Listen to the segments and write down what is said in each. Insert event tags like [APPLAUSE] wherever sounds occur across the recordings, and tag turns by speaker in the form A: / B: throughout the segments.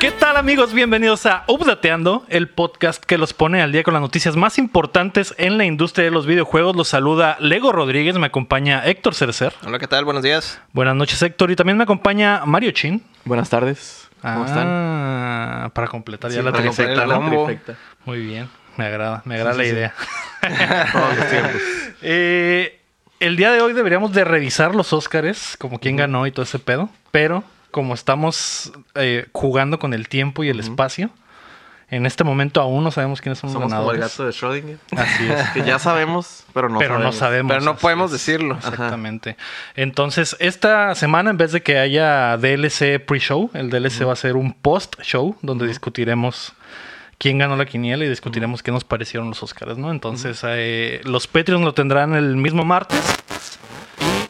A: ¿Qué tal amigos? Bienvenidos a Updateando, el podcast que los pone al día con las noticias más importantes en la industria de los videojuegos. Los saluda Lego Rodríguez, me acompaña Héctor Cercer.
B: Hola, ¿qué tal? Buenos días.
A: Buenas noches Héctor y también me acompaña Mario Chin.
C: Buenas tardes. ¿Cómo están?
A: Ah, Para completar ya
C: Sí,
A: la
C: para
A: trifecta.
B: completar la
A: ¿no?
B: combo.
A: Muy bien, me agrada, me agrada la
C: sí, sí.
A: idea.
C: [LAUGHS] Todos los tiempos.
A: [LAUGHS] Eh, el día de hoy deberíamos de revisar los Óscares, como quién ganó y todo ese pedo, pero como estamos eh, jugando con el tiempo y el espacio, en este momento aún no sabemos quiénes son los
C: Somos como el
A: ganadores.
C: gato de Schrödinger.
A: Así es.
C: Que ya sabemos, pero no
A: pero
C: sabemos.
A: no sabemos.
B: Pero no
A: así es.
B: podemos decirlo.
A: Exactamente. Entonces, esta semana, en vez de que haya DLC pre-show, el DLC va a ser un post-show donde discutiremos quién ganó la quiniela y discutiremos qué nos parecieron los Óscares, ¿no? Entonces, eh, los Patreons lo tendrán el mismo martes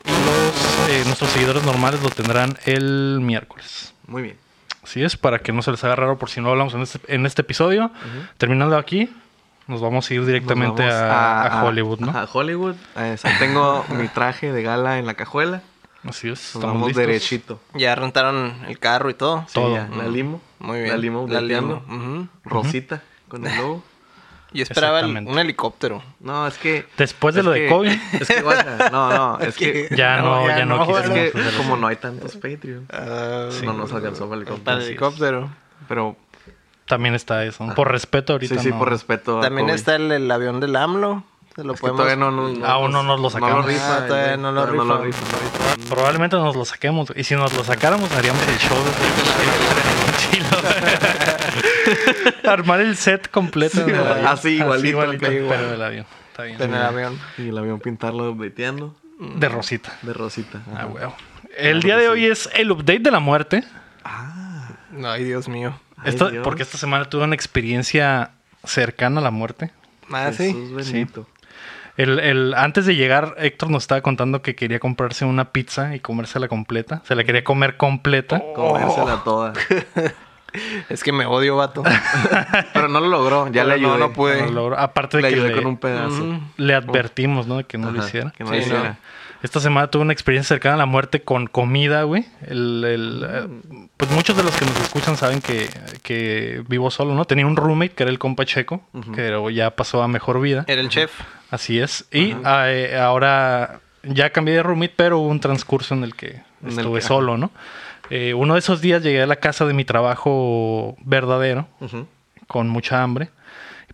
A: y los, eh, nuestros seguidores normales lo tendrán el miércoles.
C: Muy bien.
A: Así es, para que no se les haga raro por si no hablamos en este, en este episodio. Terminando aquí, nos vamos a ir
C: Nos
A: directamente
C: vamos
A: a, a Hollywood, ¿no?
C: A Hollywood. Eh, o sea, tengo mi traje de gala en la cajuela.
A: Así es.
C: Nos
A: estamos
C: vamos
A: listos.
C: derechito.
B: Ya rentaron el carro y todo.
C: Sí,
A: Todo.
C: ya, La limo.
B: Muy bien.
C: La limo.
B: La limo.
C: volteando.
B: Ujú.
C: Rosita con el logo.
B: Yo esperaba el-
A: Exactamente.
B: un helicópter.
C: No, es que...
A: Después de
C: es
A: lo de
C: que-
A: COVID.
C: Es que, guacha, no,
A: [LAUGHS]
C: no, es que...
A: Ya no, ya no
C: Es
A: quisimos
C: que
A: hacer
C: como no hay tantos Patreon,
A: Sí.
C: Ah, no nos alcanzó para el
B: Para el
C: helicóptero.
A: Así es.
B: helicóptero.
C: Pero
A: También está eso. ¿no? Por respeto ahorita.
C: Ah. sí, sí,
A: no.
C: por respeto. a
B: También
C: Kobe.
B: está el, el avión del AMLO. Se lo
C: Es que
B: podemos...
C: todavía no, no, no,
A: Aún no Ah, nos lo sacamos.
B: Ah, todavía
C: el-
B: no lo
C: todavía
B: rifa.
C: rifa, no rifa.
A: Probablemente nos lo saquemos. Y si nos lo sacáramos, haríamos el show
C: [LAUGHS]
A: desde el chilo. Armar el set completo.
C: Sí,
A: del avión.
C: así igualito, acá igual.
A: pero del avión. Está bien.
B: En el avión.
C: Y el avión pintarlo breteando
A: De Rosita.
C: de rosita.
A: Ah, huevo. El día de hoy es el update de la muerte.
B: No, ay, Dios mío.
C: Ay,
A: Esta-
C: Dios.
A: porque esta semana tuve una experiencia cercana a la muerte.
B: Ah, sí.
C: Jesús
A: Sí.
C: bendito.
A: El, el- antes de llegar, Héctor nos estaba contando que quería comprarse una pizza y comérsela completa. Se la quería comer completa.
C: Oh, Comérsela toda.
B: Es que me odio, vato.
C: Pero no lo logró, [LAUGHS] ya
B: Pero
C: le ayudé.
B: no, no pude.
A: No lo logró. Aparte de
C: Le
A: que
C: ayudé
A: le,
C: con un pedazo.
B: Ujú.
A: le advertimos, ¿no? De que no lo
C: Ajá,
A: hiciera.
C: Que no
B: Sí,
C: lo
B: no.
C: hiciera.
A: Esta semana tuve una experiencia cercana a la muerte con comida, güey. El- el,
C: Mm.
A: eh, pues muchos de los que nos escuchan saben que, que vivo solo, ¿no? Tenía un roommate que era el compa Checo, pero ya pasó a mejor vida.
B: Era el chef.
A: Así es. Y ah, eh, ahora ya cambié de roommate, pero hubo un transcurso en el que
C: el
A: estuve
C: que-
A: solo, ¿no? Eh, uno de esos días llegué a la casa de mi trabajo verdadero,
C: Ujú.
A: con mucha hambre.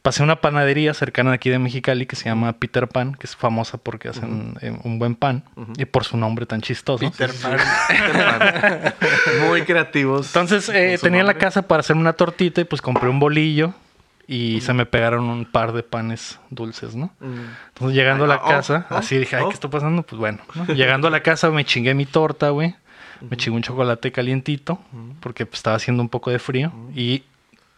A: Pasé a una panadería cercana de aquí de Mexicali que se llama Peter Pan, que es famosa porque hacen eh, un buen pan y por su nombre tan chistoso.
C: [LAUGHS] Muy creativos.
A: Entonces eh,
C: Con su
A: tenía la
C: nombre.
A: casa para hacer una tortita y pues compré un bolillo y se me pegaron un par de panes dulces, ¿no?
C: Mm.
A: Entonces llegando a la
C: Ah, oh,
A: casa,
C: oh,
A: así dije, ay,
C: oh.
A: ¿qué está pasando? Pues bueno, ¿no? [LAUGHS] llegando a la casa me chingué mi torta, güey. Me chingué un chocolate calientito porque pues, estaba haciendo un poco de frío y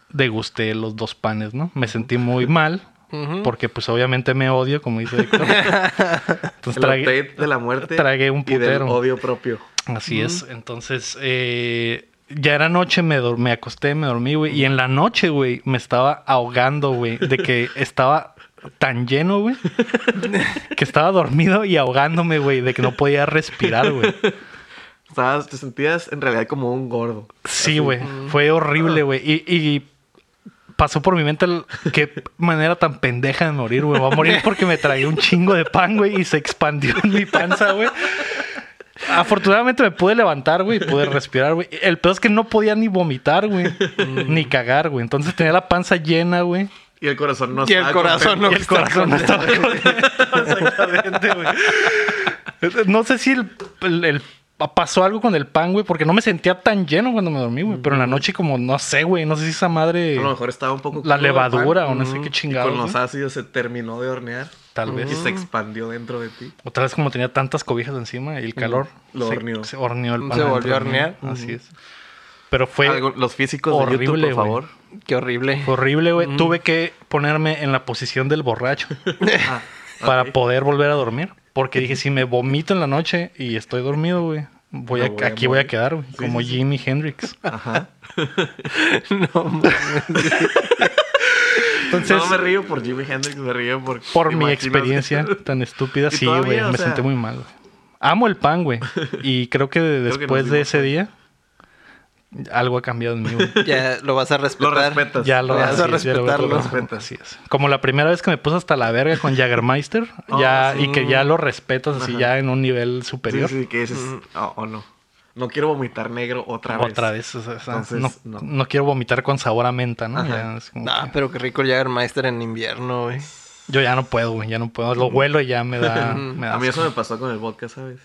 A: degusté los dos panes, ¿no? Me sentí muy
C: [LAUGHS]
A: mal
B: Ujú.
A: porque pues obviamente me odio, como dice Héctor. Entonces
C: El update
A: pues, tragué,
C: de la muerte.
A: tragué un
C: Y del
A: putero.
C: odio propio.
A: así es. Entonces eh, ya era noche, me, dor- me acosté, me dormí, güey. Y en la noche, güey, me estaba ahogando, güey, de que estaba tan lleno, güey, que estaba dormido y ahogándome, güey, de que no podía respirar, güey.
C: Estabas, te sentías en realidad como un gordo.
A: Sí, güey. Fue horrible, güey. Y, y pasó por mi mente el- qué manera tan pendeja de morir, güey. Voy a morir porque me tragué un chingo de pan, güey, y se expandió en mi panza, güey. Afortunadamente me pude levantar, güey, y pude respirar, güey. El peor es que no podía ni vomitar, güey, ni cagar, güey. Entonces tenía la panza llena, güey.
C: Y el corazón no
B: Y el
C: estaba
B: corazón
C: contento.
B: no
A: y el corazón no estaba contento. [LAUGHS] Exactamente, güey. No sé si el, el- el- pasó algo con el pan, güey, porque no me sentía tan lleno cuando me dormí, güey. Pero en la noche, como no sé, güey, no sé si esa madre.
C: A lo mejor estaba un
A: La
C: poco. crudo el pan.
A: levadura o no sé
C: Ujú.
A: qué
C: Y
A: chingados,
C: Con los
A: ¿no?
C: ácidos se terminó de hornear.
A: Tal
C: Y
A: vez.
C: se expandió dentro de ti.
A: Otra vez, como tenía tantas cobijas encima y el calor.
C: Lo
A: se,
C: horneó.
A: se horneó el
B: Se
A: pan. adentro
B: volvió a
A: de mí.
B: hornear.
A: Así es. Pero fue
C: Algo- los físicos de YouTube,
A: horrible,
C: por
A: güey.
C: favor.
B: Qué horrible.
A: horrible, güey. Tuve que ponerme en la posición del borracho
C: Ah,
A: para
C: ok.
A: poder volver a dormir. Porque dije, si me vomito en la noche y estoy dormido, güey, voy
C: Me
A: a-
C: voy a
A: aquí voy a
C: morir.
A: quedar, güey.
C: Sí,
A: como
C: sí, sí.
A: Jimi
C: [LAUGHS]
A: Hendrix. [LAUGHS]
C: Ajá.
B: No, mames.
A: Entonces,
C: no me río por Jimi Hendrix, me río por.
A: por mi
C: imagínate.
A: experiencia
C: [LAUGHS]
A: tan estúpida,
C: Y
A: sí,
C: todavía,
A: güey,
C: o
A: me
C: sea-
A: sentí muy
C: [LAUGHS]
A: mal, güey. Amo el pan, güey. Y creo que
C: nos
A: después de
C: dimos
A: ese día algo ha cambiado en mí.
C: [LAUGHS]
A: güey.
B: [LAUGHS] Ya lo vas a
C: Lo
B: respetar.
C: respetas.
A: Ya lo,
B: Lo vas a
A: así es, ya lo voy a
B: respetarlo.
A: [LAUGHS] respetar, así es. Como la primera vez que me puse hasta la verga con Jaggermeister,
C: Oh,
A: ya,
C: sí.
A: y que ya lo respetas así
C: Ajá.
A: ya en un nivel superior.
C: Sí, sí, que dices, oh, oh, no. No quiero vomitar negro otra vez.
A: Otra vez. o sea, o sea,
C: Entonces,
A: no,
C: no.
A: no quiero vomitar con sabor a menta, ¿no?
C: Ajá.
A: Ya es como
B: Ah,
A: que-
B: pero qué rico el Jägermeister en invierno, güey.
A: Yo ya no puedo, güey, ya no puedo. Lo huelo y ya me
C: [LAUGHS]
A: da. me da
C: A mí
A: asco.
C: eso me pasó con el vodka, ¿sabes?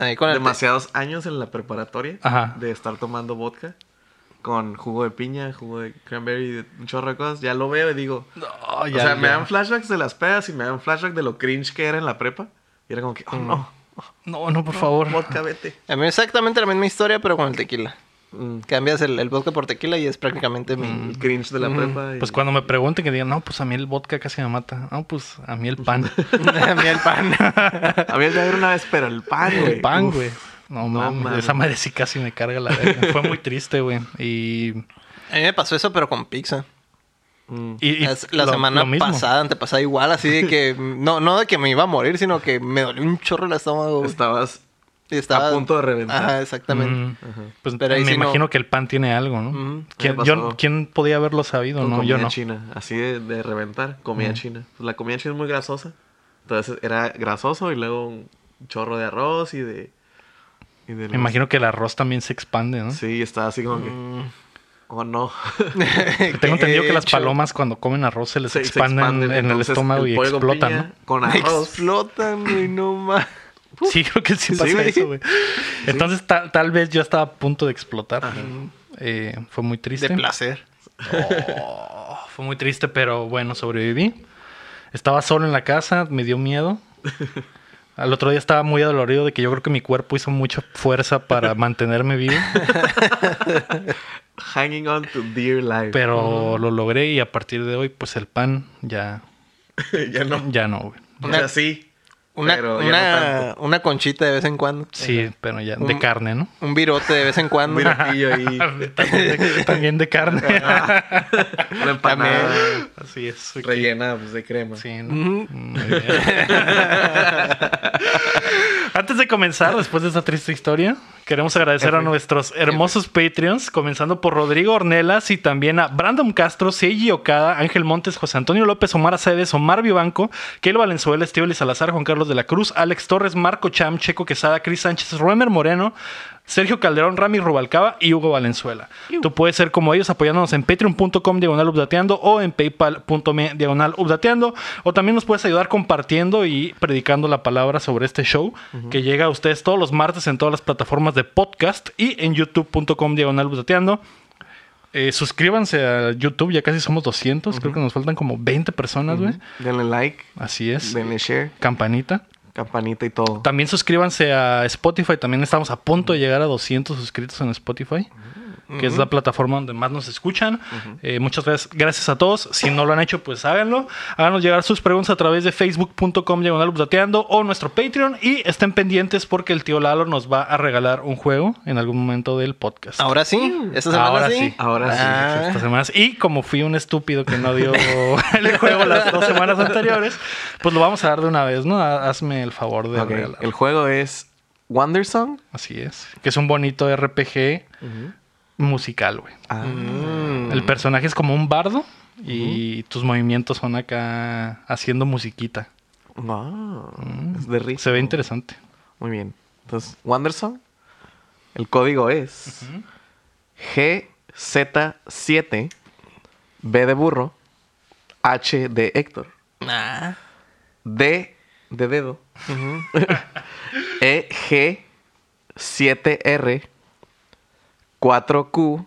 B: Ahí con el
C: Demasiados años en la preparatoria
A: Ajá.
C: de estar tomando vodka con jugo de piña, jugo de cranberry, de un chorro de cosas. Ya lo veo y digo,
A: No,
C: o
A: ya-
C: sea, me
A: ya.
C: dan flashbacks de las pedas y me dan flashbacks de lo cringe que era en la prepa. Y era como que, oh
A: Mm.
C: no,
A: No, no, por favor.
C: vodka, vete.
B: A mí exactamente la misma historia, pero con el tequila.
C: Mm,
B: Cambias el, el vodka por tequila y es prácticamente
A: Mm.
B: [LAUGHS] mi...
C: el cringe de la prepa. y- [LAUGHS]
A: Pues cuando me pregunten que digan, no, pues a mí el vodka casi me mata. No, pues a mí el
C: [LAUGHS]
A: pan. [LAUGHS]
B: a mí el pan.
C: A mí el de una vez, pero el pan, güey.
A: el pan,
C: Uf.
A: güey. No,
C: No
A: mames,
C: mames.
A: Esa madre sí casi me carga la verga. Fue muy triste, güey. Y.
B: A mí me pasó eso, pero con pizza.
C: Mm.
A: y- y
B: la la
A: lo-
B: semana
A: lo mismo.
B: pasada, antepasada, igual, así de
A: [LAUGHS]
B: que... No, no de que me iba a morir, sino que me dolió un chorro el estómago. güey.
C: Mm. Estabas
B: Y estaba...
C: a punto de reventar.
B: Ajá, exactamente. [LAUGHS]
A: Mm, Pues
B: Pero ahí
A: me
B: sí no.
A: imagino que el pan tiene algo, ¿no?
B: Ujú.
A: ¿Quién,
C: Me
A: yo-
C: pasó.
A: ¿quién podía haberlo sabido?
C: con
A: No,
C: comida
A: yo no. Mm.
C: china, así de, de reventar, comida china. Pues la comida china es muy grasosa. Entonces era grasoso y luego un chorro de arroz y de. y de
A: Me imagino que el arroz también se expande, ¿no? Mm.
C: Sí, estaba así como que. Oh no. [LAUGHS]
B: ¿Qué
C: Eh,
A: Tengo entendido
B: he
A: que las
B: hecho?
A: palomas cuando comen arroz se les
C: Se- se
A: expanden,
C: expanden,
A: en el
C: entonces,
A: estómago y
C: pollo con
A: explotan,
C: piña,
A: ¿no? [LAUGHS]
C: Con
B: [LAUGHS]
C: arroz.
B: Explotan, güey, no más.
A: Sí, creo que sí pasa
C: güey.
A: eso, güey. Entonces, ta- tal vez yo estaba a punto de explotar. Eh, fue muy triste.
B: De placer.
A: Oh, fue muy triste, pero bueno, sobreviví. Estaba solo en la casa, me dio
C: [LAUGHS]
A: miedo. Al otro día estaba muy adolorido de que yo creo que mi cuerpo hizo mucha fuerza
C: [LAUGHS]
A: para mantenerme vivo,
C: Hanging on to dear life.
A: pero lo logré y a partir de hoy, pues el pan ya,
C: [LAUGHS] ya no.
A: ya no, güey.
C: O
B: Una-
C: sea, sí.
B: Una,
C: pero ya no
B: una,
C: tanto.
B: una conchita de vez en cuando.
A: Sí, pero ya de
B: Un-
A: carne, ¿no?
B: Un virote de vez en cuando.
C: Un virotillo ahí.
A: [LAUGHS] También de, también de carne.
C: Una empanada
A: Así es. ok.
C: rellena pues, de crema.
A: Sí, ¿no? Mm, Muy bien. Antes de comenzar, después de esta triste historia, queremos agradecer a nuestros hermosos Patreons, comenzando por Rodrigo Ornelas y también a Brandon Castro, Seiji Okada, Ángel Montes, José Antonio López, Omar Aceves, Omar Vivanco, Keilo Valenzuela, Estíbal Salazar, Juan Carlos de la Cruz, Alex Torres, Marco Cham, Checo Quesada, Cris Sánchez, Roemer Moreno, Sergio Calderón, Rami Rubalcaba y Hugo Valenzuela. Tú puedes ser como ellos apoyándonos en patreon.com diagonal updateando o en paypal.me diagonal updateando. O también nos puedes ayudar compartiendo y predicando la palabra sobre este show que llega a ustedes todos los martes en todas las plataformas de podcast y en youtube.com diagonal updateando. Eh, suscríbanse a YouTube, ya casi somos 200, creo que nos faltan como 20 personas, güey.
C: Denle like,
A: Así es.
C: denle share,
A: Campanita.
C: campanita y todo.
A: También suscríbanse a Spotify. También estamos a punto de llegar a 200 suscritos en Spotify, que es la plataforma donde más nos escuchan. Eh, muchas gracias, gracias a todos. Si no lo han hecho, pues háganlo. Háganos llegar sus preguntas a través de facebook.com diagonal updateando o nuestro Patreon. Y estén pendientes porque el tío Lalo nos va a regalar un juego en algún momento del podcast.
B: Ahora sí. Esta semana
A: Ahora
B: sí.
A: sí,
C: ahora sí.
B: Ah,
A: Estas semanas. Y como fui un estúpido que no dio el juego las dos semanas anteriores, pues lo vamos a dar de una vez, ¿no? Ha- Hazme el favor de
C: Ok,
A: regalarlo.
C: El juego es Wonder Song.
A: Así es. Que es un bonito RPG musical, güey.
C: Ah.
B: Mm.
A: El personaje es como un bardo y tus movimientos son acá haciendo musiquita.
C: Wow. Es de risa.
A: Se ve interesante.
C: Muy bien. Entonces, Wanderson, el código es GZ7 B de burro, H de Héctor,
B: nah.
C: D de dedo, E, EG7R 4Q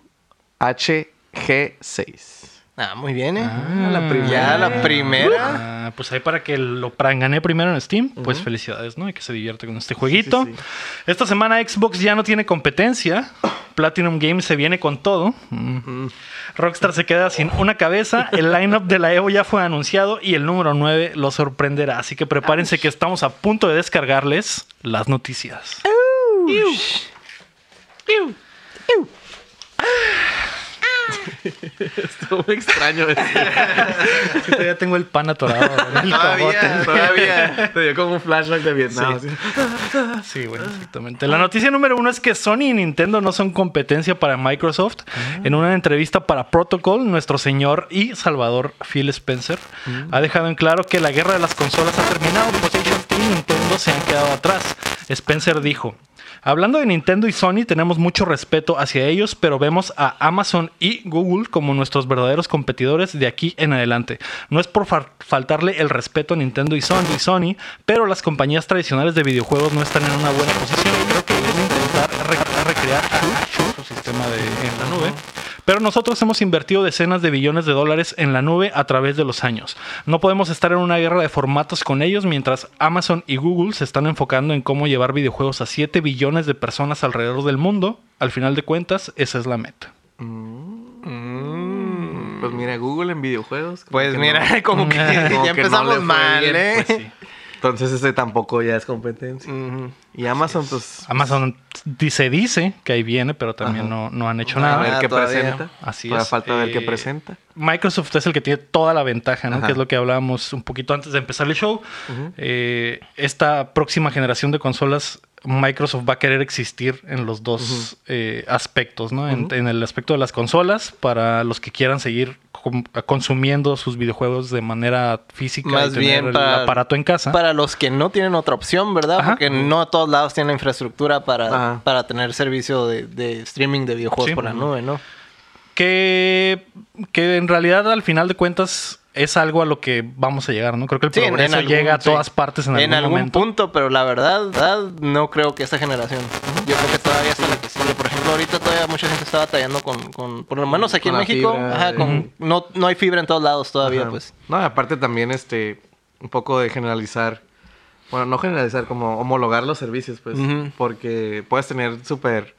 C: HG6.
B: Ah, muy bien, eh. Uh.
A: Ah,
B: la pri- ya la primera.
A: Ah, pues ahí para que lo prangané primero en Steam, pues felicidades, ¿no? Y que se divierta con este jueguito.
C: sí.
A: Esta semana Xbox ya no tiene
B: [COUGHS]
A: competencia. Platinum Games se viene con todo. Mm. Rockstar se queda sin una cabeza. El lineup de la Evo ya fue anunciado y el número 9 lo sorprenderá. Así que prepárense que estamos a punto de descargarles las noticias.
B: Ah. Iu. Iu.
C: Estuvo muy extraño eso. [LAUGHS]
A: Ya tengo el pan atorado en el
B: Todavía,
A: cogote.
B: todavía.
C: Te dio como un flashback de Vietnam.
A: Sí.
C: así.
A: Ah, Sí, bueno, exactamente. La noticia número uno es que Sony y Nintendo no son competencia para Microsoft. En una entrevista para Protocol, nuestro señor y salvador Phil Spencer ha dejado en claro que la guerra de las consolas ha terminado. PlayStation y Nintendo se han quedado atrás. Spencer dijo. Hablando de Nintendo y Sony, tenemos mucho respeto hacia ellos, pero vemos a Amazon y Google como nuestros verdaderos competidores de aquí en adelante. No es por far- faltarle el respeto a Nintendo y Sony, y Sony, pero las compañías tradicionales de videojuegos no están en una buena posición. Creo que deben intentar re- recrear su- su- su sistema de, en la nube. Pero nosotros hemos invertido decenas de billones de dólares en la nube a través de los años. No podemos estar en una guerra de formatos con ellos mientras Amazon y Google se están enfocando en cómo llevar videojuegos a 7 billones de personas alrededor del mundo. Al final de cuentas, esa es la meta.
C: Pues mira, Google en videojuegos. como
B: Pues
C: que [LAUGHS]
B: mira, [LAUGHS]
C: no.
B: como que
C: Como
B: ya
C: que no
B: empezamos
C: le fue
B: mal,
C: bien,
B: ¿eh?
C: pues sí. Entonces ese tampoco ya es competencia.
B: Ujú.
C: Y Amazon, pues...
A: Amazon dice, dice que ahí viene, pero también
C: Ajá.
A: no, no han hecho
B: Ah,
A: nada.
C: A ver qué
B: todavía.
C: presenta.
A: Así
C: Todavía
A: es.
C: falta ver qué
A: Eh,
C: presenta.
A: Microsoft es el que tiene toda la ventaja, ¿no?
C: Ajá.
A: Que es lo que hablábamos un poquito antes de empezar el show. Eh, esta próxima generación de consolas, Microsoft va a querer existir en los dos eh, aspectos, ¿no? En- en, el aspecto de las consolas, para los que quieran seguir com- consumiendo sus videojuegos de manera física y
B: Más
A: tener
B: bien
A: el
B: para-
A: aparato en casa.
B: Para los que no tienen otra opción, ¿verdad?
A: Ajá.
B: Porque no a todos lados tienen la infraestructura para,
C: Ajá.
B: para tener servicio de, de streaming de videojuegos
A: Sí.
B: por la nube, ¿no?
A: Que, que en realidad, al final de cuentas, es algo a lo que vamos a llegar, ¿no? Creo que el
B: Sí, en- en
A: progreso
B: algún-
A: llega a
B: sí.
A: todas partes en, algún, momento.
B: punto, pero la verdad, verdad, no creo que esta generación. Yo creo que todavía está la que sigue. Por ejemplo, ahorita todavía mucha gente está batallando con, con por lo menos aquí
C: Con
B: en
C: la
B: México,
C: fibra,
B: ajá,
C: eh.
B: con- no, no hay fibra en todos lados todavía,
C: Ajá.
B: pues.
C: No, y aparte también, este, un poco de generalizar. Bueno, no generalizar, como homologar los servicios, pues.
B: Ujú.
C: Porque puedes tener súper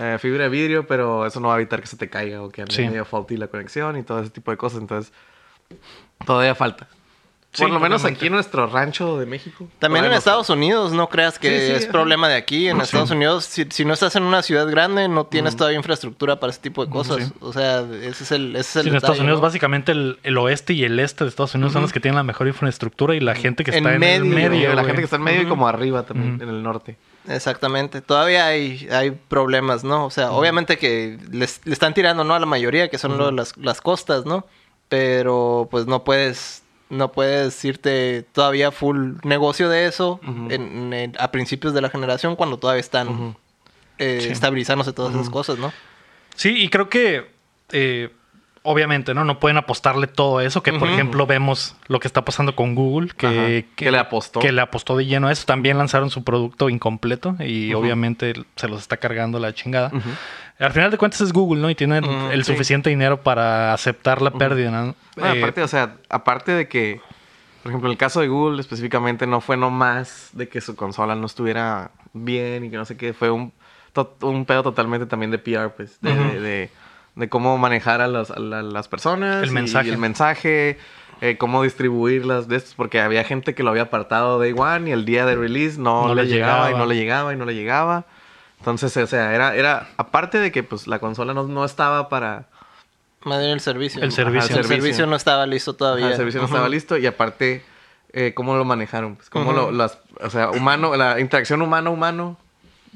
C: eh, fibra de vidrio, pero eso no va a evitar que se te caiga o que ande
A: Sí.
C: medio faulty la conexión y todo ese tipo de cosas. Entonces, todavía falta.
A: Sí,
C: Por lo menos
A: totalmente.
C: aquí en nuestro rancho de México.
B: También en
C: todavía no
B: Estados
A: pues.
B: Unidos, no creas que
C: Sí, sí,
B: es
C: ajá.
B: problema de aquí. En Estados Unidos, si, si no estás en una ciudad grande, no tienes todavía infraestructura para ese tipo de cosas.
A: sí.
B: O sea, ese es el, ese es el
A: Sí, en Estados
B: detalle,
A: Unidos,
B: ¿no?
A: básicamente el, el oeste y el este de Estados Unidos son los que tienen la mejor infraestructura y la
C: Mm.
A: gente que
B: En
A: está en el
B: medio,
A: medio.
C: la
A: güey.
C: gente que está en medio y como arriba también, en el norte.
B: Exactamente. Todavía hay, hay problemas, ¿no? O sea, obviamente que les- le están tirando, ¿no? A la mayoría, que son lo- las, las costas, ¿no? Pero pues no puedes, no puedes irte todavía full negocio de eso en- en- a principios de la generación cuando todavía están eh,
A: Sí.
B: estabilizándose todas esas cosas, ¿no?
A: Sí, y creo que eh, obviamente, ¿no? No pueden apostarle todo a eso, que por
B: Ujú.
A: ejemplo vemos lo que está pasando con Google, que,
C: Ajá, que le apostó.
A: Que le apostó de lleno a eso. También lanzaron su producto incompleto y
C: Ujú.
A: obviamente se los está cargando la chingada. Al final de cuentas es Google, ¿no? Y tienen
B: Ujú,
A: el
B: sí.
A: suficiente dinero para aceptar la pérdida, ¿no?
C: No,
A: Eh,
C: aparte, o sea, aparte de que, por ejemplo, en el caso de Google específicamente no fue nomás de que su consola no estuviera bien y que no sé qué, fue un, to- un pedo totalmente también de PR, pues, de, de- de- de cómo manejar a, las- a la- las personas.
A: El
C: y-
A: mensaje.
C: Y, el mensaje, eh, cómo distribuirlas de estos, porque había gente que lo había apartado de One y el día de release no,
A: No
C: le
A: les
C: llegaba, y
A: llegaba.
C: no le llegaba y no le llegaba. Entonces, o sea, era, era aparte de que pues la consola no, no estaba para...
B: Más bien el servicio.
A: El servicio.
B: el servicio.
C: servicio.
B: no estaba listo todavía.
C: Ajá, el servicio no
B: Ujú.
C: estaba listo y aparte, eh, ¿cómo lo manejaron? Pues, ¿Cómo
B: Ujú.
C: lo, las, o sea, humano, la interacción humano-humano?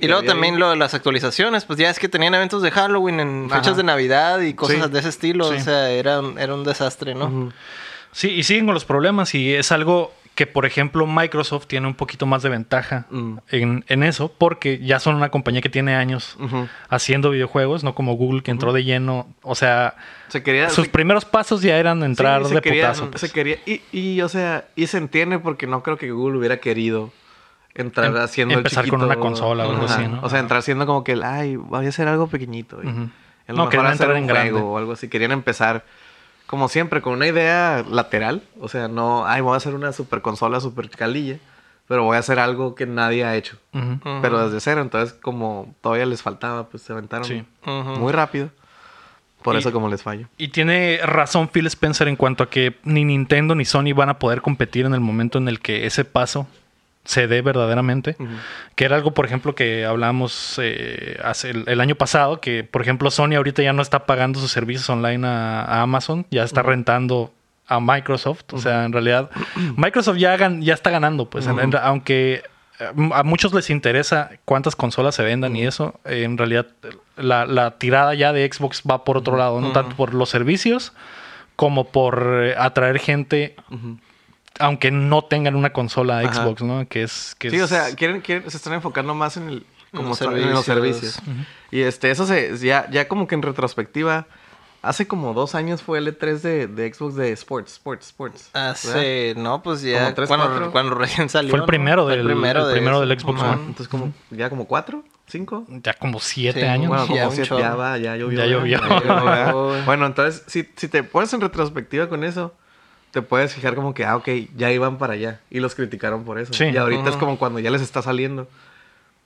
B: Y luego también lo de las actualizaciones, pues ya es que tenían eventos de Halloween en
C: Ajá.
B: fechas de Navidad y cosas
C: Sí.
B: de ese estilo,
A: Sí.
B: o sea, era un, era un desastre, ¿no?
A: Sí, y siguen con los problemas y es algo que, por ejemplo, Microsoft tiene un poquito más de ventaja
C: Mm.
A: en, en eso porque ya son una compañía que tiene años
C: Ujú.
A: haciendo videojuegos, no como Google que entró de lleno. O sea,
C: Se quería...
A: sus
C: se-
A: primeros pasos ya eran
C: sí,
A: entrar
C: se
A: de
C: quería-
A: putazo. pues.
C: se quería- y, y, o sea, y se entiende porque no creo que Google hubiera querido entrar
A: Em-
C: haciendo el
A: empezar con
C: chiquito.
A: una consola o algo así, ¿no?
C: O sea, entrar haciendo como que, el, ay, voy a hacer algo pequeñito. y
A: Ujú.
C: A lo
A: No,
C: mejor
A: querían
C: hacer
A: entrar
C: un
A: en grande.
C: juego o algo así. Querían empezar, como siempre, con una idea lateral. O sea, no, ay, voy a hacer una super consola, super calilla. Pero voy a hacer algo que nadie ha hecho.
A: Ujú.
C: Pero desde cero, entonces como todavía les faltaba, pues se aventaron
A: Sí.
B: Ujú.
C: muy rápido. Por
A: Y-
C: eso como les fallo.
A: Y tiene razón Phil Spencer en cuanto a que ni Nintendo ni Sony van a poder competir en el momento en el que ese paso se dé verdaderamente. Que era algo, por ejemplo, que hablamos eh, hace el, el año pasado, que por ejemplo Sony ahorita ya no está pagando sus servicios online a, a Amazon, ya está rentando a Microsoft. O sea, en
C: [CLEARS THROAT]
A: realidad, Microsoft ya, gan- ya está ganando, pues, en- en- aunque eh, a muchos les interesa cuántas consolas se vendan y eso, eh, en realidad la, la tirada ya de Xbox va por otro lado, no tanto por los servicios como por eh, atraer gente aunque no tengan una consola
C: Ajá.
A: Xbox, ¿no? Que es... Que
C: Sí,
A: es-
C: o sea, quieren, quieren, se están enfocando más en, el, como
B: los
C: tra- en los
B: servicios.
C: servicios. Y este, eso se, ya, ya como que en retrospectiva, hace como dos años fue el E3 de, de Xbox de Sports, Sports, Sports. ¿verdad?
B: Hace, Ah, no, pues ya
C: Como tres,
B: cuando,
C: cuatro.
B: cuando recién salió.
A: Fue el
B: ¿no?
A: primero, del, el primero,
B: de eso.
A: del Xbox
C: Ajá,
A: One.
C: Entonces, como, ya como cuatro, cinco.
A: Ya como siete
B: Sí,
A: años.
C: Bueno, como
B: Ya un
C: siete,
B: chorro.
C: ya va, ya llovió.
A: Ya
C: ¿verdad?
A: llovió.
C: ¿verdad?
B: Ya [LAUGHS] llovió.
C: bueno, entonces, si, si te pones en retrospectiva con eso, te puedes fijar como que, ah, ok, ya iban para allá. Y los criticaron por eso.
A: Sí.
C: Y ahorita es
B: Ujú.
C: como cuando ya les está saliendo.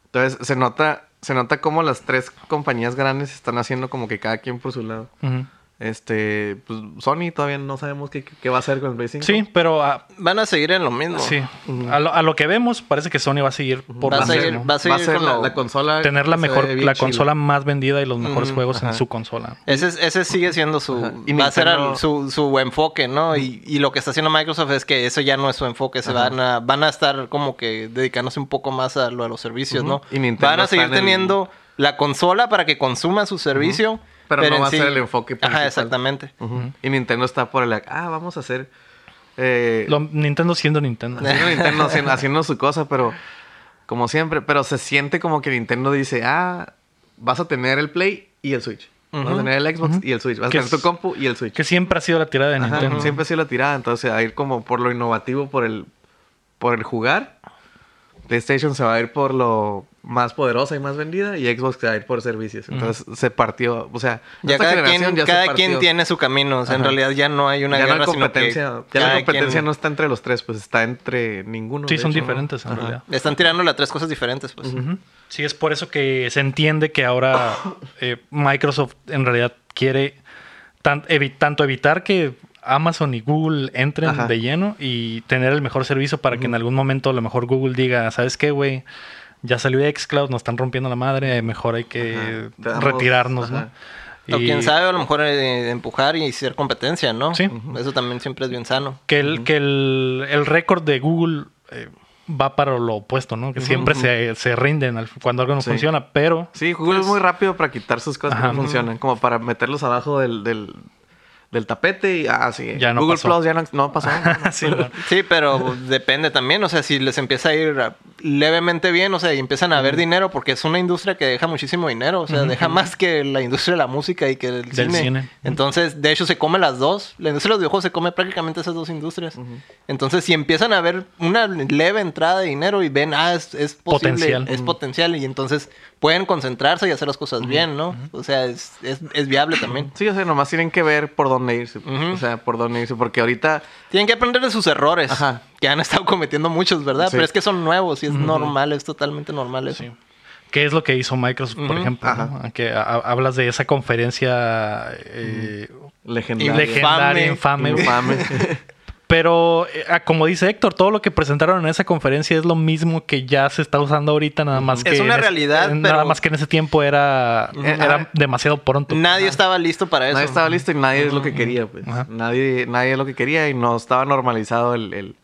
C: Entonces, se nota, se nota como las tres compañías grandes están haciendo como que cada quien por su lado.
A: Ujú.
C: Este, pues Sony todavía no sabemos qué, qué va a hacer con el Play 5.
A: Sí, pero ah,
B: Van a seguir en lo mismo.
A: sí. A, lo, a lo que vemos, parece que Sony va a seguir por
B: Va a
A: lo
B: seguir-
A: mismo.
B: va a seguir con
C: la,
B: lo-
C: la consola.
A: tener la
C: se
A: mejor,
C: ve bien
A: la
C: chila.
A: consola más vendida y los mejores juegos en
C: ajá.
A: su consola.
B: Ese, es- ese sigue siendo su...
C: Ajá. Y
B: va a ser
C: Nintendo-
B: al- su, su enfoque, ¿no? Y, y lo que está haciendo Microsoft es que eso ya no es su enfoque. Se van a, van a estar como que dedicándose un poco más a, lo, a los servicios,
C: Ujú.
B: ¿no?
C: Y Nintendo
B: van a seguir
C: está en el-
B: teniendo la consola para que consuman su servicio.
C: Pero no
B: en
C: va a ser el enfoque
B: Ajá,
C: principal.
B: exactamente.
C: Ujú. Y Nintendo está por el. Ah, vamos a hacer. eh,
A: Lo- Nintendo siendo Nintendo.
C: [LAUGHS] haciendo Nintendo haciendo, haciendo su cosa, pero como siempre, pero se siente como que Nintendo dice, ah, vas a tener el Play y el Switch. Vas a tener el Xbox y el Switch. Vas a
A: Que
C: tener tu
A: es-
C: compu y el Switch.
A: Que siempre ha sido la tirada de
C: Ajá,
A: Nintendo.
C: Siempre ha sido la tirada, entonces a ir como por lo innovativo, por el, por el jugar. PlayStation se va a ir por lo más poderosa y más vendida y Xbox se va a ir por servicios. Entonces se partió, o sea,
B: Ya
C: esta
B: cada,
C: generación
B: quien,
C: ya se
B: cada quien
C: partió.
B: tiene su camino. O sea, en
C: Ajá.
B: realidad ya no hay una
C: ya
B: guerra,
C: no hay
B: sino que
C: competencia, ya la
B: cada
C: competencia
B: quien-
C: no está entre los tres, pues está entre ninguno.
A: Sí,
C: de
A: son
C: hecho, ¿no?
A: diferentes en
C: Ajá.
A: realidad.
B: Están tirándole a tres cosas diferentes, pues.
A: Ujú. Sí, es por eso que se entiende que ahora
C: [COUGHS]
A: eh, Microsoft en realidad quiere tan- evi- tanto evitar que Amazon y Google entren
C: Ajá.
A: de lleno y tener el mejor servicio para que en algún momento a lo mejor Google diga, ¿sabes qué, güey? Ya salió xCloud, nos están rompiendo la madre, mejor hay que
C: Ajá, te damos-
A: retirarnos,
C: ajá.
A: ¿no?
B: O
A: Y
B: quién sabe, a lo mejor eh, empujar y ser competencia, ¿no?
A: Sí.
B: Eso también siempre es bien sano.
A: Que el, que el, el récord de Google eh, va para lo opuesto, ¿no? Que siempre se, se rinden al- cuando algo no
C: Sí.
A: funciona, pero
C: Sí, Google
B: Pues
C: es muy rápido para quitar sus cosas
A: Ajá.
C: que no funcionan, como para meterlos abajo del, del, del tapete y ah, sí.
A: Ya no
C: Google
A: pasó.
C: Plus ya no, no pasó.
A: [LAUGHS]
C: ¿no?
A: Sí, la-
B: Sí, pero depende también, o sea, si les empieza a ir a- levemente bien, o sea, y empiezan a ver dinero, porque es una industria que deja muchísimo dinero, o sea, deja más que la industria de la música y que el
A: Del
B: cine.
A: cine.
B: Entonces, de hecho, se come las dos, la industria de los videojuegos se come prácticamente esas dos industrias. Entonces, si empiezan a ver una leve entrada de dinero y ven, ah, es, es posible,
A: Potencial.
B: es potencial, y entonces pueden concentrarse y hacer las cosas bien, ¿no? O sea, es, es- es viable también.
C: Sí, o sea, nomás tienen que ver por dónde irse. pues.
B: Ujú.
C: O sea, por dónde irse. Porque ahorita
B: Tienen que aprender de sus errores.
C: Ajá.
B: Que han estado cometiendo muchos, ¿verdad?
C: Sí.
B: Pero es que son nuevos y es normal, es totalmente normal eso.
A: Sí. ¿Qué es lo que hizo Microsoft, por
B: Ujú,
A: ejemplo? ¿no? Que ha- hablas de esa conferencia eh,
C: legendaria.
B: Legendaria.
A: legendaria, infame.
B: Infame.
C: Infame.
A: [LAUGHS]
C: [LAUGHS]
A: Pero, eh, ah, como dice Héctor, todo lo que presentaron en esa conferencia es lo mismo que ya se está usando ahorita, nada más que...
B: Es una
A: en ese-
B: realidad,
A: en-
B: pero-
A: Nada más que en ese tiempo era, era
C: Ajá.
A: demasiado pronto.
B: Nadie estaba listo para eso.
C: nadie estaba listo y nadie es lo que quería, pues.
A: Ajá.
C: Nadie, nadie es lo que quería y no estaba normalizado el, el,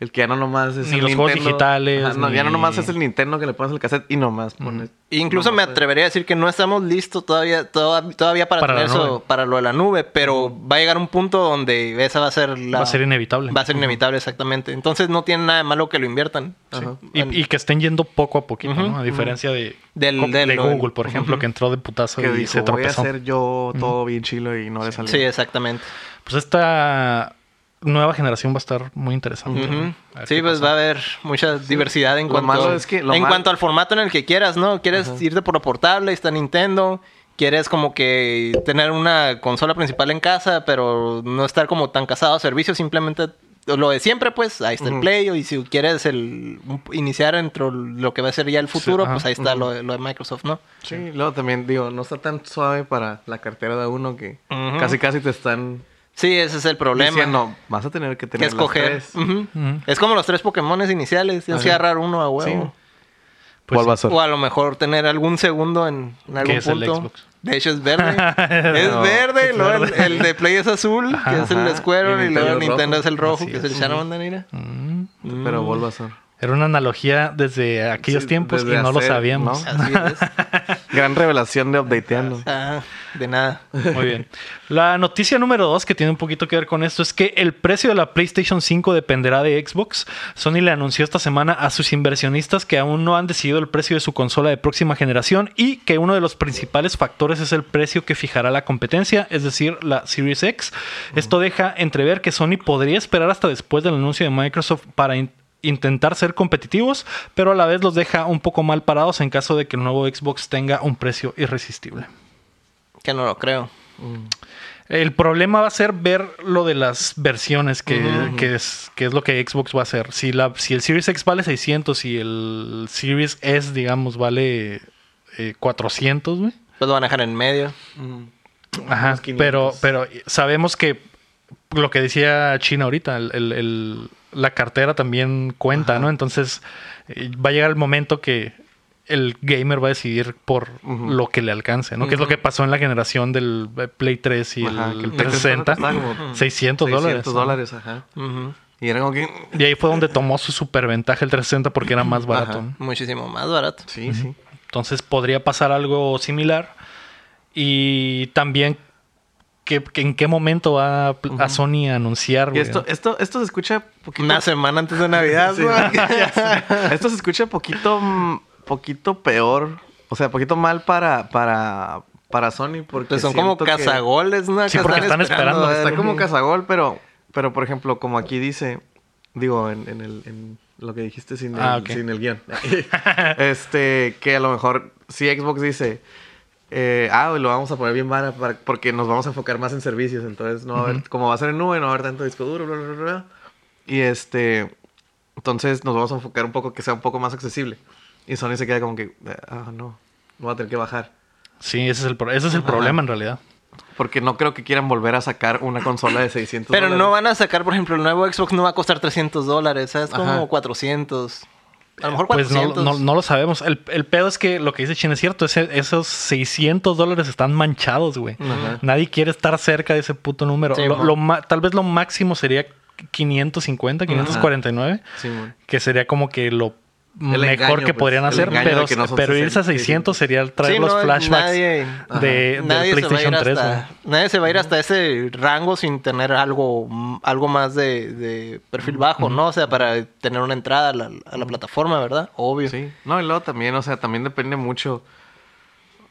C: el que ya no nomás es
A: Ni
C: el
A: los juegos digitales,
C: Ajá, no, Ya no
A: ni-
C: nomás es el Nintendo que le pones el cassette y nomás pones.
B: Incluso me atrevería a decir que no estamos listos todavía, toda- todavía para,
A: Para la
B: tener eso,
A: nube.
B: para lo de la nube, pero va a llegar un punto donde esa va a ser la...
A: Va a ser inevitable.
B: Va a ser inevitable, exactamente. Entonces no tiene nada de malo que lo inviertan.
C: Ajá.
A: Y, y que estén yendo poco a poquito,
B: Ujú,
A: ¿no? A diferencia de,
B: Del-
A: co-
B: del-
A: de Google, por ejemplo, que entró de putazo
C: Que
A: y
C: dijo,
A: se
C: voy a
A: tropezó.
C: hacer yo todo bien chilo y no le salió.
B: Sí, exactamente.
A: Pues esta nueva generación va a estar muy interesante.
B: Ujú.
A: ¿no? A ver
B: Sí,
A: qué
B: pues
A: pasa.
B: va a haber mucha diversidad en,
C: Lo
B: cuanto,
C: malo es que- lo
B: en
C: mal-
B: cuanto al formato en el que quieras, ¿no? Quieres irte por lo portable, está Nintendo, quieres como que tener una consola principal en casa, pero no estar como tan casado a servicios, simplemente lo de siempre, pues ahí está el
C: Ujú.
B: Play, y si quieres el, un- iniciar dentro lo que va a ser ya el futuro,
A: ajá.
B: pues ahí está lo, de- lo de Microsoft, ¿no?
C: Sí, luego también digo, no está tan suave para la cartera de uno que
B: Ujú.
C: casi casi te están
B: Sí, ese es el problema.
C: Decían, no, vas a tener
B: que
C: que tener las
B: escoger.
C: tres.
B: Ujú.
A: Ujú.
B: Es como los tres Pokémones iniciales. Tienes que
C: Ajá.
B: agarrar uno a huevo.
A: Pues
C: ¿Cuál va a ser?
B: o a lo mejor tener algún segundo en, en algún
A: es el
B: punto.
A: Xbox?
B: De hecho, es verde. es
A: No,
B: verde.
A: es
B: y luego el-
A: verde.
B: El, de Play es azul, que es el
C: Ajá.
B: Squirrel.
C: Y
B: Y, luego el Nintendo
C: Nintendo rojo.
B: es el rojo,
A: Así
B: que es,
A: es.
B: el Charmander, mira.
A: Mm.
C: Pero Bulbasaur.
A: Era una analogía desde aquellos
C: Sí,
A: tiempos
C: desde
A: y no lo
C: hacer,
A: sabíamos.
B: Así es.
C: Gran revelación de updateando.
B: Ah, de nada.
A: Muy bien. La noticia número dos que tiene un poquito que ver con esto es que el precio de la PlayStation 5 dependerá de Xbox. Sony le anunció esta semana a sus inversionistas que aún no han decidido el precio de su consola de próxima generación y que uno de los principales factores es el precio que fijará la competencia, es decir, la Series X. Esto deja entrever que Sony podría esperar hasta después del anuncio de Microsoft para in- intentar ser competitivos, pero a la vez los deja un poco mal parados en caso de que el nuevo Xbox tenga un precio irresistible.
B: Que no lo creo.
A: El problema va a ser ver lo de las versiones que, que es, que es lo que Xbox va a hacer. Si, la, si el Series X vale 600 y el Series S, digamos, vale eh, 400, güey.
B: Pues lo van a dejar en medio.
A: Ajá,
C: Unos 500.
A: pero, pero sabemos que lo que decía China ahorita, el- el- el- la cartera también cuenta, ¿no? Entonces eh, va a llegar el momento que el gamer va a decidir por
C: Ujú.
A: lo que le alcance, ¿no? Que es lo que pasó en la generación del eh, Play 3 y
C: Ajá, que
A: el
C: el Play 3
A: 360.
C: estaba como
A: 600 dólares.
C: 600 dólares, ajá.
B: Ujú.
C: Y era como que...
A: Y ahí fue donde tomó su superventaja el 360 porque era más barato.
C: Ajá.
B: Muchísimo más barato.
C: Sí, sí.
A: Entonces podría pasar algo similar. Y también, ¿qué, que en qué momento va a, pl- a Sony a anunciar?
C: Y
A: güey?
C: esto, esto, esto se escucha poquito...
B: Una semana antes de Navidad,
C: Sí,
B: güey.
C: [LAUGHS] ya sé. [LAUGHS] Esto se escucha poquito, mm, poquito peor. O sea, poquito mal para, para, para Sony. Porque
B: Pues son como
C: siento que-
B: cazagoles, ¿no?
A: Sí,
B: Acá
A: porque están esperando,
B: a ver.
C: Ah, Está como cazagol, pero, pero por ejemplo, como aquí dice, digo, en, en el, en lo que dijiste sin el,
A: Ah, ok.
C: sin el guión. este, que a lo mejor si Xbox dice, eh, ah, lo vamos a poner bien vara para- porque nos vamos a enfocar más en servicios. Entonces, no va a haber, como va a ser en nube, no va a haber tanto disco duro, bla, bla, bla, bla. Y este, entonces nos vamos a enfocar un poco que sea un poco más accesible. Y Sony se queda como que, ah, no, no va a tener que bajar.
A: Sí, ese es el, pro- ese es el problema en realidad.
C: Porque no creo que quieran volver a sacar una consola de 600
B: Pero
C: dólares.
B: no van a sacar, por ejemplo, el nuevo Xbox no va a costar 300 dólares, ¿sabes? Como
C: Ajá.
B: 400. A lo mejor
A: Pues no,
B: 400.
A: no- no lo sabemos. El, el pedo es que lo que dice Chin es cierto. ese- esos 600 dólares están manchados, güey.
C: Ajá.
A: Nadie quiere estar cerca de ese puto número.
B: Sí,
A: Lo-
B: mo.
A: lo ma- tal vez lo máximo sería 550, 549.
C: Simón.
A: que sería como que lo mejor
C: engaño,
A: que
C: pues,
A: podrían
C: el
A: hacer,
C: engaño
A: pero,
C: de que no son
A: pero irse a
C: 60,
A: 600 sería traer
B: Sí,
A: los
B: no,
A: flashbacks
B: nadie-
A: de, del
B: Nadie se va a ir
A: PlayStation 3.
B: hasta,
A: güey.
B: nadie se va a ir hasta ese rango sin tener algo, algo más de, de perfil bajo, ¿no? O sea, para tener una entrada a la, a la plataforma, ¿verdad? Obvio.
C: Sí. No, y luego también, o sea, también depende mucho.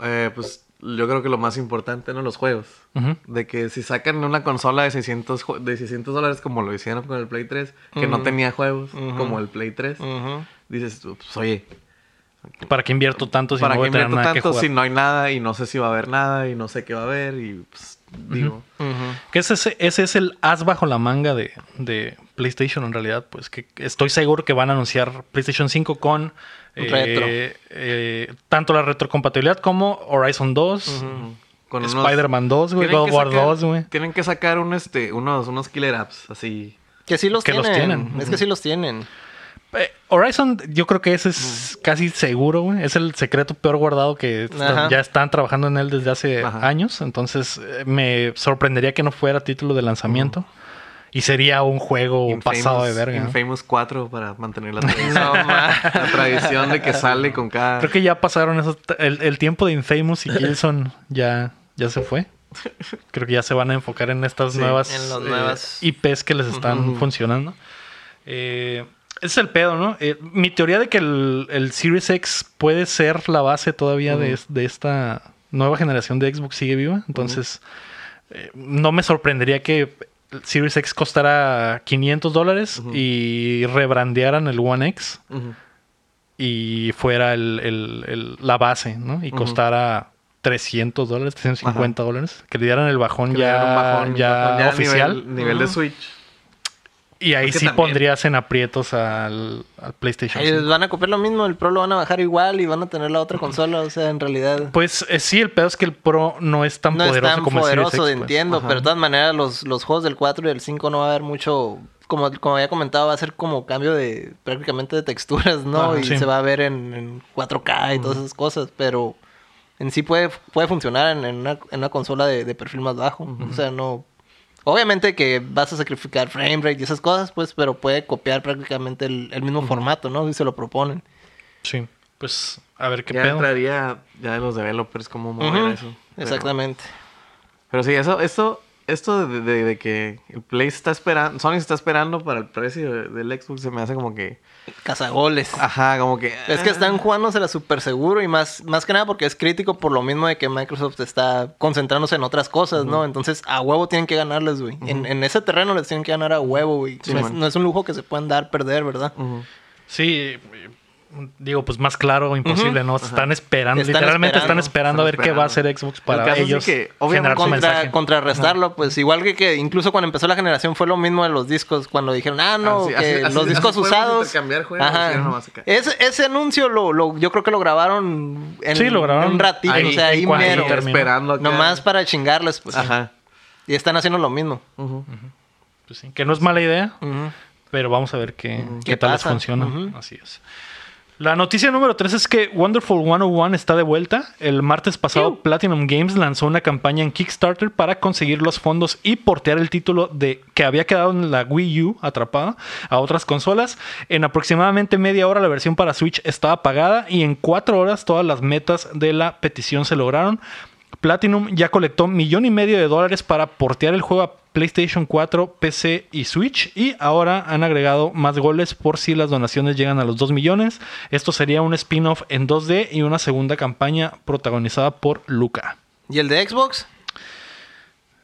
C: eh, pues yo creo que lo más importante, ¿no? Los juegos.
A: Ujú.
C: De que si sacan una consola de 600, ju- de 600 dólares como lo hicieron con el Play 3, que
A: Mm.
C: no tenía juegos como el Play 3,
B: Ujú.
C: dices, tú, pues oye,
A: ¿Para qué invierto tanto Pues, si no
C: ¿para qué
A: voy a tener
C: invierto
A: nada que
C: tanto
A: jugar?
C: si no hay nada y no sé si va a haber nada y no sé qué va a haber? Y pues digo,
B: Ujú.
A: Que ese, es- ese es el as bajo la manga de, de PlayStation en realidad, pues que estoy seguro que van a anunciar PlayStation 5 con eh,
B: Retro.
A: eh, tanto la retrocompatibilidad como Horizon 2,
C: con unos-
A: Spider-Man 2, güey,
C: Tienen
A: God
C: que
A: of War
C: sacar-
A: 2, güey.
C: Tienen que sacar un, este, unos, unos killer apps así.
B: Que sí los
A: Que los
B: tienen.
A: tienen.
B: Es que sí los tienen.
A: Eh, Horizon, yo creo que ese es casi seguro, güey. Es el secreto peor guardado que est-
B: Ajá.
A: ya están trabajando en él desde hace
C: Ajá.
A: años. Entonces, eh, me sorprendería que no fuera título de lanzamiento. Y sería un juego pasado de verga. ¿no?
C: Infamous 4 para mantener la [LAUGHS] tradición. la tradición de que sale con cada.
A: Creo que ya pasaron esos. t- El, el tiempo de
B: [LAUGHS]
A: Infamous y Killzone ya, ya se fue. Creo que ya se van a enfocar en estas
C: Sí,
A: nuevas,
B: en las
A: eh,
B: nuevas-
A: IPs que les están funcionando. Eh, ese es el pedo, ¿no? Eh, mi teoría de que el, el Series X puede ser la base todavía de, es- de esta nueva generación de Xbox sigue viva. Entonces, eh, no me sorprendería que el Series X costara 500 dólares y rebrandearan el One X
C: Ujú.
A: y fuera el, el- el- la base, ¿no? Y costara 300 dólares, 350 dólares. Que le dieran el bajón,
C: Que le
A: ya,
C: dieron un bajón,
A: ya
C: bajón ya a
A: oficial.
C: Nivel, nivel de Switch.
A: Y ahí
C: Es que
A: sí
C: también-
A: pondrías en aprietos al, al PlayStation.
B: Ahí
A: 5.
B: van a copiar lo mismo, el Pro lo van a bajar igual y van a tener la otra consola, o sea, en realidad...
A: Pues eh, sí, el pedo es que el Pro no es tan
B: no es
A: poderoso
B: tan
A: como el Series
B: poderoso,
A: X, pues.
B: entiendo,
C: Ajá.
B: pero de todas maneras los, los juegos del 4 y del 5 no va a haber mucho, como, como había comentado, va a ser como cambio de prácticamente de texturas, ¿no?
A: Ajá,
B: y
A: sí.
B: se va a ver en, en 4K y todas esas cosas, pero en sí puede, puede funcionar en, en una, en una consola de, de perfil más bajo, o sea, no... Obviamente que vas a sacrificar frame rate y esas cosas, pues, pero puede copiar prácticamente el, el mismo formato, ¿no? Si se lo proponen.
A: Sí, pues a ver qué
C: ya
A: pedo.
C: entraría ya de los developers cómo mover
B: Ujú,
C: eso. Pero-
B: Exactamente.
C: Pero sí, eso, esto, esto de, de- de que el Play está esperando, Sony está esperando para el precio de- del Xbox, se me hace como que.
B: Cazagoles.
C: Ajá, como que.
B: Es que están jugándosela súper seguro y más, más que nada porque es crítico por lo mismo de que Microsoft está concentrándose en otras cosas, ¿no? Entonces a huevo tienen que ganarles, güey. en, en ese terreno les tienen que ganar a huevo, güey.
C: Sí,
B: no, es,
C: man.
B: no es un lujo que se puedan dar perder, ¿verdad?
C: ah, Ujú.
A: Sí, eh, digo, pues más claro, imposible, ¿no? Están esperando,
B: Están
A: literalmente están esperando
B: esperando.
A: a ver
C: Están
A: qué va a
C: esperando.
A: hacer Xbox para
C: El caso es de
A: ellos
C: que, obviamente,
A: generar su mensaje.
B: Contra, contrarrestarlo, pues igual que, que incluso cuando empezó la generación fue lo mismo de los discos, cuando dijeron, ah, no,
C: Ah, sí,
B: que
C: así- así-
B: los
C: así
B: discos
C: podemos
B: usados.
C: intercambiar juegos,
B: Ajá.
C: ya nomás acá.
B: Ese, ese anuncio lo, lo, yo creo que lo grabaron en,
A: Sí, lo grabaron
B: en un ratito,
A: ahí,
B: o sea, ahí
A: en cuanto
B: mero.
A: terminó.
C: esperando acá.
B: Nomás para chingarles, pues.
C: Ajá.
B: Y están haciendo lo mismo.
C: Ujú.
A: Pues sí, que no es mala idea,
B: Ujú.
A: pero vamos a ver qué, qué
B: ¿Qué
A: tal les
B: pasa?
A: funciona.
B: Ujú.
A: Así es. La noticia número 3 es que Wonderful 101 está de vuelta. El martes pasado, Platinum Games lanzó una campaña en Kickstarter para conseguir los fondos y portear el título de que había quedado en la Wii U atrapada a otras consolas. En aproximadamente media hora la versión para Switch estaba apagada y en cuatro horas todas las metas de la petición se lograron. Platinum ya colectó millón y medio de dólares para portear el juego a PlayStation 4, PC y Switch. Y ahora han agregado más goles por si las donaciones llegan a los 2 millones. Esto sería un spin-off en 2D y una segunda campaña protagonizada por Luca.
B: ¿Y el de Xbox?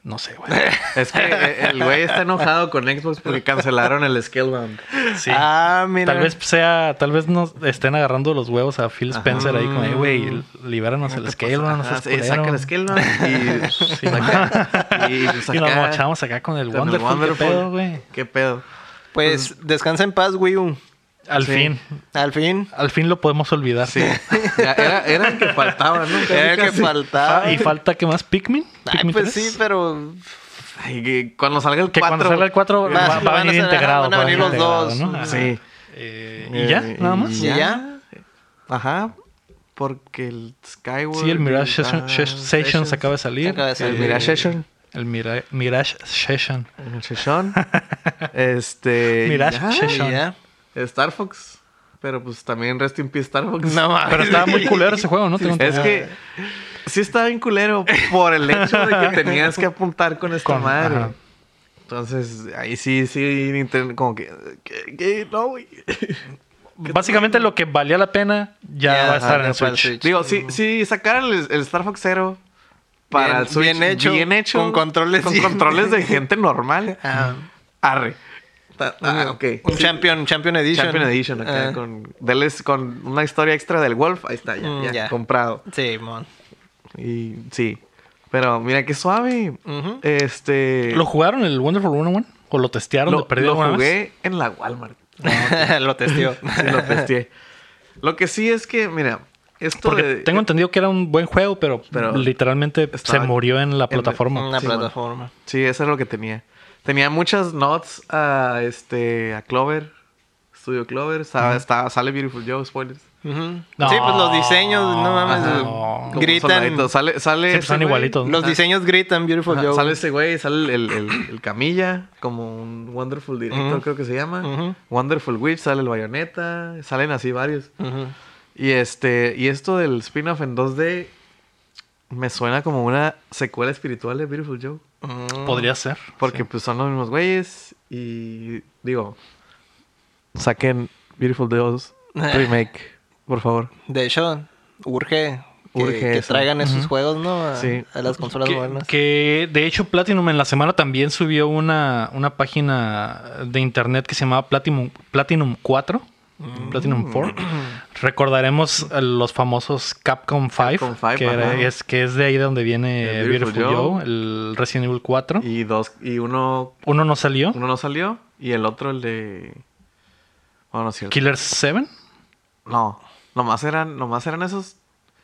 A: No sé,
C: [LAUGHS]
A: güey.
C: Es que eh, el güey está enojado con Xbox porque cancelaron el Scalebound.
A: Sí.
B: Ah, mira.
A: Tal vez sea, tal vez nos estén agarrando los huevos a Phil Spencer ahí con, "Eh,
C: Mm.
A: güey, libéranos el scale, no seas
C: Ajá, sí, saca
A: culero". [LAUGHS]
C: el Scalebound y.
A: Sí,
C: saca- [LAUGHS] y, pues,
A: [LAUGHS] Y nos
C: acá-
A: mochamos acá con el
C: con el
A: Wonderful, ¿Qué
C: Wonderful.
A: pedo, güey?
C: Qué pedo.
B: Pues descansa en paz, Wii U.
A: Al
C: Sí.
A: fin,
B: Al fin.
A: al fin lo podemos olvidar.
C: Sí. [LAUGHS] Ya, era, era el que faltaba, ¿no? Casi,
B: Era el que
C: casi.
B: faltaba.
A: Ah, ¿Y falta que más? ¿Pikmin?
B: Ay,
A: ¿Pikmin
B: pues
A: 3?
B: sí, pero.
C: Ay, que cuando salga el
A: Que
C: 4.
A: cuando salga el 4 va,
B: Va-
A: va
B: van
A: a
B: a
A: venir
B: ser-
A: integrado.
B: van a
A: va
B: venir los
A: integrado,
B: dos.
A: ¿no? Ajá.
C: Sí.
A: Eh, ¿Y ya?
C: Eh,
A: ¿Nada más?
B: y-
A: Sí,
B: ya?
C: Ajá. Porque el Skyward.
A: el Mirage Session,
C: ah,
A: Session- Sessions acaba de salir.
B: Acaba de salir.
C: El Eh, Mirage Session.
A: El Mira- Mirage Session. [LAUGHS]
C: El Session. Este.
A: Mirage
C: ya.
A: Session.
B: y ya.
C: Star Fox. Pero pues también Rest in Peace Star Fox.
B: No mames.
A: Pero estaba muy culero ese juego, ¿no? Tengo
C: Es
A: entendido.
C: que sí estaba bien culero por el hecho de que tenías que apuntar con esta
A: Con-
C: madre.
A: ajá.
C: Entonces, ahí sí, sí, Nintendo, como que, que, que no, güey.
A: Básicamente lo que valía la pena ya
B: Ya,
A: va a estar
B: ajá,
A: en
B: ya fue al
A: Switch.
B: Switch.
C: Digo, si, si sacaran el, el Star Fox Zero
B: Bien-
C: para el Switch,
B: bien hecho,
C: bien hecho,
B: con controles
C: con
B: bien-
C: controles de gente normal,
B: [LAUGHS] Ah,
C: arre. Ta- Ah, ok.
B: Un
C: Sí.
B: Champion, Champion Edition.
C: Champion Edition, acá
B: Ah,
C: con, DLC con una historia extra del Wolf, ahí está, ya,
B: Mm,
C: ya,
B: ya.
C: comprado.
B: Sí, mon.
C: Y sí, pero mira qué suave.
B: Ujú.
C: Este...
A: ¿Lo jugaron el Wonderful 101? ¿O lo testearon?
C: Lo,
A: de perdido
C: lo
A: alguna vez?
C: jugué en la Walmart.
B: [LAUGHS] Lo
C: [LAUGHS]
B: testió.
C: Sí, lo testé. Lo que sí es que, mira, esto
A: Porque
C: de- eh,
A: tengo entendido que era un buen juego, pero,
C: Pero
A: literalmente se
C: estaba
A: murió en la
C: en-
A: plataforma.
B: Una
C: Sí, mon.
B: plataforma.
C: Sí, eso es lo que tenía. Tenía muchas nods a este a Clover, Studio Clover, sa- está- sale Beautiful Joe, spoilers.
B: Ujú.
A: No.
B: Sí, pues los diseños, no mames.
A: Ajá.
B: eh,
C: Como
B: Gritan.
C: soldaditos. Sale, sale
A: Siempre
C: ese
A: son
C: güey.
A: igualitos,
B: Los diseños gritan, Beautiful
C: Ajá,
B: Joe.
C: sale ese güey, sale el, el- el- el Camilla, como un Wonderful Director,
B: Ujú.
C: creo que se llama.
B: Ujú.
C: Wonderful Witch, sale el Bayonetta, salen así varios.
B: Ujú.
C: Y este, y esto del spin-off en 2D me suena como una secuela espiritual de Beautiful Joe. Pues
B: Ujú.
A: Podría ser.
C: Porque pues son los mismos güeyes y digo, saquen Beautiful Joe
A: [LAUGHS]
C: remake, por favor.
B: De hecho, urge que,
C: Urge
B: que
C: eso.
B: traigan esos juegos, ¿no? A,
C: Sí.
B: a las consolas
A: que,
B: modernas.
A: que, de hecho Platinum en la semana también subió una, una
C: Mm.
A: página de internet que se llamaba Platinum, Platinum 4. Platinum 4. Recordaremos a los famosos Capcom 5,
C: Capcom five,
A: que, era-
C: ajá.
A: es, que es de ahí de donde viene
C: El
A: Beautiful,
C: Beautiful
A: Joe,
C: Joe.
A: el Resident Evil 4.
C: Y dos, y uno,
A: Uno no salió,
C: uno no salió. Y el otro, el de. Bueno, no es cierto.
A: Killer 7.
C: No. Nomás eran, nomás eran esos.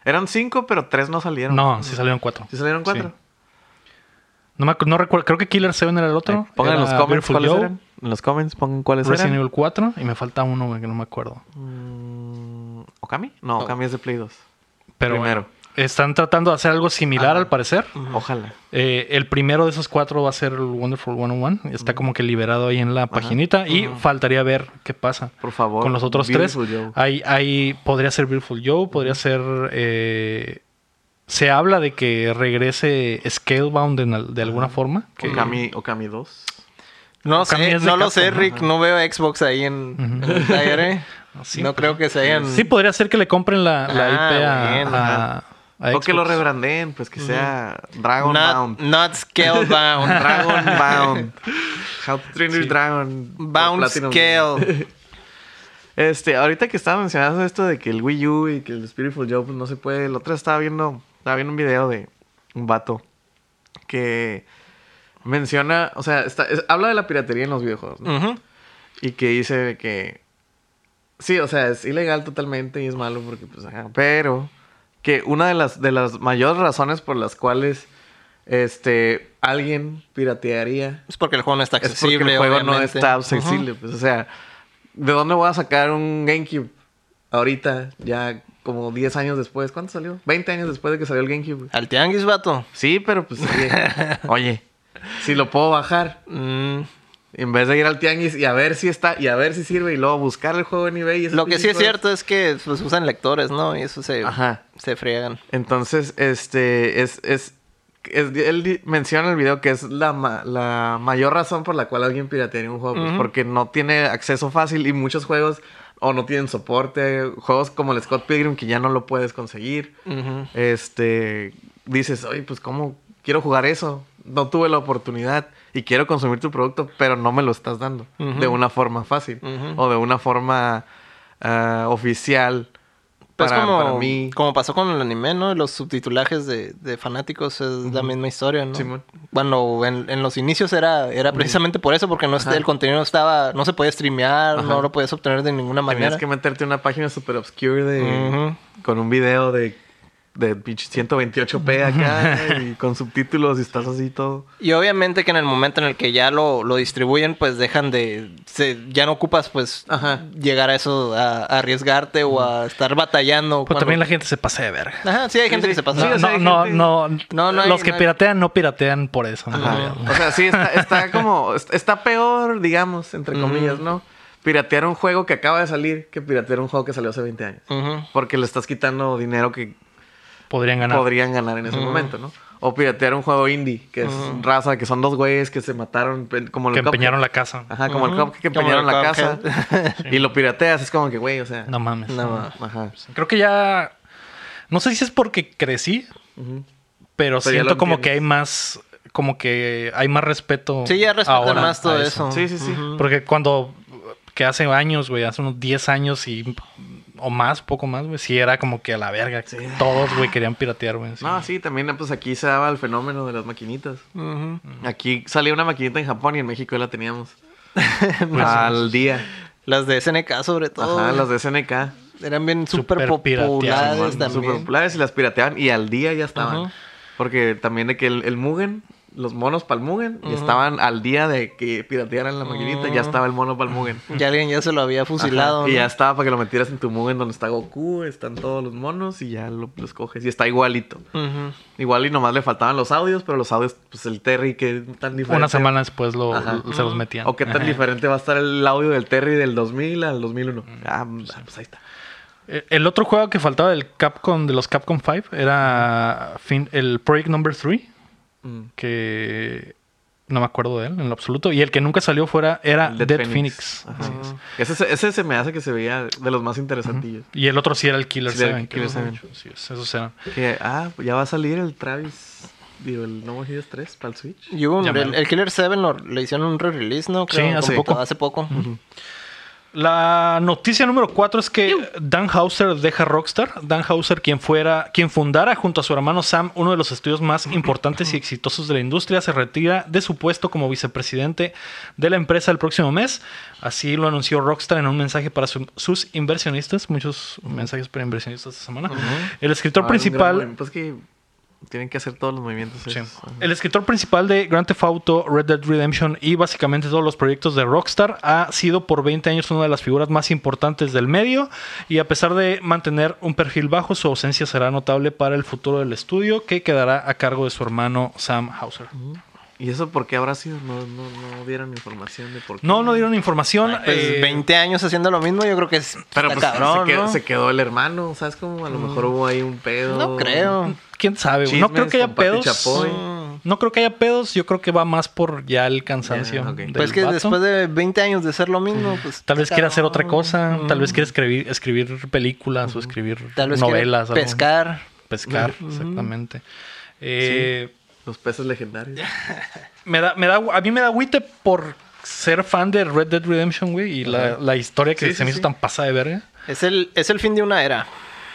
C: Eran cinco, pero tres no salieron.
A: No, sí salieron cuatro.
C: ¿Sí salieron cuatro?
A: Sí. No, me, acu- no recuerdo, creo que Killer 7 era el otro.
C: Eh, pongan en
A: Era
C: los comments
A: Beautiful
C: cuáles
A: Joe,
C: eran. En los comments pongan cuáles
A: Resident
C: eran.
A: Evil 4 y me falta uno, güey, que no me acuerdo.
C: Mm, ¿Okami? No, Okami es de Play 2.
A: Pero
C: Primero.
A: bueno, están tratando de hacer algo similar
C: Ajá.
A: al parecer.
C: Ojalá.
A: Eh, el primero de esos cuatro va a ser el Wonderful 101. Está como que liberado ahí en la paginita. Y faltaría ver qué pasa.
C: Por favor.
A: Con los otros
C: Beautiful
A: tres. Ah,
C: Joe.
A: Hay, hay, podría ser Beautiful Joe, podría ser. eh, se habla de que regrese Scalebound en al- de alguna forma. Que,
C: Okami, Okami 2.
B: No
A: Okami
B: sé,
A: es de
B: no lo sé,
A: Capcom,
B: Rick. No veo Xbox ahí en, en el [LAUGHS] taller, ¿eh?
A: Sí,
B: no
A: pues,
B: creo que se hayan...
A: Sí, podría ser que le compren la, la
B: Ah,
A: IP a,
B: bueno,
A: a- a
C: O que lo
A: Xbox.
C: rebranden, pues que sea Dragon
B: Not,
C: Bound.
B: not [LAUGHS] scale bound.
C: Dragon Bound. How to Train Your Dragon.
B: [LAUGHS] bound [LAUGHS]
C: Platinum.
B: scale.
C: Este, ahorita que estaba mencionando esto de que el Wii U y que el Beautiful Joe pues, no se puede. El otro estaba viendo, estaba viendo un video de un vato que menciona, o sea, está- es- habla de la piratería en los videojuegos. ¿no?
B: Ujú.
C: Y que dice de que. Sí, o sea, es ilegal totalmente y es malo porque, pues, ajá, Pero que una de las, de las mayores razones por las cuales este, alguien piratearía
B: Es porque el juego no está
C: es
B: accesible,
C: porque el juego no
B: obviamente.
C: está
B: Ujú.
C: accesible. Pues, o sea, ¿de dónde voy a sacar un GameCube ahorita, ya como 10 años después? ¿Cuánto salió? 20 años después de que salió el GameCube.
B: Al tianguis, vato.
C: Sí, pero pues, oye, [LAUGHS] oye, si lo puedo bajar.
B: Mm,
C: En vez de ir al tianguis y a ver si está, y a ver si sirve, y luego buscar el juego en eBay. y esas
B: Lo que sí es
C: cosas.
B: cierto es que pues, usan lectores, ¿no? Y eso se,
C: Ajá.
B: se friegan.
C: Entonces, este, es, es, es- él di- menciona en el video que es la, ma- la mayor razón por la cual alguien piratearía un juego. pues, porque no tiene acceso fácil y muchos juegos o no tienen soporte. Juegos como el Scott Pilgrim que ya no lo puedes conseguir.
B: Ujú.
C: Este, dices, oye, pues cómo quiero jugar eso. No tuve la oportunidad y quiero consumir tu producto, pero no me lo estás dando de una forma fácil
B: Ujú.
C: o de una forma ah, oficial
B: Pues
C: para,
B: como,
C: para mí.
B: como pasó con el anime, ¿no? Los subtitulajes de, de fanáticos es la misma historia, ¿no?
C: Simón.
B: Bueno, en, en los inicios era, era precisamente por eso, porque no est-
C: Ajá.
B: el contenido no estaba, no se podía streamear,
C: Ajá.
B: no lo podías obtener de ninguna manera.
C: Tenías que meterte en una página super obscure de, con un video de, de pinche 128p
B: [LAUGHS]
C: acá y con subtítulos y estás así todo.
B: Y obviamente que en el momento en el que ya lo, lo distribuyen, pues dejan de, se- ya no ocupas pues
C: Ajá.
B: llegar a eso, a, a arriesgarte o a estar batallando.
A: Pues
B: cuando-
A: también la gente se pasa de verga.
B: Ajá, sí hay gente
C: sí.
B: que se pasa.
C: Sí,
A: No,
C: o sea,
A: no,
C: hay
A: no,
C: gente-
A: no,
B: No, no hay-
A: Los que
B: no hay-
A: piratean no piratean por eso. en
C: Ajá.
A: realidad.
C: O sea, sí, está,
A: [LAUGHS]
C: está como. est- Está peor, digamos, entre
B: Ujú.
C: comillas, ¿no? Piratear un juego que acaba de salir que piratear un juego que salió hace 20 años.
B: Ujú.
C: Porque le estás quitando dinero que
A: Podrían ganar.
C: podrían ganar en ese momento, ¿no? O piratear un juego indie, que es raza, que son dos güeyes que se mataron, pe- como el
A: que
C: Cuphead.
A: empeñaron la casa.
C: Ajá, como el
B: Ujú.
C: cupcake que
B: Como
C: empeñaron
B: el
C: la casa.
A: [LAUGHS]
B: cupcake.
C: Y lo pirateas, es como que, güey, o sea.
A: No mames.
B: No mames.
C: Ajá.
A: Creo que ya. No sé si es porque crecí, pero,
C: ya
A: siento
C: lo
A: como
C: entiendes.
A: que hay más. Como que hay más respeto.
B: Sí, ya respetan
A: ahora
B: más todo
A: a
B: eso.
C: Sí, sí, sí. Ujú.
A: Porque cuando. Que hace años, güey, hace unos 10 años y. O más, poco más, güey. Sí, era como que a la verga. Todos, güey, querían piratear, güey. sí.
C: No, sí, también pues aquí se daba el fenómeno de las maquinitas.
B: Ujú.
C: Aquí salía una maquinita en Japón y en México ya
B: [LAUGHS]
C: la teníamos. Pues, Al día.
B: Las de SNK sobre Pues, todo.
C: Ajá,
B: güey.
C: las de SNK.
B: Eran bien
A: Súper
B: súper
A: pirateadas,
B: populares
C: Súper
B: también.
C: populares y las pirateaban y al día ya estaban.
B: Ujú.
C: Porque también de que el, el Mugen, los monos para el Mugen, y estaban al día de que piratearan la maquinita, ya estaba el mono para el Mugen.
B: Ya alguien ya se lo había Ah. fusilado.
C: Ajá, Y
B: ¿no?
C: ya estaba para que lo metieras en tu Mugen donde está Goku, están todos los monos y ya lo- los coges. Y está igualito.
B: Ujú.
C: Igual y nomás le faltaban los audios, pero los audios, pues el Terry, que tan diferente.
A: Una semana después lo,
C: Ajá.
A: se los metían.
C: O qué tan diferente va a estar el audio del Terry del 2000 al 2001.
A: Mm,
C: Ah, pues ahí está.
A: Eh, El otro juego que faltaba del Capcom, de los Capcom 5, era fin- el Project Number 3,
C: Mm.
A: que no me acuerdo de él en lo absoluto. Y el que nunca salió fuera era
C: El
A: Ah, Dead, Phoenix.
C: Ajá. Ese, se- ese se me hace que se veía de los más interesantillos.
A: Y el otro sí era el Killer
C: Sí, era el
A: 7. que
C: Killer
A: era-
C: 7.
A: sí, esos eran.
C: Que, ah, ya va a salir el Travis, digo, el No More Heroes 3 para el Switch.
B: Y hubo un
A: Ya me-
B: re- el Killer 7 lo- le hicieron un re-release, ¿no?
A: Sí, hace
B: como
A: poco.
B: to- Hace poco.
A: La noticia número 4 es que Dan Hauser deja Rockstar. Dan Hauser, quien, fuera, quien fundara junto a su hermano Sam uno de los estudios más importantes y exitosos de la industria, se retira de su puesto como vicepresidente de la empresa el próximo mes. Así lo anunció Rockstar en un mensaje para su- sus inversionistas. Muchos mensajes para inversionistas esta semana. El escritor
C: Ah, es un gran
A: principal...
C: movimiento. Pues que tienen que hacer todos los movimientos.
A: Sí.
C: esos. Ajá.
A: Pues, El escritor principal de Grand Theft Auto, Red Dead Redemption y básicamente todos los proyectos de Rockstar ha sido por 20 años una de las figuras más importantes del medio y a pesar de mantener un perfil bajo, su ausencia será notable para el futuro del estudio que quedará a cargo de su hermano Sam Hauser.
C: ¿Y eso por qué habrá sido? No, no, no dieron información de por qué.
A: No, no dieron información.
B: Pues
A: eh,
B: 20 años haciendo lo mismo, yo creo que es
C: Pero
B: está
C: pues
B: cabrón,
C: se, quedó,
B: ¿no?
C: se quedó el hermano, ¿sabes? Como a
A: Mm.
C: lo mejor hubo ahí un pedo.
B: No creo.
A: ¿Quién sabe? güey? no
C: Chismes
A: creo que haya
C: con Pati
A: pedos.
C: Chapoy.
B: Mm.
A: No creo que haya pedos. Yo creo que va más por ya el cansancio.
C: Ya, ok.
A: del
B: Pues que
A: vato.
B: después de 20 años de hacer lo mismo, pues...
A: Tal vez
B: está
A: quiera hacer
B: cabrón.
A: otra cosa, tal vez quiera escribir, escribir películas o escribir
B: Tal vez quiere
A: novelas. algo.
B: pescar.
A: Pescar, exactamente. Eh,
C: Los peces legendarios.
A: me da, me da, a mí me da agüite por ser fan de Red Dead Redemption, güey, y la, la historia que
C: Sí,
A: se
C: sí,
A: me
C: sí.
A: hizo tan pasada de verga.
B: Es el, es el fin de una era.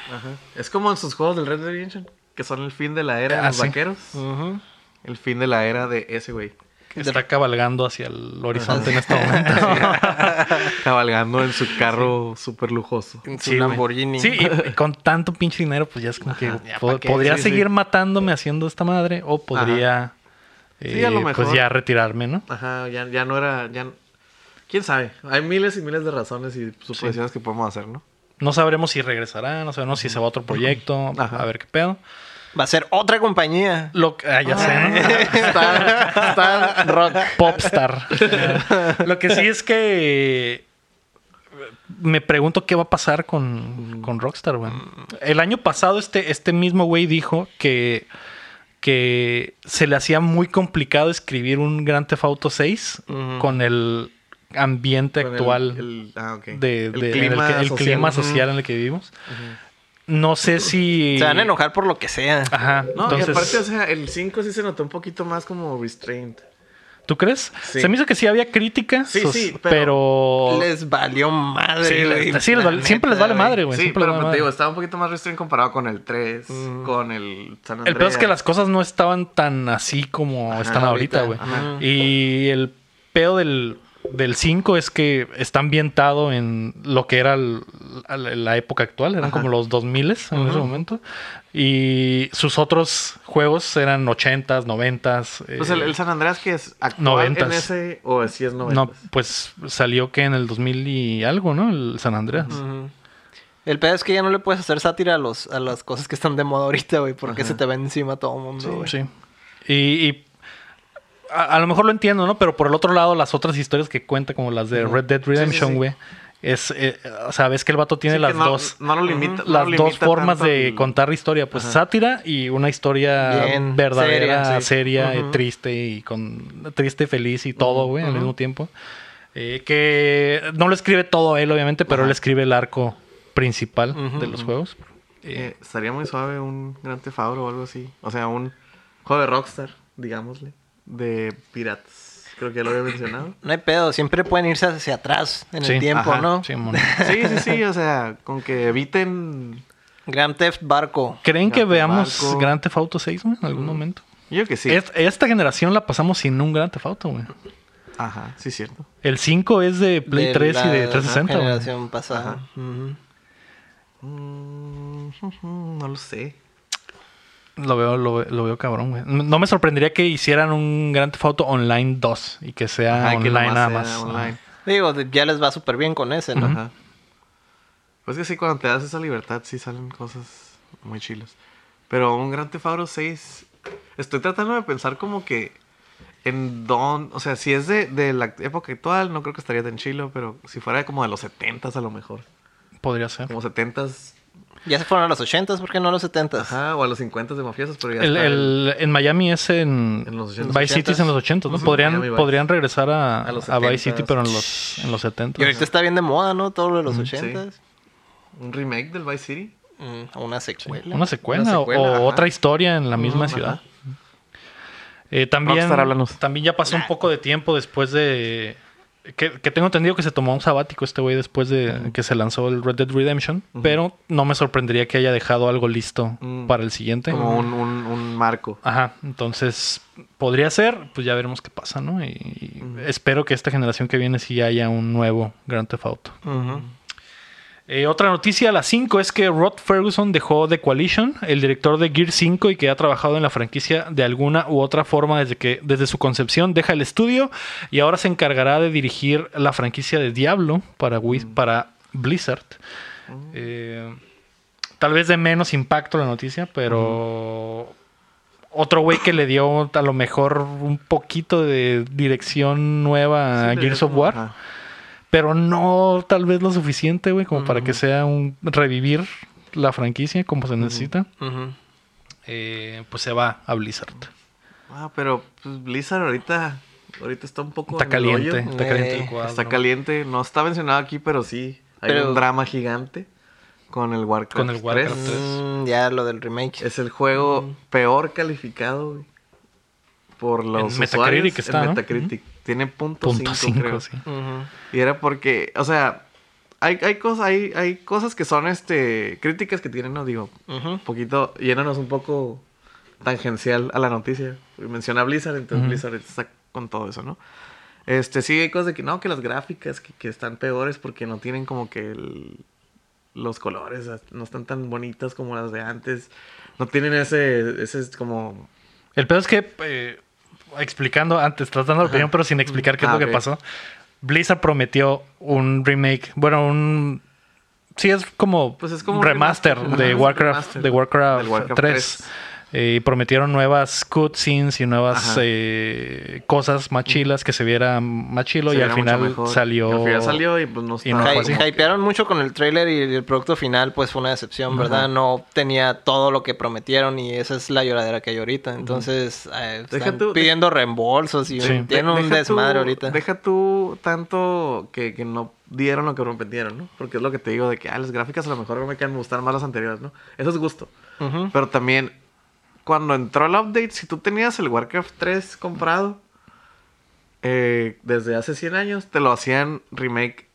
C: Ajá. Es como en sus juegos del Red Dead Redemption, que son el fin de la era de
A: Ah,
C: los
A: sí.
C: vaqueros.
B: Ujú.
C: El fin de la era de ese güey.
A: Que está cabalgando hacia el horizonte en este momento.
C: [LAUGHS] Cabalgando en su
A: [LAUGHS]
C: carro súper lujoso.
B: En su
A: Sí, güey.
B: Lamborghini.
A: Sí, y, y con tanto pinche dinero, pues ya es como que
B: ya,
A: po-
B: ¿pa' qué?
A: podría
C: Sí, sí.
A: seguir matándome haciendo esta madre o podría,
C: Sí, a
A: eh,
C: lo
A: pues
C: mejor.
A: ya retirarme, ¿no?
C: Ajá, ya, ya no era. Ya... ¿Quién sabe? Hay miles y miles de razones y suposiciones que podemos hacer, ¿no?
A: No sabremos si regresará, no sabremos si se va a otro proyecto,
C: Ajá.
A: a ver qué pedo.
B: Va a ser otra compañía.
A: Lo que, ah, ya sé,
B: Star, Star Rock.
A: ¿no?
C: [LAUGHS]
A: Popstar. Eh, Lo que sí es que me pregunto qué va a pasar
C: Mm.
A: con, con Rockstar, güey. El año pasado este, este mismo güey dijo que, que se le hacía muy complicado escribir un Grand Theft Auto 6
B: Ujú.
A: con el ambiente
C: Con el-
A: actual
C: el- ah, ok.
A: de,
C: El
A: de- en el, que- el
C: social.
A: clima
C: Ujú.
A: social en el que vivimos. No sé si...
B: Se van a enojar por lo que sea.
A: Ajá.
C: [LAUGHS] No,
A: entonces,
C: y aparte, o sea, el 5 sí se notó un poquito más como restraint.
A: ¿Tú crees?
C: Sí.
A: Se me hizo que sí había crítica.
C: Sí,
A: sos-
C: sí,
A: pero...
B: Les valió madre.
A: Sí, les-
B: güey.
A: sí, les vale-
B: La
A: siempre les vale
B: neta,
A: madre, güey.
C: sí,
A: siempre les
C: pero
A: vale
C: te digo,
A: madre.
C: estaba un poquito más restraint comparado con el 3, con el San
A: el peor es que
C: Andreas.
A: las cosas no estaban tan así como
C: Ajá,
A: están ahorita, güey.
C: ahorita, ajá.
A: Y el pedo del, del 5 es que está ambientado en lo que era el- la, la época actual, eran como los 2000 en ese momento. Y sus otros juegos eran 80s, 90s.
C: Pues
A: eh,
C: el, el San Andreas que es actual
A: Noventas.
C: en ese o si es 90.
A: no, pues salió que en el 2000 y algo, ¿no? El San Andreas.
B: Ujú. El pedo es que ya no le puedes hacer sátira a, los, a las cosas que están de moda ahorita, güey, porque se te va encima todo el mundo, güey.
A: Sí. Y, y a, a lo mejor lo entiendo, ¿no? Pero por el otro lado, las otras historias que cuenta, como las de Red Dead Redemption,
C: sí.
A: güey, es. eh, o sea, ves que el vato tiene
C: Sí,
A: las
C: que no-
A: dos.
C: No lo limita. no
A: las
C: lo
A: dos
C: limita
A: formas
C: tanto
A: de
C: el-
A: contar historia, pues sátira y una historia
B: Bien,
A: verdadera,
B: seria,
A: seria,
B: sí.
A: y triste y con triste, feliz y todo, güey, al mismo tiempo. Eh, que no lo escribe todo él, obviamente, pero él escribe el arco principal de los juegos.
C: eh, estaría muy suave un Gran Tefauro o algo así. O sea, un juego de Rockstar, digámosle, de piratas. Creo que ya lo
A: [LAUGHS]
C: había mencionado.
B: No hay pedo, siempre pueden irse hacia atrás en
A: Sí,
B: el tiempo,
C: ajá,
B: ¿no?
A: Sí, mon.
C: Sí, sí, sí. O sea, con que eviten.
B: Grand Theft Barco.
A: ¿Creen que
C: Gato
A: veamos
C: Barco.
A: Grand Theft Auto 6 güey, en algún momento?
C: Yo que sí.
A: Es- esta generación la pasamos sin un Grand Theft Auto, güey.
C: Ajá, sí, cierto.
A: El 5 es de Play
B: de
A: 3 y
B: la
A: de 360, güey.
B: generación pasada. Ujú.
C: Mm, no lo sé.
A: Lo veo, lo, ve- lo veo cabrón, güey. No no me sorprendería que hicieran un Grand Theft Auto Online 2 y que sea
C: Ajá, que
A: Ah, online
C: nomás
A: nada
C: sea
A: más.
C: online.
B: Digo, de- ya les va súper bien con ese, ¿no?
C: Ajá. Pues que sí, cuando te das esa libertad, sí salen cosas muy chilas. Pero un Gran Tefabro 6, estoy tratando de pensar como que en don, o sea, si es de, de la época actual, no creo que estaría tan chilo, pero si fuera como de los 70s a lo mejor,
A: Podría ser.
C: como 70s,
B: Ya se fueron a los 80s, ¿por qué no a los 70s?
C: ajá, o a los 50s de mafiosos, pero ya
A: El,
C: está
A: el- en Miami es en,
C: En los ochentas.
A: Vice City es en los 80, ¿no?
C: Ujú,
A: podrían,
C: Miami Vice.
A: podrían regresar a,
C: A los
A: a Vice City,
C: 70s.
A: pero en los, en los 70.
B: Y ahorita está bien de moda, ¿no? Todo lo de los 80s.
C: un remake del Vice City.
B: Mm, o una secuela.
A: Una secuela,
C: Una
A: o-
C: secuela,
A: o
C: ajá.
A: otra historia en la misma
C: Ujú,
A: ciudad.
C: ajá.
A: Eh, también,
C: Rockstar, háblanos. Ah.
A: también ya pasó un poco de tiempo después de que, que tengo entendido que se tomó un sabático este güey después de que se lanzó el Red Dead Redemption, pero no me sorprendería que haya dejado algo listo
C: Mm.
A: para el siguiente.
C: Como un, un- un marco.
A: Ajá, entonces podría ser, pues ya veremos qué pasa, ¿no? Y, y espero que esta generación que viene sí haya un nuevo Grand Theft Auto.
B: Ujú.
A: Eh, otra noticia a las 5 es que Rod Ferguson dejó The Coalition, el director de Gear 5 y que ha trabajado en la franquicia de alguna u otra forma desde que desde su concepción deja el estudio y ahora se encargará de dirigir la franquicia de Diablo para, Wiz-
C: Mm.
A: para Blizzard. Eh, tal vez de menos impacto la noticia, pero
C: Mm.
A: otro güey que le dio a lo mejor un poquito de dirección nueva a
C: Sí,
A: Ah, Gears
C: le-
A: of War
C: Ajá.
A: pero no tal vez lo suficiente, güey, como para que sea un revivir la franquicia como se necesita,
B: Ujú.
A: eh, pues se va a Blizzard.
C: Ah, pero pues, Blizzard ahorita, ahorita está un poco.
A: Está
C: en el hoyo.
A: caliente, está caliente
B: Eh,
A: el cuadro.
C: Está caliente. No está mencionado aquí, pero sí. Hay
B: Pero-
C: un drama gigante con el Warcraft.
A: Con el Warcraft
C: 3.
A: tres.
B: Mm, ya lo del remake.
C: Es el juego peor calificado güey, por los
A: En Metacritic
C: usuarios.
A: está,
C: en
A: ¿no?
C: Metacritic. Tiene punto
A: Punto
C: 5,
A: cinco,
C: creo.
A: sí.
B: Ujú.
C: Y era porque, o sea, hay, hay, cosas, hay, hay cosas que son este críticas que tienen, no digo,
B: Ujú.
C: un poquito, yéndonos un poco tangencial a la noticia. Menciona Blizzard, entonces Blizzard está con todo eso, ¿no? Este, sí, hay cosas de que no, que las gráficas que, que están peores porque no tienen como que el- los colores, o sea, no están tan bonitas como las de antes. No tienen ese, ese es como...
A: El pedo es que, eh, explicando antes, estás dando la opinión, pero sin explicar qué es
C: Ah,
A: lo que
C: ok.
A: pasó. Blizzard prometió un remake, bueno, un... Sí, es como,
C: Pues es como un
A: remaster,
C: remaster,
A: de
C: ajá,
A: Warcraft,
C: remaster.
A: de Warcraft,
C: Del Warcraft
A: 3. Eh, y prometieron nuevas cutscenes y nuevas
C: Ajá.
A: eh, cosas más chilas, que se viera más chilo y
C: se viera
A: al
C: mucho
A: final
C: mejor.
A: salió...
C: Y al final salió y pues no
A: y no
C: estaba
A: fue
B: Hy-
A: así.
C: como que-
B: hypearon mucho con el tráiler y el producto final pues fue una decepción, ¿verdad? No tenía todo lo que prometieron y esa es la lloradera que hay ahorita. Entonces eh,
C: Deja
B: están
C: tú-
B: pidiendo reembolsos y
A: Sí.
B: un- tienen un
C: Deja
B: desmadre
C: tú-
B: ahorita.
C: Deja tú tanto que, que no dieron lo que prometieron, ¿no? Porque es lo que te digo de que ah, las gráficas a lo mejor me quedan gustar más las anteriores, ¿no? Eso es gusto.
B: Ujú.
C: Pero también, cuando entró el update, si tú tenías el Warcraft 3 comprado eh, desde hace 100 años, te lo hacían remake,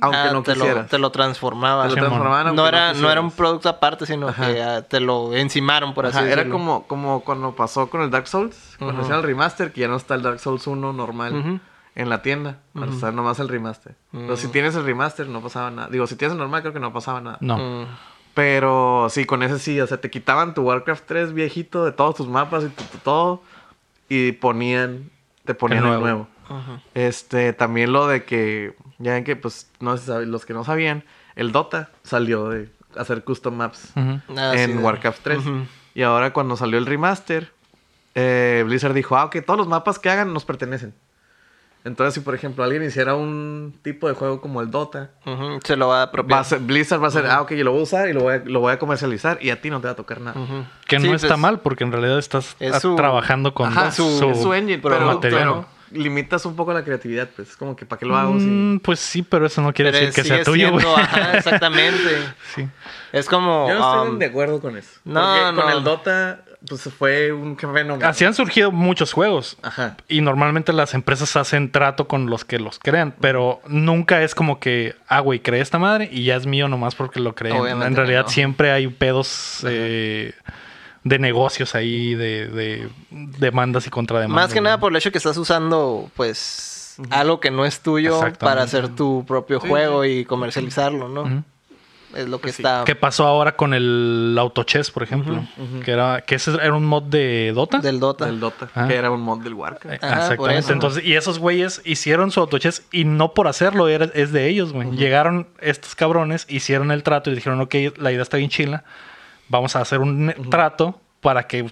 C: aunque
B: Ah,
C: no
B: te, lo,
C: quisieras.
B: te lo transformaban.
C: Te lo
A: Simón.
C: transformaban aunque
B: no, era, no, era un
C: quisieras.
B: producto aparte, sino que ah, te lo encimaron, por así
C: Ajá,
B: decirlo.
C: era como, como cuando pasó con el Dark Souls, cuando
B: Ujú.
C: hicieron el remaster, que ya no está el Dark Souls 1 normal
B: Ujú.
C: en la tienda. Ahora está nomás el remaster. Pero si tienes el remaster, no pasaba nada. Digo, si tienes el normal, creo que no pasaba nada.
A: No.
B: Mm.
C: Pero sí, con ese sí, o sea, te quitaban tu Warcraft 3 viejito de todos tus mapas y tu, tu todo. Y ponían, te ponían
A: El
C: el
A: nuevo.
C: nuevo. Este, también lo de que, ya ven que, pues, no se sabe- los que no sabían, el Dota salió de hacer custom maps
A: Ujú.
B: Ah, sí,
C: en
B: de-
C: Warcraft 3.
B: Ujú.
C: Y ahora cuando salió el remaster, eh, Blizzard dijo, ah, ok, todos los mapas que hagan nos pertenecen. Entonces, si por ejemplo alguien hiciera un tipo de juego como el Dota,
B: Ujú, Se lo va a apropiar.
C: va a ser- Blizzard va a ser, ah, ok, yo lo voy a usar y lo voy a, lo voy a comercializar y a ti no te va a tocar nada.
B: Ujú.
A: Que
B: Sí,
A: no está
B: pues,
A: mal, porque en realidad estás
B: es
A: a-
B: su-
A: trabajando con
C: Ajá,
A: su,
C: su, es su engine, pero,
A: material.
C: pero limitas un poco la creatividad, pues, como que para qué lo hago si-
A: Mm, pues sí, pero eso no quiere
B: pero
A: decir que sea
B: sigue
A: tuyo, güey.
B: siendo- ajá, exactamente.
A: [LAUGHS] Sí.
B: Es como...
C: Yo no estoy
B: um,
C: de acuerdo con eso.
B: no,
C: porque
B: no.
C: con el Dota, pues fue un fenómeno.
A: [LAUGHS] Así han surgido muchos juegos.
C: Ajá.
A: Y normalmente las empresas hacen trato con los que los crean, pero nunca es como que, ah, güey, creé esta madre y ya es mío nomás porque lo creen.
B: Obviamente
A: en realidad
B: no.
A: siempre hay pedos eh, de negocios ahí, de, de demandas y contrademandas.
B: Más que nada por el hecho que estás usando, pues, algo que no es tuyo
A: Exactamente.
B: para hacer tu propio
C: Sí, Pues
B: juego y comercializarlo, ¿no?
A: Ujú.
B: Es lo que
C: sí.
B: está
A: ¿Qué pasó ahora con el Autochess, por ejemplo? Que era que ese era un mod de Dota.
B: del Dota.
C: Del Dota,
A: Ah.
C: que era un mod del Warcraft.
A: Eh,
B: Ajá, por
A: Exactamente.
B: eso.
A: Entonces, y esos güeyes hicieron su autochess y no por hacerlo, era- es de ellos, güey. Llegaron estos cabrones, hicieron el trato y dijeron, ok, la idea está bien chila, vamos a hacer un trato para que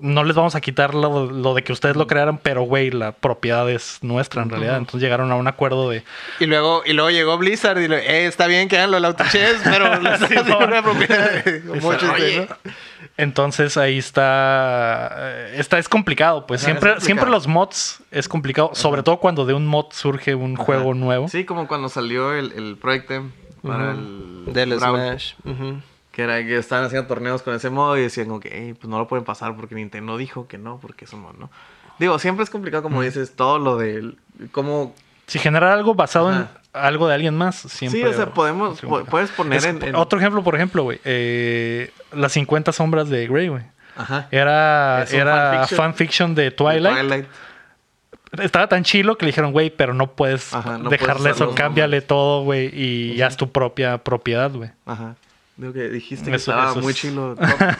A: no les vamos a quitar lo, lo de que ustedes lo crearon, pero güey, la propiedad es nuestra en realidad. Entonces llegaron a un acuerdo de,
B: Y luego, y luego llegó Blizzard y le eh, está bien que hagan lo
A: [LAUGHS]
B: del autochess, pero le estás haciendo
A: Simón.
B: una
A: [LAUGHS]
B: propiedad de- como
A: Exacto.
B: chiste,
A: Oye.
B: ¿no?
A: Entonces ahí está, eh, está es complicado, pues
C: Ajá,
A: siempre,
C: es complicado.
A: siempre los mods es complicado, sobre todo cuando de un mod surge un juego nuevo.
C: Sí, como cuando salió el, el Project M para el
B: Del
C: Brawl,
B: Smash. Ujú.
C: Que era que estaban haciendo torneos con ese modo y decían como que "Ey, pues no lo pueden pasar porque Nintendo dijo que no, porque es un mod, ¿no? Digo, siempre es complicado como dices todo lo de cómo
A: Si generar algo basado en
C: Ajá.
A: algo de alguien más, siempre.
C: Sí, o sea, podemos,
A: triunfará.
C: po- puedes poner
A: Es-
C: en, en-
A: Otro ejemplo, por ejemplo, güey. eh, las 50 sombras de Grey, güey.
C: Ajá.
A: Era,
C: Es un
A: era
C: fanfiction.
A: fanfiction de Twilight. Estaba tan chilo que le dijeron, güey, pero no puedes
C: Ajá, no
A: dejarle
C: puedes
A: eso,
C: hacerlo,
A: cámbiale todo, güey, y haz tu propia propiedad, güey.
C: Ajá. Digo que dijiste que
A: Eso-
C: estaba
A: eso es- [LAUGHS]
C: muy chilo.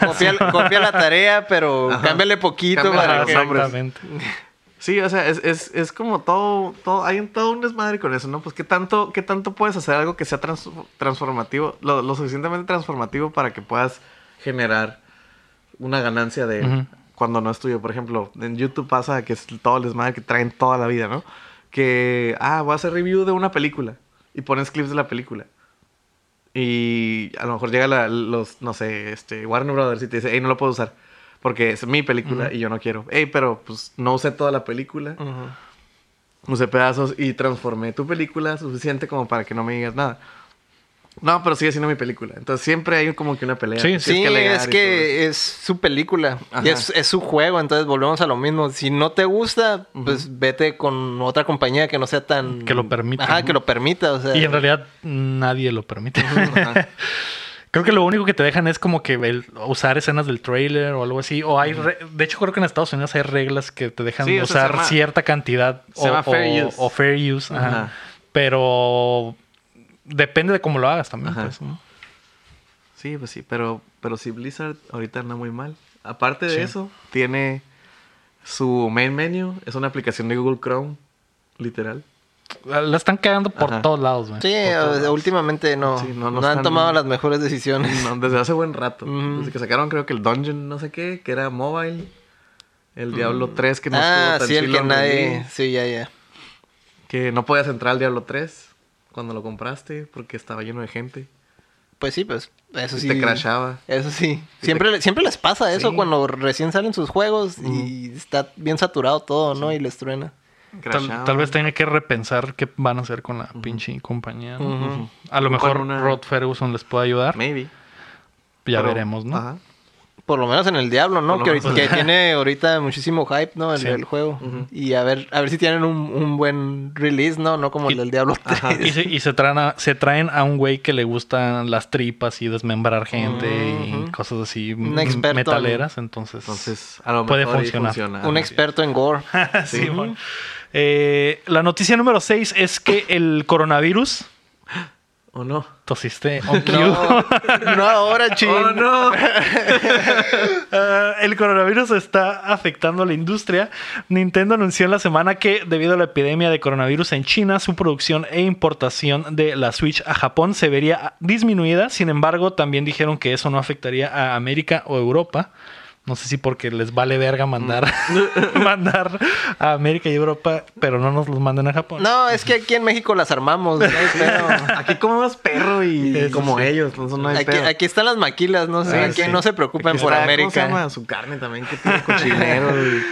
B: Copia, copia la tarea, pero
C: Ajá.
B: cámbiale poquito
C: Cámbiale
B: para
A: Ajá,
C: los
B: que...
C: nombres.
A: Exactamente.
C: Sí, o sea, es, es, es como todo, todo, hay un, todo un desmadre con eso, ¿no? Pues qué tanto, qué tanto puedes hacer algo que sea trans- transformativo, lo, lo suficientemente transformativo para que puedas generar una ganancia de
A: Ujú.
C: cuando no es tuyo. Por ejemplo, en YouTube pasa que es todo el desmadre que traen toda la vida, ¿no? Que, ah, voy a hacer review de una película y pones clips de la película. Y a lo mejor llega la- los, no sé, este, Warner Brothers y te dice, hey, no lo puedo usar. Porque es mi película y yo no quiero. Hey, pero pues no usé toda la película.
B: Ujú.
C: Usé pedazos y transformé tu película suficiente como para que no me digas nada. No, pero sigue siendo mi película. Entonces siempre hay como que una pelea.
A: Sí,
C: que
A: sí,
C: tienes
B: Sí, es
C: alegar y todo eso.
B: que es su película
C: Ajá.
B: y es, es su juego, entonces volvemos a lo mismo. Si no te gusta, pues vete con otra compañía que no sea tan...
A: Que lo permita.
B: Ajá, que lo permita, o sea...
A: Y en realidad nadie lo permite. [LAUGHS] creo que lo único que te dejan es como que el- usar escenas del trailer o algo así. O hay re- de hecho, creo que en Estados Unidos hay reglas que te dejan
C: Sí, o sea, se
A: usar
C: llama-
A: cierta cantidad
C: se llama fair use.
A: o fair use, ajá.
C: Ajá.
A: Pero depende de cómo lo hagas también.
C: Ajá.
A: pues, ¿no?
C: Sí, pues sí, pero, pero sí Blizzard ahorita anda muy mal. Aparte de
A: Sí.
C: eso, tiene su main menu, es una aplicación de Google Chrome, literal.
A: La están cagando por
C: Ajá.
A: todos lados, güey.
B: Sí,
C: Por todos
B: o sea, últimamente no,
C: Sí, no,
B: no,
C: no
B: han
C: están-
B: tomado las mejores decisiones.
C: No, desde hace buen rato.
B: Ujú.
C: Desde que sacaron creo que el Dungeon no sé qué, que era mobile. El Diablo 3 que no
B: ah,
C: estuvo tan
B: sí, el
C: chilo
B: que
C: en
B: nadie...
C: release,
B: Sí, ya, ya.
C: Que no podías entrar al Diablo 3 cuando lo compraste porque estaba lleno de gente.
B: Pues sí, pues eso
C: Y
B: sí.
C: te crashaba.
B: Eso sí. Siempre, le- siempre les pasa eso
C: Este Sí.
B: cuando recién salen sus juegos y está bien saturado todo, ¿no? Y les truena.
A: Tal,
C: crashaba.
A: tal vez tenga que repensar qué van a hacer con la pinche compañía. ¿no?
B: Ujú.
A: A lo
C: Ocupan
A: mejor
C: una-
A: Rod Ferguson les puede ayudar.
C: Maybe.
A: Ya
C: pero-
A: veremos, ¿no?
C: Ajá.
B: Por lo menos en el Diablo, ¿no?
C: Por
B: Que,
C: lo
B: ahorita-
C: menos.
B: que tiene ahorita muchísimo hype, ¿no? En
A: Sí.
B: el juego. Y a ver, a ver si tienen un, un buen release, ¿no? No como el
A: Y-
B: del Diablo 3.
C: Ajá.
A: Ah, Y, se, y se traen a, se traen a un güey que le gustan las tripas y desmembrar gente y
B: Ujú.
A: cosas así
B: Un
A: m-
B: experto en-
A: metaleras. Entonces,
C: Entonces, a lo
A: Puede
C: mejor ahí
A: funcionar.
C: funciona.
B: [LAUGHS] un experto en
C: [LAUGHS]
B: gore.
A: [LAUGHS] Sí, bueno. Eh, la noticia número 6 es que el coronavirus.
C: ¿O no?
A: Tosiste on cue.
B: No, no ahora, ching.
C: [LAUGHS] ¡Oh, no!
A: Ah, el coronavirus está afectando a la industria. Nintendo anunció en la semana que debido a la epidemia de coronavirus en China, su producción e importación de la Switch a Japón se vería disminuida. Sin embargo, también dijeron que eso no afectaría a América o Europa. No sé si porque les vale verga mandar, [LAUGHS] mandar a América y Europa, pero no nos los manden a Japón.
B: No, es que aquí en México las armamos. ¿no? [LAUGHS] Pero
C: [LAUGHS] Aquí comemos perro y
A: Eso
C: como
A: sí.
C: ellos, entonces no hay
B: aquí,
C: pedo.
B: aquí están las maquilas, ¿no? sé,
C: Sí,
B: aquí
C: sí.
B: no se preocupen
C: Aquí
B: por
C: está, ¿Cómo se
B: América.
C: llama? Su carne también, que
B: [LAUGHS]
C: tiene cochinero. y-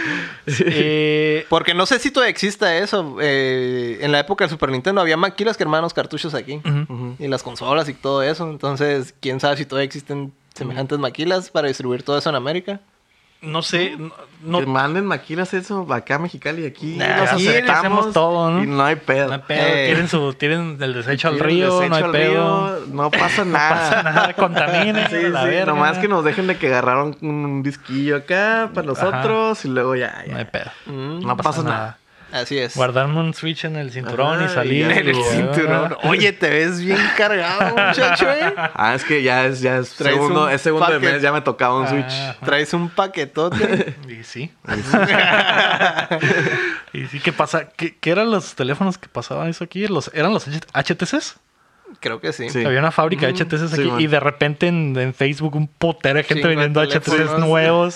A: [LAUGHS] Eh,
B: Porque no sé si todavía exista eso. eh, en la época del Super Nintendo había maquilas que hermanos cartuchos aquí.
C: Ujú.
B: Y las consolas y todo eso. Entonces, quién sabe si todavía existen semejantes maquilas para distribuir todo eso en América.
A: no sé, no- no,
C: Que manden maquilas eso acá a Mexicali y aquí
B: Nah,
C: los
B: aquí le
C: aceptamos
A: hacemos todo, ¿no?
C: y no hay pedo.
A: no hay pedo.
B: Eh.
A: Tienen, su, tienen el desecho al
C: Tienen
A: río,
C: desecho
A: no hay
C: al
A: pedo.
C: río,
A: [LAUGHS]
C: no pasa nada.
A: pasa nada, contaminen,
C: Sí,
A: la
C: sí,
A: verga.
C: nomás que nos dejen de que agarraron un disquillo acá para nosotros y luego ya, ya.
A: No hay pedo.
B: Mm,
C: No pasa nada.
B: Así es.
C: [LAUGHS]
A: Guardarme un switch en el cinturón
C: Ajá,
A: y
C: y
A: salir.
C: ya
B: En el
A: y-
B: cinturón. [LAUGHS] Oye, te ves bien [LAUGHS] cargado, muchacho, ¿eh?
C: Ah, es que ya es, ya es
B: Traes
C: segundo,
B: un
C: es segundo de
B: paquete.
C: mes, ya me tocaba un
A: Ah.
C: Switch.
B: Traes un paquetote.
A: Y sí. [LAUGHS] y sí, ¿qué pasa? ¿Qué, qué eran los teléfonos que pasaban eso aquí? ¿Los, ¿Eran los HTCs?
B: Creo que sí.
C: Sí. Mm,
A: Había una fábrica de HTCs
C: sí,
A: aquí
C: man.
A: y de repente en, en Facebook un potero de gente
B: Chingo de
A: vendiendo HTCs
B: teléfonos.
C: [LAUGHS]
A: nuevos.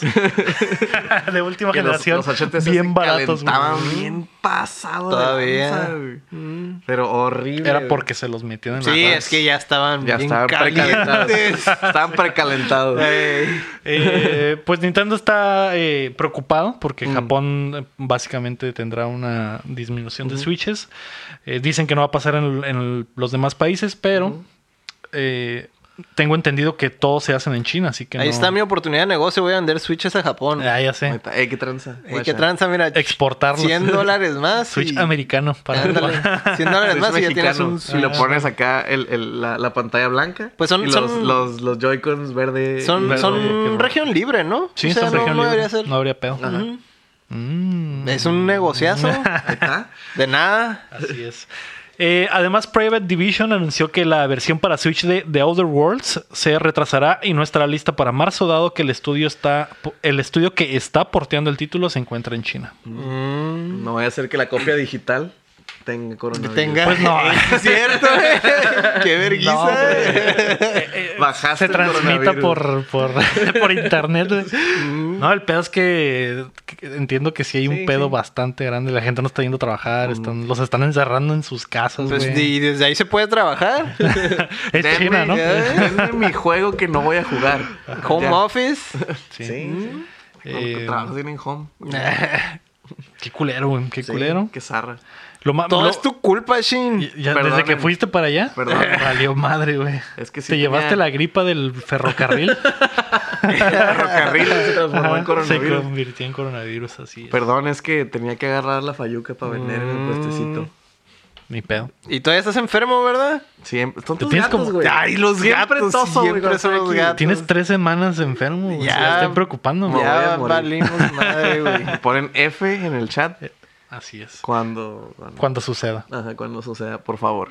A: [LAUGHS] de última
C: Que los-
A: generación.
C: los HTC se
A: bien baratos. güey.
C: calentaban bien pasado de
B: Todavía.
C: lanza, güey.
B: Mm.
C: Pero horrible.
A: Era
C: güey.
A: porque se los metieron en
B: Sí,
A: la
B: es que ya estaban
C: ya
B: bien
C: estaban
B: calientes. [LAUGHS]
C: precalentados. estaban precalentados.
B: Ey. [LAUGHS]
A: Eh, pues Nintendo está eh, preocupado porque
C: Mm.
A: Japón eh, básicamente tendrá una disminución de switches. Eh, dicen que no va a pasar en, en los demás países, pero eh, tengo entendido que todos se hacen en China, así que
B: Ahí
A: no-
B: está mi oportunidad de negocio. Voy a vender switches a Japón.
A: Ah, ya sé.
C: Neta, Ey, qué tranza.
B: Ey, qué tranza, mira.
A: Exportarlos.
B: 100 dólares
A: [LAUGHS]
B: más.
A: Switch
B: y-
A: americano para
B: Ándale, [LAUGHS] 100 dólares
C: Switch
B: más y ya tienes
C: mexicano.
B: un
C: Y
B: Switch.
A: Ah.
C: lo pones acá el, el- la, la pantalla blanca.
B: Pues son-
C: y los,
B: son-
C: los, los Joy-Cons verde.
B: Son,
A: Verde,
B: son
A: qué bueno.
B: región libre, ¿no?
A: [LAUGHS] Sí,
B: O
A: está
B: sea,
A: en
B: no,
A: región
B: no
A: libre.
B: debería ser.
A: No habría pedo.
B: Ujú.
A: Mm.
B: Es un negociazo.
C: Ahí está.
B: de nada.
A: Así es. Eh, además, Private Division anunció que la versión para Switch de The Outer Worlds se retrasará y no estará lista para marzo, dado que el estudio está el estudio que está porteando el título se encuentra en China.
B: Mm.
C: No voy a hacer que la copia digital tenga coronavirus.
B: Tenga. [LAUGHS]
A: Pues no.
B: Es cierto, eh.
A: [LAUGHS]
B: Qué vergüenza.
A: No, güey. Eh, eh, [LAUGHS]
C: Bajaste
A: se
C: el
A: transmita
C: coronavirus.
A: por, por, por [LAUGHS] internet. güey. No, el pedo es que, que entiendo que sí hay un
C: Sí,
A: pedo
C: sí.
A: bastante grande. La gente no está yendo a trabajar, están, los están encerrando en sus casas.
B: Pues,
A: güey.
B: y desde ahí se puede trabajar.
A: [LAUGHS] es China, ¿no?
B: ya.
C: Denme Eh, mi juego que no voy a jugar.
B: Home
C: Ya.
B: office.
A: Sí.
C: Sí. sí. Con
A: Eh,
C: que trabajas bien en home.
A: Qué culero, güey. Qué
C: Sí,
A: culero.
B: [LAUGHS]
C: Qué zarra.
A: Lo ma-
B: Todo
A: lo-
B: es tu culpa, Shin.
A: y- ya desde
C: Perdónenme.
A: que fuiste para allá,
C: Perdón.
A: [LAUGHS] valió madre, güey.
C: Es que sí
A: Te
C: tenía-
A: llevaste la gripa del
C: [LAUGHS]
A: ferrocarril.
C: Ferrocarril se transformó en
A: Ajá, se
C: coronavirus.
A: convirtió en coronavirus, así es.
C: Perdón, es que tenía que agarrar la fayuca para vender en
B: Mm.
C: el puestecito.
A: Ni pedo.
B: Y todavía estás enfermo, ¿verdad?
C: Siempre. Son
A: Te
C: tus
A: tienes
C: gatos,
A: como-
C: güey.
B: Ay, los
C: Siempre
B: gatos,
C: toso, güey,
B: siempre
C: cuando
B: son
C: estoy
B: los
C: aquí.
B: gatos.
A: Tienes tres semanas enfermo, güey.
B: Ya.
A: Ya, estoy preocupando, güey.
C: voy
B: ya
C: a morir.
B: valimos
C: [LAUGHS]
B: madre, güey. Eh.
C: Ponen F en el chat
A: Así es.
C: cuando. cuando-
A: Cuando suceda.
C: Ajá, cuando suceda, por
B: [LAUGHS]
C: favor.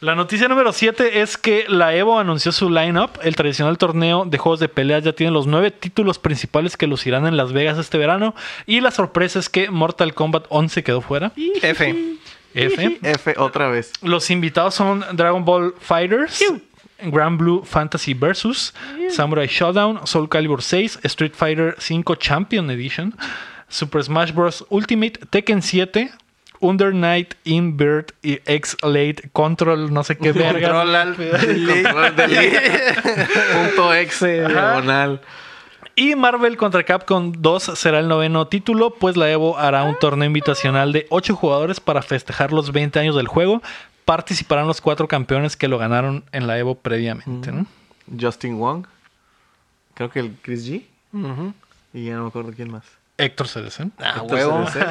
A: La noticia número 7 es que la Evo anunció su lineup. El tradicional torneo de juegos de peleas ya tiene los nueve títulos principales que lucirán en Las Vegas este verano. Y la sorpresa es que Mortal Kombat 11 quedó fuera.
B: F.
A: F.
C: F otra vez.
A: Los invitados son Dragon Ball Fighters, Grand Blue Fantasy Versus, Samurai Showdown, Soul Calibur 6, Street Fighter 5 Champion Edition, Super Smash Bros. Ultimate, Tekken 7, Under Night, Invert y X-Late Control, no sé qué verga.
B: Control al- [LAUGHS]
C: Control delete. Punto exe diagonal.
A: Y Marvel contra Capcom 2 será el noveno título, pues la Evo hará un torneo invitacional de 8 jugadores para festejar los 20 años del juego. Participarán los cuatro campeones que lo ganaron en la Evo previamente, ¿no?
C: Justin Wong. Creo que el Chris G.
B: Ujú.
C: Y ya no me acuerdo quién más.
A: Héctor Cerecen.
B: Ah,
C: Entonces,
B: huevo.
C: ese.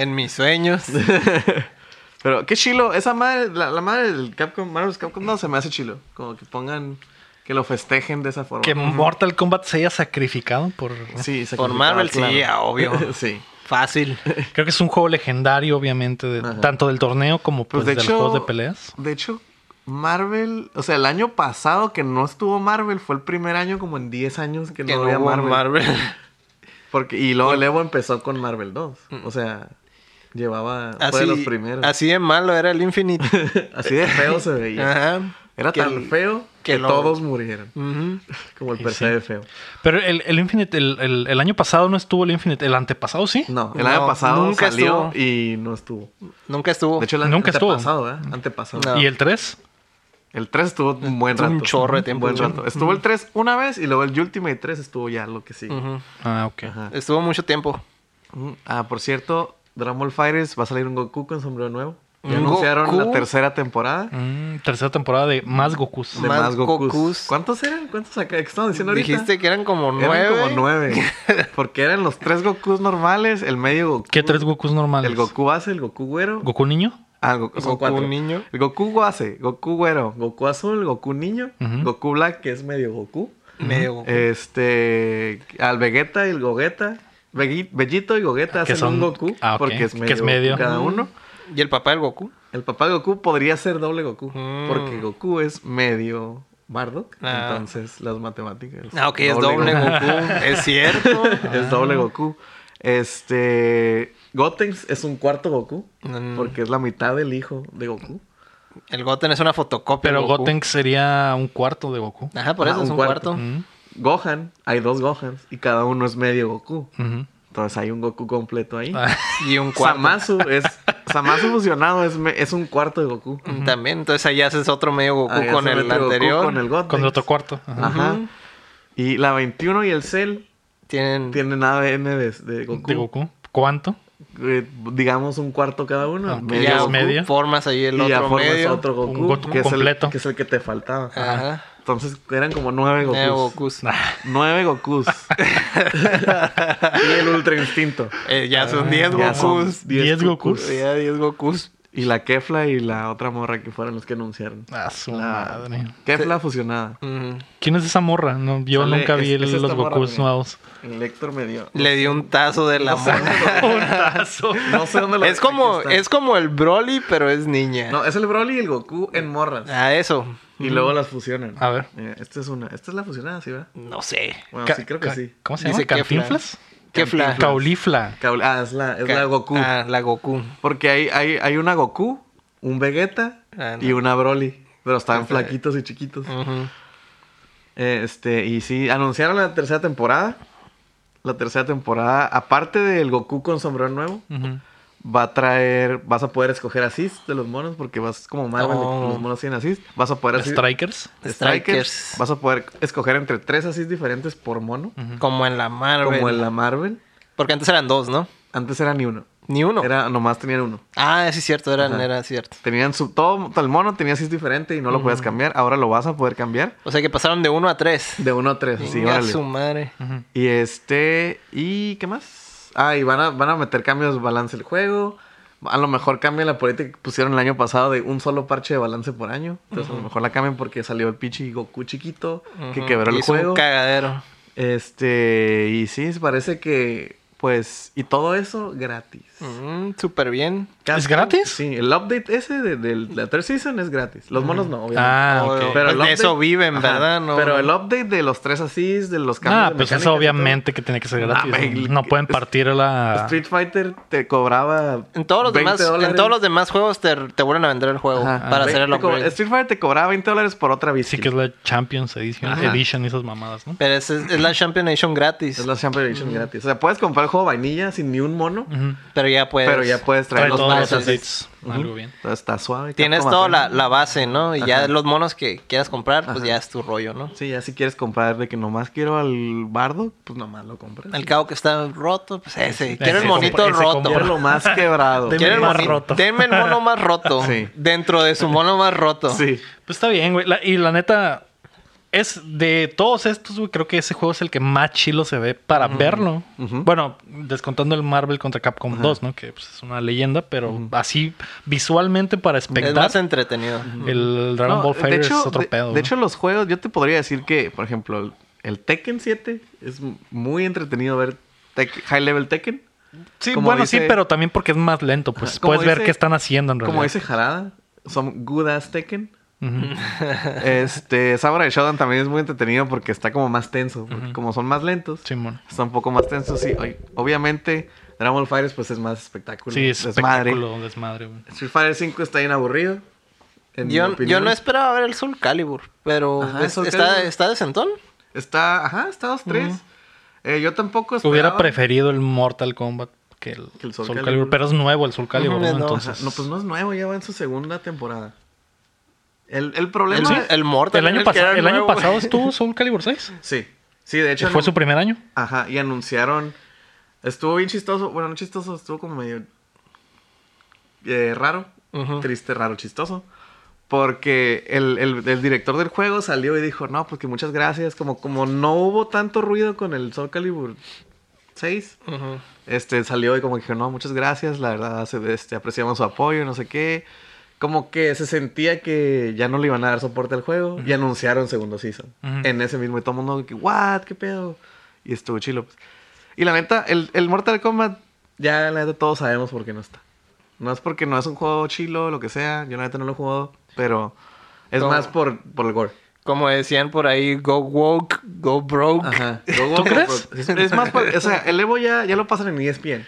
B: En mis sueños.
C: [LAUGHS] Pero qué chilo. Esa madre, la, la madre del Capcom, Marvel's Capcom, no se me hace chilo. Como que pongan, que lo festejen de esa forma.
A: Que Mortal Kombat se haya sacrificado por...
C: Sí,
B: Por Marvel,
C: sacrificado,
B: sí,
C: claro.
B: obvio.
C: [LAUGHS] sí. Pues
B: Fácil.
A: Creo [LAUGHS] que es un juego legendario, obviamente, de-
C: Ajá.
A: tanto del torneo como pues,
C: Pues de
A: de,
C: hecho-
A: los juegos de peleas.
C: De hecho, Marvel, o sea, el año pasado que no estuvo Marvel fue el primer año como en 10 años que,
B: Que
C: no
B: no
C: había
B: hubo
C: Marvel.
B: Marvel.
C: Porque, y luego el Evo empezó con Marvel 2. O sea, llevaba. fue
B: Mm.
C: de
B: Así,
C: los primeros. Así,
B: así de malo era el Infinite.
C: [LAUGHS] de feo se
B: [LAUGHS]
C: veía.
B: Ajá.
C: Era
B: Que
C: tan
B: el-
C: feo
B: que
C: que,
B: lo-
C: todos murieron.
B: Ujú.
C: [LAUGHS] Como el
A: Y
C: PC de feo.
A: Pero el, el Infinite, el, el- el año pasado no estuvo el Infinite, el antepasado sí.
C: No, el
B: No,
C: año pasado
B: nunca
C: salió
B: estuvo.
C: y no estuvo.
B: Nunca estuvo.
C: De hecho, el
A: Nunca estuvo.
C: antepasado, ¿eh? Antepasado.
B: No.
A: Y el 3,
C: El 3 estuvo un buen
B: Estuvo
C: rato.
B: un chorro de tiempo,
C: buen
B: sí.
C: rato. Estuvo el 3 una vez y luego el Ultimate 3 estuvo ya lo que sigue.
B: Ujú.
A: ah, ok.
C: Ajá.
B: Estuvo mucho tiempo.
C: Mm, Ah, por cierto, Dragon Ball Fighters va a salir un Goku con sombrero nuevo. Ya
B: ¿Un
C: anunciaron
B: Goku?
C: la tercera temporada de
A: Mm, tercera temporada de más Gokus.
B: De-
C: más,
B: Más
C: Gokus.
B: Gokus.
C: ¿Cuántos eran? ¿Cuántos acá? ¿Qué estaban diciendo ahorita?
B: Dijiste que eran como
C: eran
B: nueve.
C: como nueve.
B: [LAUGHS]
C: Porque eran los tres Gokus normales, el medio Goku.
A: ¿Qué tres Gokus normales?
C: El Goku base, el Goku güero.
A: ¿Goku niño?
C: Ah, el Goku, son
B: Goku
C: cuatro.
B: niño.
C: El Goku base, Goku güero, Goku azul, Goku niño,
A: Ujú.
C: Goku black, que es medio Goku.
B: Medio
C: Eh,
B: Goku.
C: Este. Al Vegeta y el Gogeta. Vegui- Vellito y Gogeta
A: Que
C: hacen
A: son-
C: un Goku.
A: ah, ok,
C: Porque es
A: que
C: medio,
A: es medio.
C: Goku cada uno.
B: Y el papá del Goku.
C: El papá de Goku podría ser doble Goku.
B: Mm.
C: Porque Goku es medio Bardock.
B: Ah.
C: Entonces, las matemáticas.
B: Ah, ok, es doble Goku. es cierto.
C: [LAUGHS] Es doble Goku. Este. Gotenks es un cuarto Goku.
B: Mm.
C: Porque es la mitad del hijo de Goku.
B: El Goten es una fotocopia.
A: Pero
B: del Goku.
A: Gotenks sería un cuarto de Goku.
B: Ajá, por
C: Ah,
B: eso es
C: un
B: un
C: cuarto.
B: cuarto.
A: Mm,
C: Gohan, hay dos Gohans. Y cada uno es medio Goku.
A: ujú.
C: Entonces, hay un Goku completo ahí.
A: Ah, [LAUGHS]
B: Y un cuarto.
C: Samasu es. Samasu fusionado es, me- es un cuarto de Goku.
B: Mm, También. Entonces ahí haces otro medio Goku
C: Ah, ya
B: con
C: se
B: el
C: mete Goku
B: anterior.
C: Con el Gotenks.
A: con el otro cuarto. Ajá.
C: Ajá.
B: Ujú.
C: Y la 21 y el Cell
B: Tienen.
C: tienen ADN de, de Goku.
A: De Goku. ¿Cuánto?
C: eh, digamos, un cuarto cada uno.
A: Ah,
C: medio
A: ya
C: Goku,
A: medio.
B: formas ahí el
C: y ya
B: otro
C: formas
B: medio.
C: otro Goku,
A: Un Goku
C: que, es el-
A: completo.
C: que es el que te faltaba.
B: Ajá.
C: Entonces eran como nueve Gokus.
B: Nuevo Gokus.
C: Nueve Gokus. [LAUGHS] y el Ultra Instinto.
B: Eh, ya son 10
C: Ah, Ya son
B: Gokus.
C: diez
A: Diez Gokus.
B: Ya 10 Gokus.
C: Y la Kefla y la otra morra que fueron los que anunciaron.
A: Ah, su
C: La
A: madre.
C: Kefla fusionada.
B: Ujú.
A: ¿Quién es esa morra? No, yo
C: Sale-
A: nunca vi
C: es- es
A: el-
C: esta
A: los
C: morra,
A: Gokus
C: mira. [LAUGHS]
A: nuevos.
C: El Héctor me dio.
B: Le dio un tazo de la
C: [LAUGHS]
B: mano.
A: Un tazo.
C: No sé dónde lo
B: Es como,
C: aquí está.
B: es como el Broly, pero es niña.
C: No, es el Broly y el Goku en morras.
B: Ah, eso.
C: Y luego las fusionan.
A: A ver.
C: Mira, esta es una. Esta es la fusionada, ¿sí, verdad?
B: No sé.
C: Bueno,
A: Ca-
C: sí, creo que
A: ca-
C: sí.
A: ¿Cómo se llama?
B: Dice Kefla.
A: ¿Cantinflas?
B: Kefla.
A: Caulifla.
C: Cable- Ah, es la, es
B: Ca-
C: la Goku.
B: Ah, la Goku.
C: Porque hay, hay, hay una Goku, un Vegeta
B: Ah, no.
C: y una Broly. Pero estaban
B: Está bien.
C: flaquitos y chiquitos.
B: Ujú.
C: Eh, este, y sí, anunciaron la tercera temporada. La tercera temporada, aparte del Goku con sombrero nuevo,
A: Ujú.
C: va a traer, vas a poder escoger assist de los monos, porque vas como Marvel,
B: Oh.
C: los monos tienen assist. Vas a poder así-
A: Strikers.
C: Strikers.
B: Strikers.
C: Vas a poder escoger entre tres assist diferentes por mono,
B: Como en la Marvel.
C: como en la Marvel.
B: Porque antes eran dos, ¿no?
C: Antes era ni uno.
B: Ni uno.
C: Era, nomás tenían uno.
B: Ah, sí, cierto, eran,
C: Ajá.
B: era cierto.
C: Tenían su, todo, el mono tenía assist diferente y no lo podías cambiar. Ahora lo vas a poder cambiar
B: O sea que pasaron de uno a tres.
C: de uno a tres. así,
B: Venga,
C: órale.
B: su madre.
A: Ujú.
C: Y este. ¿Y qué más? Ah, y van a, van a meter cambios de balance el juego. A lo mejor cambian la política que pusieron el año pasado de un solo parche de balance por año. Entonces a lo mejor la cambian porque salió el pinche Goku chiquito que
B: Ujú.
C: quebró el
B: Hizo
C: juego.
B: Un cagadero.
C: Este. Y sí, parece que. Pues. Y todo eso gratis.
B: Mm, Súper bien.
A: ¿Es gratis? Mm.
C: Sí, el update ese de, de la third season es gratis. Los monos no, obviamente.
A: Ah,
B: O-
A: ok.
B: Pero
C: el
B: de eso viven,
C: Ajá,
B: ¿verdad? No,
C: pero
B: no.
C: el update de los tres asís, de los cambios.
A: Ah,
C: de
A: pues
C: mecánicas y
A: eso
C: todo,
A: obviamente ah. que tiene que ser gratis.
C: Ah, güey,
A: no pueden
C: es-
A: partir la...
C: Street Fighter te cobraba.
B: En todos los
C: 20
B: demás, en
C: dólares.
B: todos los demás juegos te, te vuelven a vender el juego
C: Ajá.
B: para
C: Ah.
B: hacer el
C: Te co-
B: upgrade.
C: Street Fighter te cobraba 20 dólares por otra bici.
A: Sí que es la Champions Edition,
C: Ajá.
A: Edition y esas mamadas, ¿no?
B: Pero es, es la Champion Edition gratis.
C: Es la Champion Edition gratis. O sea, puedes comprar el juego vainilla sin ni un mono,
A: Ujú.
B: Pero ya puedes.
C: pero ya puedes traer
A: Trae
C: los
A: todos los
C: más
A: assets.
C: Ujú.
A: Algo bien.
C: Entonces está suave.
B: Tienes
C: Capcom
B: toda
C: apenas-
B: la, la base, ¿no? Y
C: Ajá.
B: ya los monos que quieras comprar, pues
C: Ajá.
B: ya es tu rollo, ¿no?
C: Sí, ya si quieres comprar de que nomás quiero al bardo, pues nomás lo compras.
B: El cabo que está roto, pues ese. Quiero el
A: Ese
B: monito
A: compra- ese
B: roto.
A: compra-
C: Quiero lo más quebrado.
B: [LAUGHS]
A: Deme
B: Quiero el
A: más
B: moni-
A: roto.
B: Deme el mono más roto.
C: [LAUGHS] Sí.
B: Dentro de su mono más roto.
C: Sí.
A: Pues está bien, güey. La- y la neta, es de todos estos, güey, creo que ese juego es el que más chilo se ve para verlo.
C: Ujú.
A: Bueno, descontando el Marvel contra Capcom 2, ¿no? Que pues, es una leyenda, pero así visualmente para
B: Es
A: espectar,
B: más entretenido.
A: el Dragon
C: No,
A: Ball Fighter es otro
C: de-
A: pedo.
C: De,
A: güey.
C: hecho, los juegos, yo te podría decir que, por ejemplo, el, el Tekken 7 es m- muy entretenido ver Tek- High Level Tekken.
A: sí,
C: como
A: bueno, sí,
C: dice-
A: pero también porque es más lento, pues
C: Ajá, como
A: puedes ver
C: dice-
A: qué están haciendo en realidad.
C: Como dice Jarada, son good ass Tekken.
A: Ujú.
C: este, Samurai Shodown también es muy entretenido porque está como más tenso. porque Como son más lentos, [LAUGHS]
A: Simón.
C: está un poco más tenso. Sí, Oy- obviamente, Dragon Ball Fighters pues es más espectáculo.
A: Sí, es
C: desmadre.
A: espectáculo, desmadre, güey.
C: Street Fighter 5 está bien aburrido. en mi
B: Yo, yo
C: opinión.
B: no esperaba ver el Soul Calibur, pero
C: Ajá,
B: es-
C: Soul
B: está,
C: Calibur.
B: está de sentón.
C: Está, ajá, está 2-3. Eh, yo tampoco esperaba.
A: Hubiera preferido el Mortal Kombat que el,
C: Que
A: Soul,
C: el Soul
A: Calibur.
C: Calibur.
A: pero es nuevo el Soul Calibur,
B: Ujú,
A: ¿no?
B: no.
A: Entonces,
C: Ajá, No, pues no es nuevo, ya va en su segunda temporada. El, el problema.
B: El,
C: Sí.
B: el Mortal.
A: el año,
B: que
A: pasa-
B: era
A: el año
B: nuevo.
C: [LAUGHS]
A: pasado estuvo Soul Calibur 6.
C: sí. Sí, de hecho.
A: Fue
C: anun-
A: su primer año.
C: Ajá, y anunciaron. Estuvo bien chistoso. Bueno, no chistoso, estuvo como medio. eh, raro.
B: Ujú.
C: Triste, raro, chistoso. Porque el, el- el director del juego salió y dijo: No, porque muchas gracias. Como, como no hubo tanto ruido con el Soul Calibur 6,
B: Ujú.
C: este salió y como que dijo, no, muchas gracias, la verdad, se- este, apreciamos su apoyo, no sé qué. Como que se sentía que ya no le iban a dar soporte al juego y anunciaron segundo season.
A: Ujú.
C: En ese mismo, y todo el mundo, que, what, qué pedo. Y estuvo chilo. pues. Y la neta, el, el Mortal Kombat, ya la neta todos sabemos por qué no está. No es porque no es un juego chilo, lo que sea, yo la neta no lo he jugado, pero es
B: No.
C: más por, por el gore.
B: Como decían por ahí, go woke, go broke. [LAUGHS]
C: Ajá. Pues, ¿Tú
A: crees?
C: Es, es más, por- o sea, el Evo ya, ya lo pasan en E ESPN.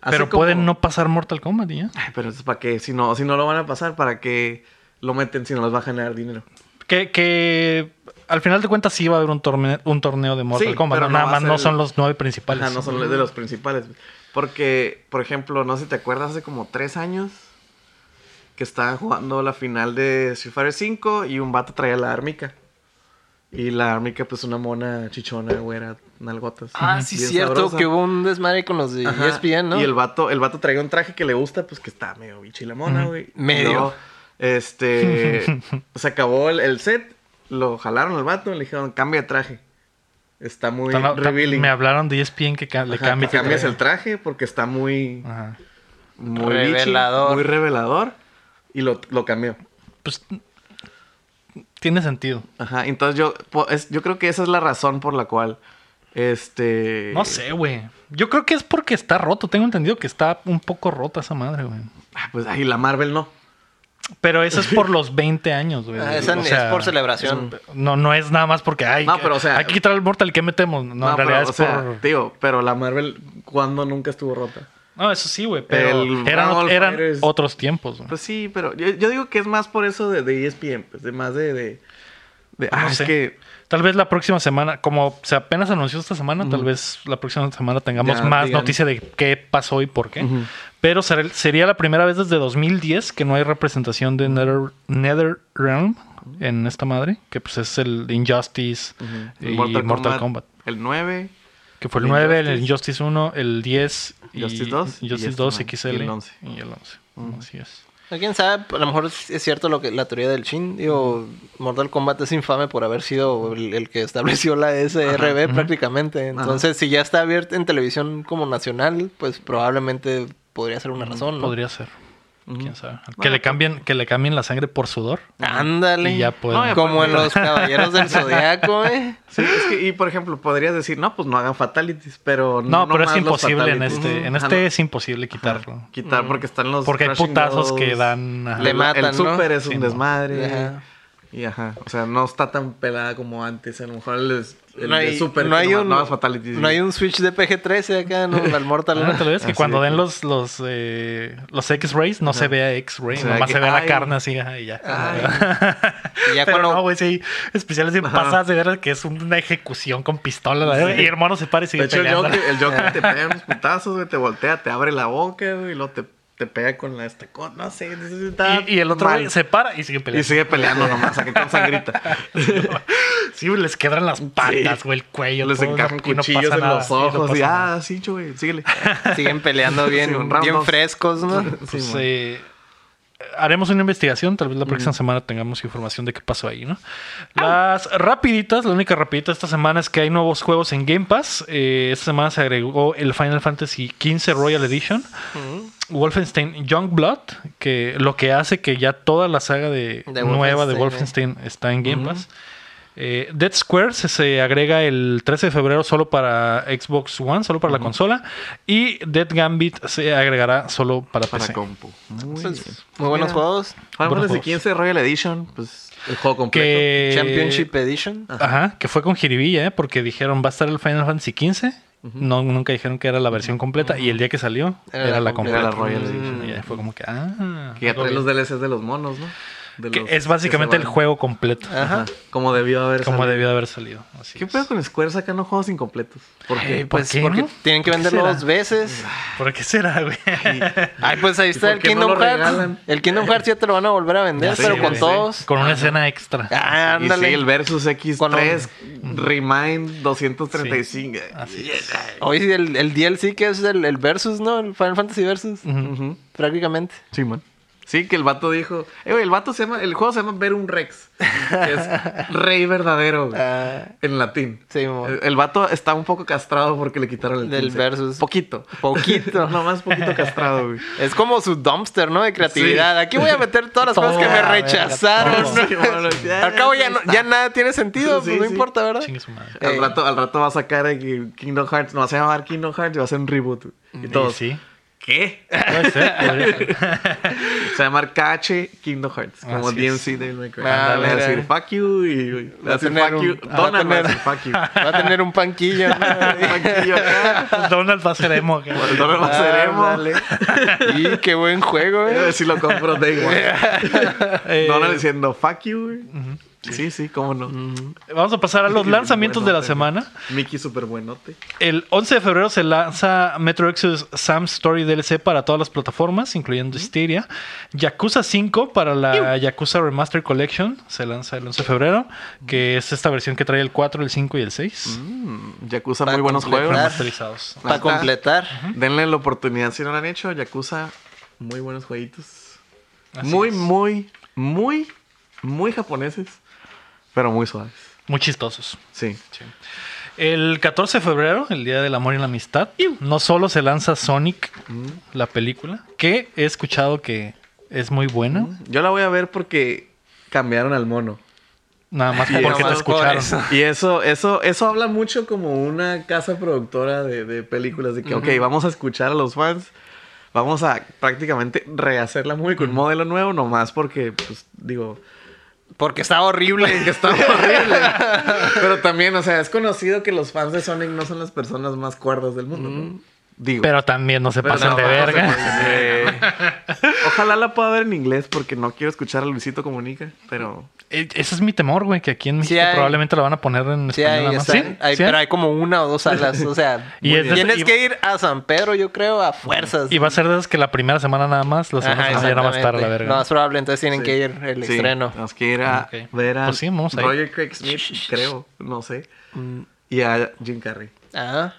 C: Hace
A: Pero
C: como-
A: pueden no pasar Mortal Kombat y ya.
C: Ay, pero entonces, ¿para qué? Si no, si no lo van a pasar, ¿para qué lo meten si no les va a generar dinero?
A: Que, que al final de cuentas sí va a haber un torneo, un torneo de Mortal
C: Sí,
A: Kombat.
C: pero
A: ¿no?
C: no
A: Nada
C: va
A: más
C: a ser
A: no
C: el-
A: son los nueve principales.
C: Ajá, no son los de los principales. Porque, por ejemplo, no sé si te acuerdas, hace como tres años que estaban jugando la final de Street Fighter 5 y un vato traía la ármica. Y la ármica, pues una mona chichona, güera, nalgotas.
B: Ah, sí,
C: bien
B: cierto,
C: sabrosa.
B: que hubo E un desmadre con los de
C: Ajá.
B: ESPN, ¿no?
C: Y el vato, el vato traía un traje que le gusta, pues que está medio bichi la mona,
A: Ujú.
C: güey.
B: Medio.
C: Luego, este.
B: [LAUGHS]
C: se acabó el, el set, lo jalaron al vato, le dijeron, cambia de traje. Está muy
A: Ta- ta-
C: revealing.
A: Me hablaron de E ESPN que ca- le
C: Ajá,
A: cambie.
C: que cambias el traje porque está muy.
A: Ajá.
C: Muy
B: Revelador.
C: revelador. muy revelador. Y lo, lo cambió.
A: Pues tiene sentido.
C: Ajá. Entonces yo, po- es- yo creo que esa es la razón por la cual. Este.
A: No sé, güey. Yo creo que es porque está roto. Tengo entendido que está un poco rota esa madre, güey.
C: Ah, Pues ahí la Marvel no.
A: Pero eso es
C: [LAUGHS]
A: por los 20 años, güey.
B: Ah, esa
A: O
B: es
A: sea,
B: por celebración.
A: es un- No, no es nada más porque ay,
C: No, pero, o sea-
A: hay que quitar el mortal que metemos. No, en realidad es
C: pero, o sea,
A: por.
C: te digo, pero la Marvel, cuando nunca estuvo rota?
A: No, eso sí, güey. Pero
C: El
A: eran,
C: Brawl
A: eran
C: Fighters.
A: otros tiempos, güey.
C: Pues sí, pero yo, yo digo que es más por eso de, de ESPN, pues de más de. de, de- ah,
A: No
C: es
A: sé.
C: que.
A: Tal vez la próxima semana, como se apenas anunció esta semana, tal vez la próxima semana tengamos
C: Ya,
A: más
C: digan.
A: noticia de qué pasó y por qué. Pero ser- sería la primera vez desde 2010 que no hay representación de Nether, Netherrealm en esta madre, que pues es el Injustice y Mortal, Kombat.
C: El 9,
A: Que fue el
C: El
A: 9, el
C: Injustice.
A: Injustice 1, el 10, y
C: Injustice 2, y
A: Injustice
C: este
A: 2
C: man,
A: XL
C: y el 11.
A: Y el Mm. 11. Así es.
B: ¿Quién sabe? A lo mejor es cierto lo que la teoría del Shin. Digo, Mortal Kombat es infame por haber sido el, el que estableció la E SRB prácticamente. Entonces, si ya está abierta en televisión como nacional, pues probablemente podría ser una
C: Mm,
B: razón, ¿no?
A: Podría ser. Quién sabe. que
C: Bueno,
A: le cambien, que le cambien la sangre por sudor.
B: Ah, Ándale.
A: Y ya pueden.
C: No, ya
B: como en los Caballeros
C: [LAUGHS]
B: del Zodiaco, ¿eh?
C: Sí, es que, y por ejemplo, podrías decir, no, pues no hagan fatalities, pero
A: No, pero es
C: más los
A: imposible en
C: fatalities.
A: este. En
C: Ajá,
A: este
C: no.
A: es imposible quitarlo.
C: Quitar porque están los.
A: Porque hay
C: crashing
A: putazos
C: blows.
A: que dan. ajá.
B: Le
C: el,
B: matan,
C: El super
B: ¿no?
C: es un
A: Sí, no.
C: desmadre.
B: Ajá.
C: Y ajá. O sea, no está tan pelada como antes. A lo mejor el, el
B: No hay,
C: de super.
B: no,
C: que
B: hay
C: nomás
B: un,
C: no hagas fatalities.
B: no hay un switch de PG-13 ¿eh? acá, ¿no? Al Mortal.
A: Ah,
B: ¿no?
A: ¿te lo ves? que
C: Así
A: cuando
C: de
A: den
C: que-
A: los los eh, los X-rays no se vea X-ray,
C: O sea,
A: nomás
C: que-
A: se ve la
C: ay.
A: carne así ajá, y ya.
C: Ay.
A: [LAUGHS]
B: Y ya
A: Pero
B: cuando-
A: no, güey, sí, hay especiales bien
C: Ajá.
A: pasadas de ver que es una ejecución con pistola. la verdad,
C: Sí.
A: Y hermano se para y sigue
C: De hecho, el
A: peleando.
C: Joker, el Joker
A: [LAUGHS]
C: te pega unos putazos, güey, te voltea, te abre la boca, güey, y luego te, te pega con la esta con, no sé, necesita.
A: Y, y el otro güey se para y sigue
C: Y
A: peleando.
C: sigue peleando nomás, aquí con
A: [LAUGHS]
C: sangrita.
A: Sí, güey, les quebran las patas, güey, el cuello.
C: Les
A: todo,
C: encajan
A: y no pasa
C: cuchillos en
A: nada,
C: los
A: sí, no
C: ojos.
A: pasa
C: y
A: nada.
C: ah, sí,
A: [LAUGHS]
C: güey, síguele.
B: [LAUGHS] Siguen peleando bien,
C: Sí, un round
B: bien
C: dos.
B: frescos, ¿no?
A: Pues,
C: Sí, Mm. mon.
A: eh, haremos una investigación. Tal vez la próxima semana tengamos información de qué pasó ahí, ¿no?
C: Ah.
A: Las rapiditas, la única rapidita esta semana es que hay nuevos juegos en Game Pass. Eh, esta semana se agregó el Final Fantasy XV Royal Edition.
C: Mm.
A: Wolfenstein Youngblood, que lo que hace que ya toda la saga de,
B: De
A: nueva de
B: Wolfenstein,
A: Wolfenstein está en
C: Mm.
A: Game Pass. Eh, Dead Square se, se agrega el 13 de febrero solo para Xbox One, solo para la consola. Y Dead Gambit se agregará solo para,
C: Para
A: PC.
C: compu. Muy
B: Entonces,
C: bien.
B: muy buenos
C: Mira.
B: juegos.
C: Final
A: Buenos
C: Fantasy
A: juegos.
C: XV Royal Edition, pues el juego Ah, completo.
A: Que,
B: Championship Edition.
A: Ajá, que fue con jiribilla, ¿eh? porque dijeron va a estar el Final Fantasy XV. no, nunca dijeron que era la versión completa. Y el día que salió,
B: Era
A: era,
B: la
A: la
B: completa.
A: completa.
C: Era la Royal Edition.
A: Y ya fue como que, ah.
C: Que ya
A: algo
C: trae los
A: bien.
C: DLCs de los monos, ¿no? De
A: Que
C: los
A: es básicamente
C: que se
A: el
C: van.
A: juego completo.
B: Ajá.
C: Ajá. Como debió haber
A: Como
C: salido.
A: debió de haber salido. Así
C: ¿Qué
A: es.
C: pedo con Square sacando juegos incompletos? ¿Por
A: Ay,
C: qué?
A: ¿por
B: Pues
A: qué
B: porque
A: no?
B: tienen que
A: ¿Por qué
B: venderlo
A: será?
B: dos
C: [LAUGHS]
B: veces.
A: ¿Por qué será, güey?
B: Ay, pues ahí
C: ¿Y
B: está
C: por
B: el
C: qué no
B: Kingdom
C: lo
B: Hearts.
C: regalan?
B: El Kingdom Hearts ya te lo van a volver a vender,
A: Ya sé,
B: pero con
A: güey.
B: todos.
A: Con una escena extra.
B: Ah,
C: Y sí,
B: ándale.
C: el Versus
B: Con
C: X3 Remind 235.
A: Así
B: Hoy sí, el, el DLC que es el, el Versus, ¿no? El Final Fantasy Versus.
C: Ujú.
B: Prácticamente.
C: Sí, man. Sí, que el vato dijo. Eh, güey, el vato se llama. El juego se llama Ver un Rex. que
A: [LAUGHS]
C: es rey verdadero, güey.
B: Ah,
C: en latín.
B: sí, mo.
C: El, el vato está un poco castrado porque le quitaron el
B: Del
C: 15.
B: Versus.
C: Poquito. [LAUGHS]
B: Poquito.
C: Nomás poquito
B: [LAUGHS]
C: castrado, güey.
B: Es como su dumpster, ¿no? De creatividad. Aquí voy a meter todas las cosas que me
A: Toda,
B: rechazaron.
A: verga,
B: ¿no?
C: Sí, bueno,
B: Al cabo ya, no- ya nada tiene sentido.
C: Sí,
B: pues, no
C: sí.
B: importa, ¿verdad?
A: Chingue su madre.
B: Eh.
C: Al rato, al rato va a sacar eh, que Kingdom Hearts, no va a llamar Kingdom Hearts y va a ser un reboot. güey. Y todos,
A: Sí, sí.
C: ¿qué?
A: Puede ser, podría ser.
C: Se va a llamar KH Kingdom Hearts, como
A: Así
C: DMC de Minecraft.
B: Ah,
C: Le va a
B: mira.
C: decir fuck you y güey, le va a decir
B: tener
C: fuck
B: un-
C: you.
B: va a
C: Donald va a
B: tener-
C: decir
B: [LAUGHS]
C: fuck you.
B: Va a tener un
A: [LAUGHS]
B: panquillo. ¿no?
C: Fuck you acá.
A: [LAUGHS] Donald va a ser emo. güey.
C: El Donald va a ser emo.
B: Ah, Ándale.
C: [LAUGHS]
B: Y qué buen juego,
C: Eh,
B: ¿eh? [LAUGHS]
C: Si lo compro, da igual.
A: Eh,
C: Donald diciendo fuck you, güey. Sí, sí, cómo no.
A: Vamos a pasar a los lanzamientos de la
C: Buenote.
A: semana.
C: Mickey super buenote.
A: El 11 de febrero se lanza Metro Exodus Sam's Story DLC para todas las plataformas, incluyendo Styria. Yakuza 5 para la Yakuza Remaster Collection se lanza el 11 de febrero, que es esta versión que trae el 4, el 5 y el 6.
C: Mm, Yakuza,
B: Para
C: muy buenos
B: completar.
C: juegos.
A: Remasterizados.
B: Para
C: Ajá.
B: completar.
C: Denle la oportunidad si no lo han hecho. Yakuza, muy buenos jueguitos.
A: Así
C: muy,
A: es.
C: muy, muy, muy japoneses, pero muy suaves.
A: Muy chistosos.
C: Sí.
A: El 14 de febrero, el Día del Amor y la Amistad, no solo se lanza Sonic,
B: Mm.
A: la película, que he escuchado que es muy buena,
B: Mm.
C: Yo la voy a ver porque cambiaron al mono.
A: nada más
C: Y
A: porque
C: eso-
A: te escucharon.
C: Y eso, eso, eso habla mucho como una casa productora de, de películas. De que, ok, vamos a escuchar a los fans. Vamos a prácticamente rehacer la movie con un modelo nuevo, nomás porque, pues, digo,
B: Porque
A: [LAUGHS]
B: está horrible.
C: que está horrible. Pero también, o sea, es conocido que los fans de Sonic no son las personas más cuerdas del mundo. ¿no? Mm, Digo.
A: Pero también no se
C: Pero
A: pasan
C: no,
A: de
C: no se
A: verga.
C: pasan de- Ojalá la pueda ver en inglés porque no quiero escuchar a Luisito Comunica, pero
A: E- Ese es mi temor, güey, que aquí en México
B: hay.
A: probablemente la van a poner en
B: Sí,
A: español.
B: hay,
A: nada más.
B: están-
A: ¿Sí?
B: hay-
A: ¿Sí?
B: pero hay como una o dos salas. O sea,
A: Y
B: muy
A: es de-
B: bien. tienes
A: y-
B: que ir a San Pedro, yo creo, a fuerzas.
A: Y va a ser de esas que la primera semana nada más, la segunda
B: Ajá,
A: semana ya no va a estar a la
B: exactamente.
A: verga.
B: No, es probable, entonces tienen que ir el
C: sí,
B: estreno.
C: Nos que ir a
A: Ok.
C: ver a
A: Pues sí, vamos a ir.
C: Roger Craig Smith, creo, no sé,
A: Mm.
C: y a Jim Carrey
B: Ah,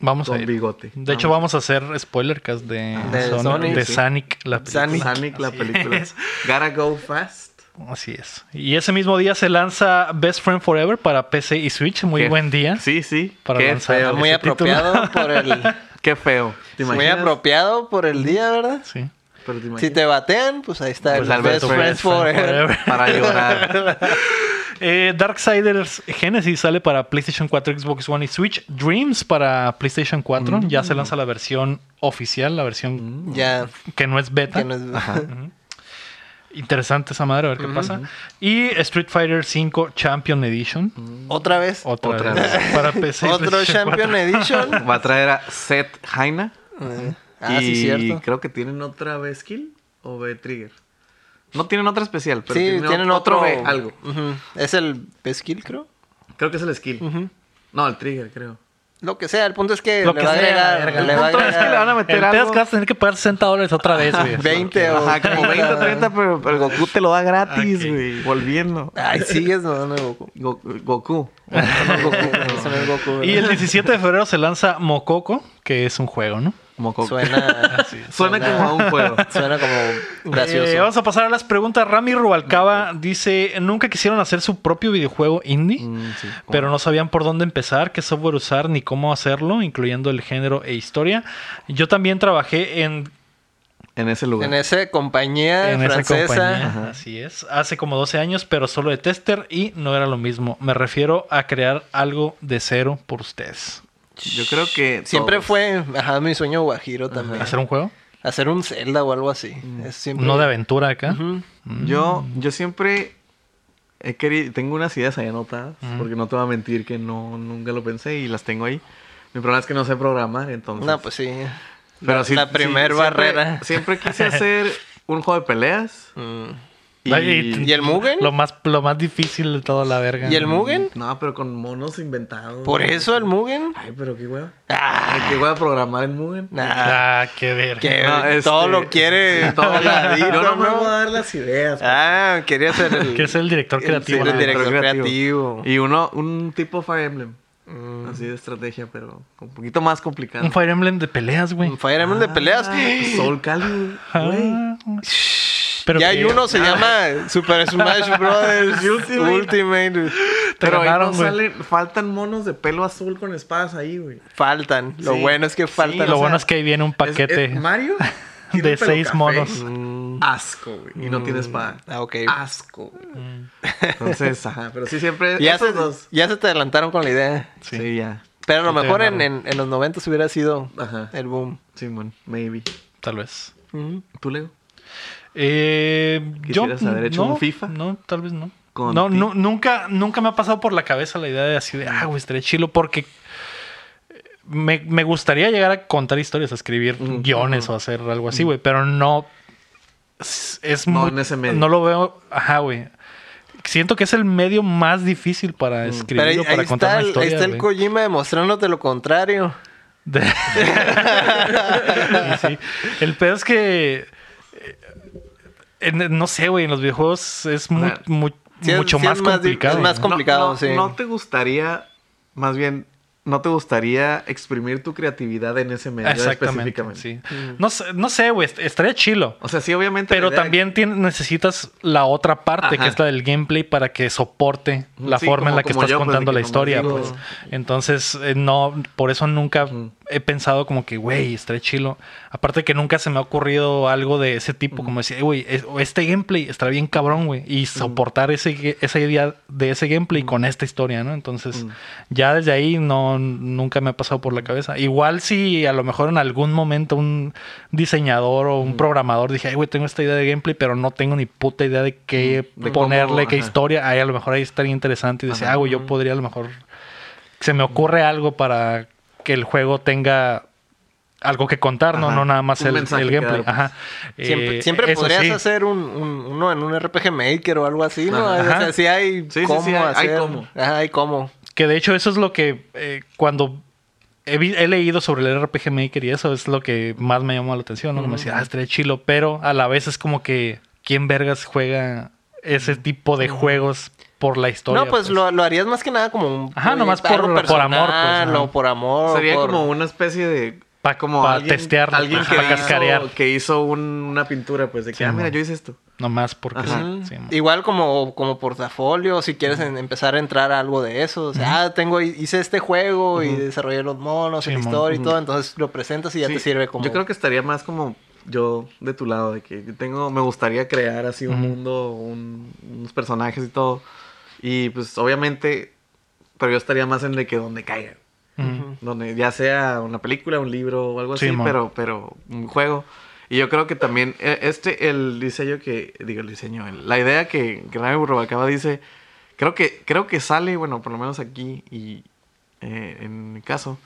A: vamos a
C: con
A: ir.
C: bigote.
A: De hecho, vamos a hacer spoilercast de,
B: De
A: Sonic,
B: Sonic,
A: de
B: sí.
A: Sonic, la película.
C: Sonic, Sonic, la película. Gotta go fast.
A: Así es. Y ese mismo día se lanza Best Friend Forever para PC y Switch. Muy
C: Qué-
A: buen día.
C: Sí, sí.
A: Para
C: qué
A: lanzar.
C: feo.
B: Ah, muy
A: ese
B: apropiado
A: [LAUGHS]
B: por el
C: Qué feo. ¿Te
B: muy
C: imaginas?
B: apropiado por el día, ¿verdad?
A: Sí. [LAUGHS]
C: Pero te
B: Si
C: imaginas.
B: te batean, pues ahí está
C: Pues
B: el
C: al
B: best,
C: Best
B: friends
C: Friends
B: forever.
A: [LAUGHS]
C: Para llorar.
A: Eh, Darksiders Genesis sale para PlayStation 4, Xbox One y Switch. Dreams para PlayStation 4. Ya se lanza la versión oficial, la versión
B: Ya,
A: Mm. que no es beta.
B: que no es-
A: Interesante esa madre, a ver qué pasa. Y Street Fighter 5 Champion Edition.
B: otra vez. Otro,
A: Mm. Otra,
C: Otra
A: vez. Para PC. y PlayStation
B: Champion
A: 4.
B: Edition.
C: [LAUGHS] Va a traer a Seth Haina.
B: ah, sí,
C: y
B: cierto.
C: creo que tienen otra B skill o B trigger. No tienen otra especial, pero
B: sí,
C: tienen,
B: tienen
C: otro,
B: otro,
C: B algo.
B: Ujú. Es el best kill, creo.
C: Creo que es el skill. No, el trigger, creo.
B: Lo que sea, el punto es que
A: Lo
B: le
A: que
B: va a
A: sea,
B: agregar,
A: verga.
B: le va a
C: El punto es que le van a
B: agregar
C: meter
A: El pedo es
C: algo.
A: que vas a tener que pagar 60 dólares otra vez,
B: [LAUGHS]
A: [LAUGHS] güey.
B: 20 o
C: Ajá,
B: [LAUGHS]
C: como 20 o 30, pero, pero Goku te lo da gratis,
A: Ok.
C: güey. Volviendo.
B: Ay, sigues mamando de
C: [LAUGHS]
B: Goku.
C: Go- Goku.
B: No es Goku, eso no es Goku,
A: Y el
B: ¿verdad?
A: 17 de febrero se lanza Mococo, que es un juego, ¿no?
C: [LAUGHS] Mococo. Suena,
B: Suena,
C: como a un juego.
B: Suena como gracioso.
A: Eh, vamos a pasar a las preguntas. Rami Rubalcaba dice: Nunca quisieron hacer su propio videojuego indie,
C: Mm, sí.
A: pero no sabían por dónde empezar, qué software usar, ni cómo hacerlo, incluyendo el género e historia. Yo también trabajé en,
C: En ese lugar.
B: En esa compañía
A: en esa
B: Ah, francesa.
A: compañía, así es, hace como 12 años, pero solo de tester y no era lo mismo. Me refiero a crear algo de cero por ustedes.
C: Yo creo que.
B: Siempre
C: todos.
B: fue ajá, mi sueño guajiro también.
A: ¿Hacer un juego?
B: Hacer un Zelda o algo así.
C: Mm.
B: Es siempre...
A: No de aventura acá.
B: Ujú.
A: Mm.
C: Yo, yo siempre he querido, tengo unas ideas ahí anotadas,
A: Mm.
C: porque no te voy a mentir que no, nunca lo pensé y las tengo ahí. Mi problema es que no sé programar, entonces.
B: No, pues sí.
C: Pero
B: la,
C: sí-
B: la
C: sí,
B: primer
C: siempre-
B: barrera.
C: Siempre quise hacer un juego de peleas.
B: Mm.
C: Y,
A: [LAUGHS] Ay,
B: ¿Y el Mugen?
A: Lo más, lo más difícil de toda la verga.
B: ¿Y el Mugen?
C: No, pero con monos inventados.
B: ¿Por eso el Mugen?
C: Ay, pero qué hueva.
B: Ah,
C: Ay, qué hueva programar en Mugen.
B: nah.
A: Ah, qué verga.
B: que
C: No, este-
B: Todo lo quiere.
C: Todo
B: Todo la
C: yo no me voy a
B: ¿no?
C: dar las ideas.
B: Ah, quería ser el...
A: pues. [LAUGHS] Que es el director
B: el-
A: creativo.
B: sí, el
A: ¿no?
B: director
C: creativo.
B: creativo.
C: Y uno, un tipo Fire Emblem.
B: mm,
C: Así de estrategia, pero un poquito más complicado. Ah, pues,
A: Un Fire Emblem de peleas, güey.
B: Un Fire Emblem de peleas.
C: Soul Calibur, güey.
A: [LAUGHS] Ah, pues, Pero
B: ya
A: que- Ah.
B: hay uno, se llama Super
A: [LAUGHS]
B: Smash Brothers Ultimate.
C: Ultimate. Pero ahí
A: ganaron,
C: no
A: güey.
C: salen, faltan monos de pelo azul con espadas ahí, güey.
B: Faltan. Lo
C: Sí.
B: bueno es que
C: Sí,
A: Lo
B: faltan.
C: o sea,
A: bueno es que ahí viene un paquete.
C: Es- es- Mario
A: [LAUGHS]
C: tiene
A: de
C: pelo
A: seis
C: café.
A: monos.
B: mm.
C: Asco, güey. Y no tiene espada.
B: Ah, ok.
C: Asco. güey. Mm. Entonces, ajá. Pero sí, siempre.
B: ya,
C: esos
B: se,
C: dos.
B: ya se te adelantaron con la idea.
C: Sí. ya.
B: Pero a lo
A: Ya te
B: mejor en,
A: ganaron.
B: en, en los 90 hubiera sido
C: Ajá.
B: el boom.
C: Simón, maybe.
A: Tal vez.
C: ¿Tú, Leo?
A: Eh, yo,
C: ¿Quisieras haber hecho
A: no,
C: un FIFA?
A: No, tal vez no.
C: Con
A: No,
C: ti.
A: no, nunca, nunca me ha pasado por la cabeza la idea de así de, ah, güey, estaré chilo, porque me, me gustaría llegar a contar historias, a escribir guiones o hacer algo así, güey, pero no. Es, es
C: No
A: muy-
C: en ese medio.
A: No lo veo, ajá, güey. Siento que es el medio más difícil para
C: Mm.
B: Pero ahí,
A: escribirlo,
B: ahí
A: para contar
B: está,
A: una
B: el-
A: historia.
B: ahí está el
A: güey.
B: Kojima demostrándote lo contrario.
A: De- [LAUGHS] Y sí. El pedo es que. eh, en- no sé, güey. En los videojuegos es mu-
C: Nah.
A: mu-
B: Sí es-
A: mucho
B: sí es
A: más
B: más di- es
A: complicado.
B: más
A: güey.
B: complicado,
C: no, no,
B: sí.
C: No te gustaría, más bien, no te gustaría exprimir tu creatividad en ese medio
A: Exactamente.
C: específicamente.
A: sí. No sé, no sé, güey. est- Estaría chilo.
C: O sea, sí, obviamente. la
A: Pero
C: idea-
A: también tien- necesitas la otra parte,
C: Ajá.
A: que es la del gameplay, para que soporte la
C: Sí,
A: forma en
C: como-
A: la que
C: como
A: estás
C: yo, pues,
A: contando
C: de
A: la
C: que
A: historia.
C: como
A: Pues.
C: digo-
A: Entonces, eh, no, por eso nunca
C: Ujú.
A: he pensado como que, güey, estaré chilo. Aparte que nunca se me ha ocurrido algo de ese tipo, como decir, "Eh, güey, es- o este gameplay estará bien cabrón, güey. Y soportar ese, ge- esa idea de ese gameplay con esta historia, ¿no? Entonces, ya desde ahí no, nunca me ha pasado por la cabeza. Igual si a lo mejor en algún momento un diseñador o un programador dije, "Ay, güey, tengo esta idea de gameplay, pero no tengo ni puta idea de qué
C: Mm, de cómo,
A: ponerle, qué
C: ajá.
A: historia. Ahí a lo mejor ahí estaría interesante y decir,
C: Ajá.
A: ah, güey, yo podría a lo mejor se me ocurre algo para que el juego tenga algo que contar, no,
C: Ajá.
A: no nada más
C: Un
A: el,
C: mensaje
A: el
C: que
A: gameplay.
C: dar, pues.
A: Ajá.
B: Siempre,
A: Eh,
B: siempre
A: eso
B: podrías
A: sí.
B: hacer un, un- uno en un RPG Maker o algo así, ¿no?
C: Ajá.
B: O sea, sí hay
C: Sí, sí,
B: cómo
C: sí, hay- hay
B: hacer.
C: cómo.
B: Ajá, hay cómo.
A: Que de hecho eso es lo que eh, cuando he, vi- he leído sobre el RPG Maker y eso es lo que más me llamó la atención, ¿no? Como decía, ah, estaría chilo, pero a la vez es como que, ¿quién vergas juega ese tipo de juegos por la historia?
B: no, pues, Lo, lo harías más que nada como un.
A: Ajá, nomás
B: proyecto,
A: por-
B: algo
A: por amor, pues,
B: personal
A: ajá.
B: o por amor.
C: Sería
B: por-
C: como una especie de.
A: Pa-
C: como
A: pa testearlo,
C: alguien
A: ajá,
C: que,
A: pa cascarear.
C: hizo, que hizo un- una pintura, pues de que,
A: Sí,
C: ah,
A: mo.
C: mira, yo hice esto.
A: Nomás porque sí,
B: Ujú.
A: sí,
B: Igual como, como portafolio, si quieres en- empezar a entrar a algo de eso. O sea, ah, tengo, hice este juego y desarrollé los monos, y la
A: Sí, mon.
B: historia y todo. Entonces lo presentas y ya
C: Sí,
B: te sirve como.
C: Yo creo que estaría más como yo de tu lado, de que yo tengo, me gustaría crear así un mundo, un- unos personajes y todo. Y pues obviamente, pero yo estaría más en de que donde caiga.
A: Ujú.
C: Donde ya sea una película, un libro o algo
A: Sí,
C: así,
A: mon.
C: pero, pero un juego. Y yo creo que también eh, este, el diseño que, digo el diseño, el- la idea que, que Rami Burrubacaba dice, creo que, creo que sale, bueno, por lo menos aquí y eh, en mi caso,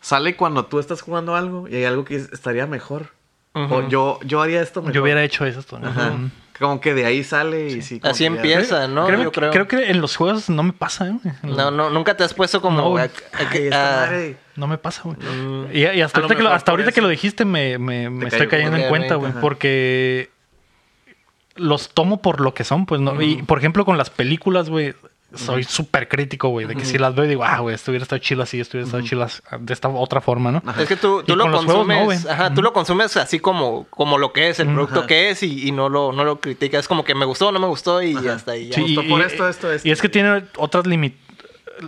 C: sale cuando tú estás jugando algo y hay algo que es- estaría mejor.
B: Ujú.
C: O yo, yo haría esto mejor.
A: Yo hubiera hecho eso. también.
C: Ajá.
A: Ujú.
C: Como que de ahí sale y sí. como
B: Así
C: que ya-
B: empieza, ¿no?
A: Créeme
B: Yo
A: que-
B: creo.
A: creo. que en los juegos no me pasa, ¿eh? güey.
B: No, no, nunca te has puesto como.
A: No.
B: a- a- a-
C: Ay, esta madre.
A: No me pasa, güey.
B: Mm.
A: Y, y hasta
C: A lo
A: ahorita, que lo,
C: mejor
A: hasta
C: por
A: ahorita que
C: eso.
A: lo dijiste me, me- me
C: Te
A: estoy
C: cayó,
A: cayendo en
B: te
A: cuenta,
B: cayó,
A: güey.
C: ajá.
A: Porque los tomo por lo que son, pues, ¿no? Y, por ejemplo, con las películas, güey, soy súper crítico, güey. De que si las veo y digo, ah, güey, esto hubiera estado chido así, esto hubiera estado chido as- de esta otra forma, ¿no?
C: Ajá.
B: Es que tú,
A: Y
B: tú lo
A: con los juegos no,
B: consumes,
A: güey.
B: ajá, tú lo consumes así como, como lo que es, el producto
C: ajá.
B: que es, y, y no lo, no lo criticas. Es como que me gustó, no me gustó, y hasta ahí ya.
A: Sí,
C: gustó por esto, esto, esto.
A: y es que tiene otras limi-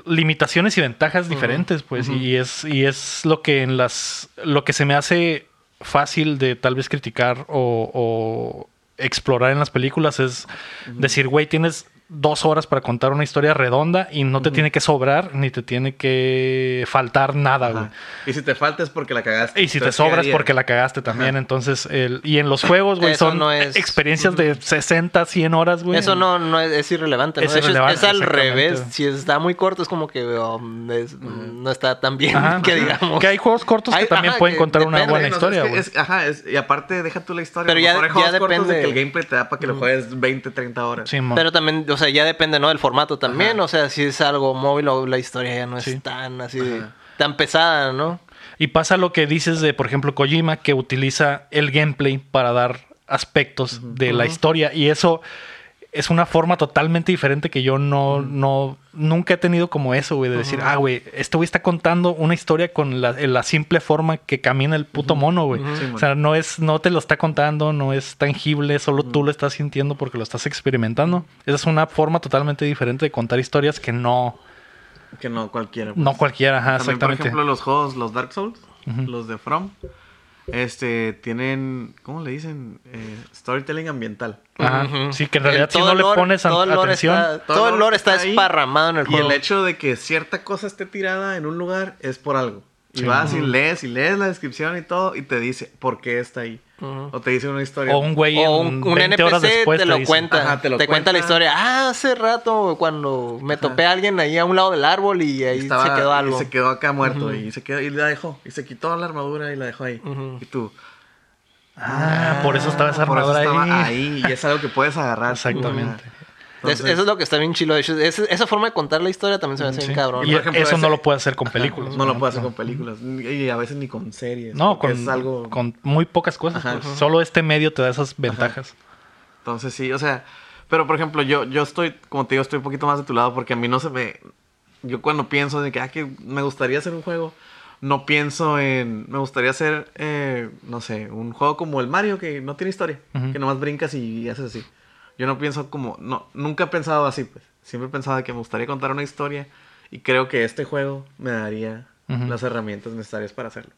A: limitaciones y ventajas diferentes, pues, y- y es y es lo que en las lo que se me hace fácil de tal vez criticar o, o explorar en las películas es decir, güey, tienes dos horas para contar una historia redonda y no te tiene que sobrar ni te tiene que faltar nada, güey.
C: Ajá. Y si te falta es porque la cagaste.
A: Ah, Y si te
C: Entonces,
A: sobras
C: quedaría.
A: porque la cagaste también,
C: Ajá.
A: entonces el, y en los juegos, güey,
B: Eso
A: son
B: no es-
A: experiencias de 60, 100 horas, güey.
B: Eso no, no es, es irrelevante. ¿no?
A: Es
B: De hecho, es-
A: irrelevante,
B: es al
A: exactamente.
B: revés. Si está muy corto, es como que um, es- no está tan bien
A: Mm. Ajá.
B: [LAUGHS] que digamos.
A: Que hay juegos cortos
B: Hay-
A: que también
B: ajá,
A: pueden
B: que
A: contar una
B: depende,
A: buena
C: Sí, no,
A: historia,
C: es que
A: güey.
C: es- ajá, es- y aparte deja tú la historia.
B: Pero
C: a lo
B: ya-
C: mejor hay
B: ya
C: juegos cortos
B: depende.
C: de que el gameplay te da para que lo juegues 20, 30 horas.
A: Mm. Sí, mon.
B: Pero también, o sea, ya depende, ¿no? Del formato también.
C: Ajá.
B: O sea, si es algo móvil o la historia ya no es
A: Sí.
B: tan así, de- tan pesada, ¿no?
A: Y pasa lo que dices de, por ejemplo, Kojima, que utiliza el gameplay para dar aspectos de la historia. Y eso es una forma totalmente diferente que yo no, no, nunca he tenido como eso, güey, de decir, ah, güey, este güey está contando una historia con la, la simple forma que camina el puto mono, güey.
C: Sí, mon.
A: o sea, no es, no te lo está contando, no es tangible, solo tú lo estás sintiendo porque lo estás experimentando. Esa es una forma totalmente diferente de contar historias que no,
C: Que no cualquiera. pues.
A: no cualquiera, ajá,
C: También,
A: exactamente.
C: Por ejemplo, los juegos, los Dark Souls, los de From, este, tienen, ¿cómo le dicen? Eh, storytelling ambiental.
A: Ajá.
B: Ujú.
A: Sí, que en realidad si
B: todo
A: no le
B: lore-
A: pones an-
B: todo el lore
A: atención.
B: está- todo el lore está,
C: ahí,
B: esparramado en el juego.
C: Y el hecho de que cierta cosa esté tirada en un lugar es por algo. Y vas y lees y lees la descripción y todo y te dice por qué está ahí. O te dice una historia.
A: O un güey en
B: o un, un
A: 20 horas
B: NPC
A: después
B: te lo
A: dice.
B: cuenta.
C: Ajá,
B: te
C: te lo
B: cuenta la
C: cuenta.
B: historia. Ah, hace rato cuando me topé a alguien ahí a un lado del árbol y ahí
C: estaba-
B: se quedó
C: y
B: algo.
C: se quedó acá muerto y se quedó y la dejó y se quitó la armadura y la dejó ahí. Y tú
A: Ah, por eso estaba esa
C: por eso
A: armadura
C: estaba
A: ahí.
C: ahí. y es algo que puedes agarrar.
A: Exactamente.
C: Ajá.
B: Es- eso es lo que está bien chilo. de hecho. Es- esa forma de contar la historia también se me hace
A: Sí.
B: bien cabrón.
A: Y
C: por ejemplo,
A: eso
C: ese-
A: no lo puede hacer con películas.
C: No lo
A: ¿no?
C: puedo hacer con películas. Y a veces ni con series.
A: No,
C: porque
A: con,
C: Es algo...
A: con muy pocas cosas.
C: Ajá.
A: pues. Solo este medio te da esas ventajas.
C: Entonces sí, o sea, pero por ejemplo, yo, yo estoy, como te digo, estoy un poquito más de tu lado porque a mí no se me... Yo cuando pienso de que, ah, que me gustaría hacer un juego, no pienso en... Me gustaría hacer, eh, no sé, un juego como el Mario que no tiene historia,
A: Ujú.
C: que nomás brincas y haces así. Yo no pienso como... No, nunca he pensado así, pues. Siempre he pensado que me gustaría contar una historia y creo que este juego me daría
A: Ujú.
C: las herramientas necesarias para hacerlo.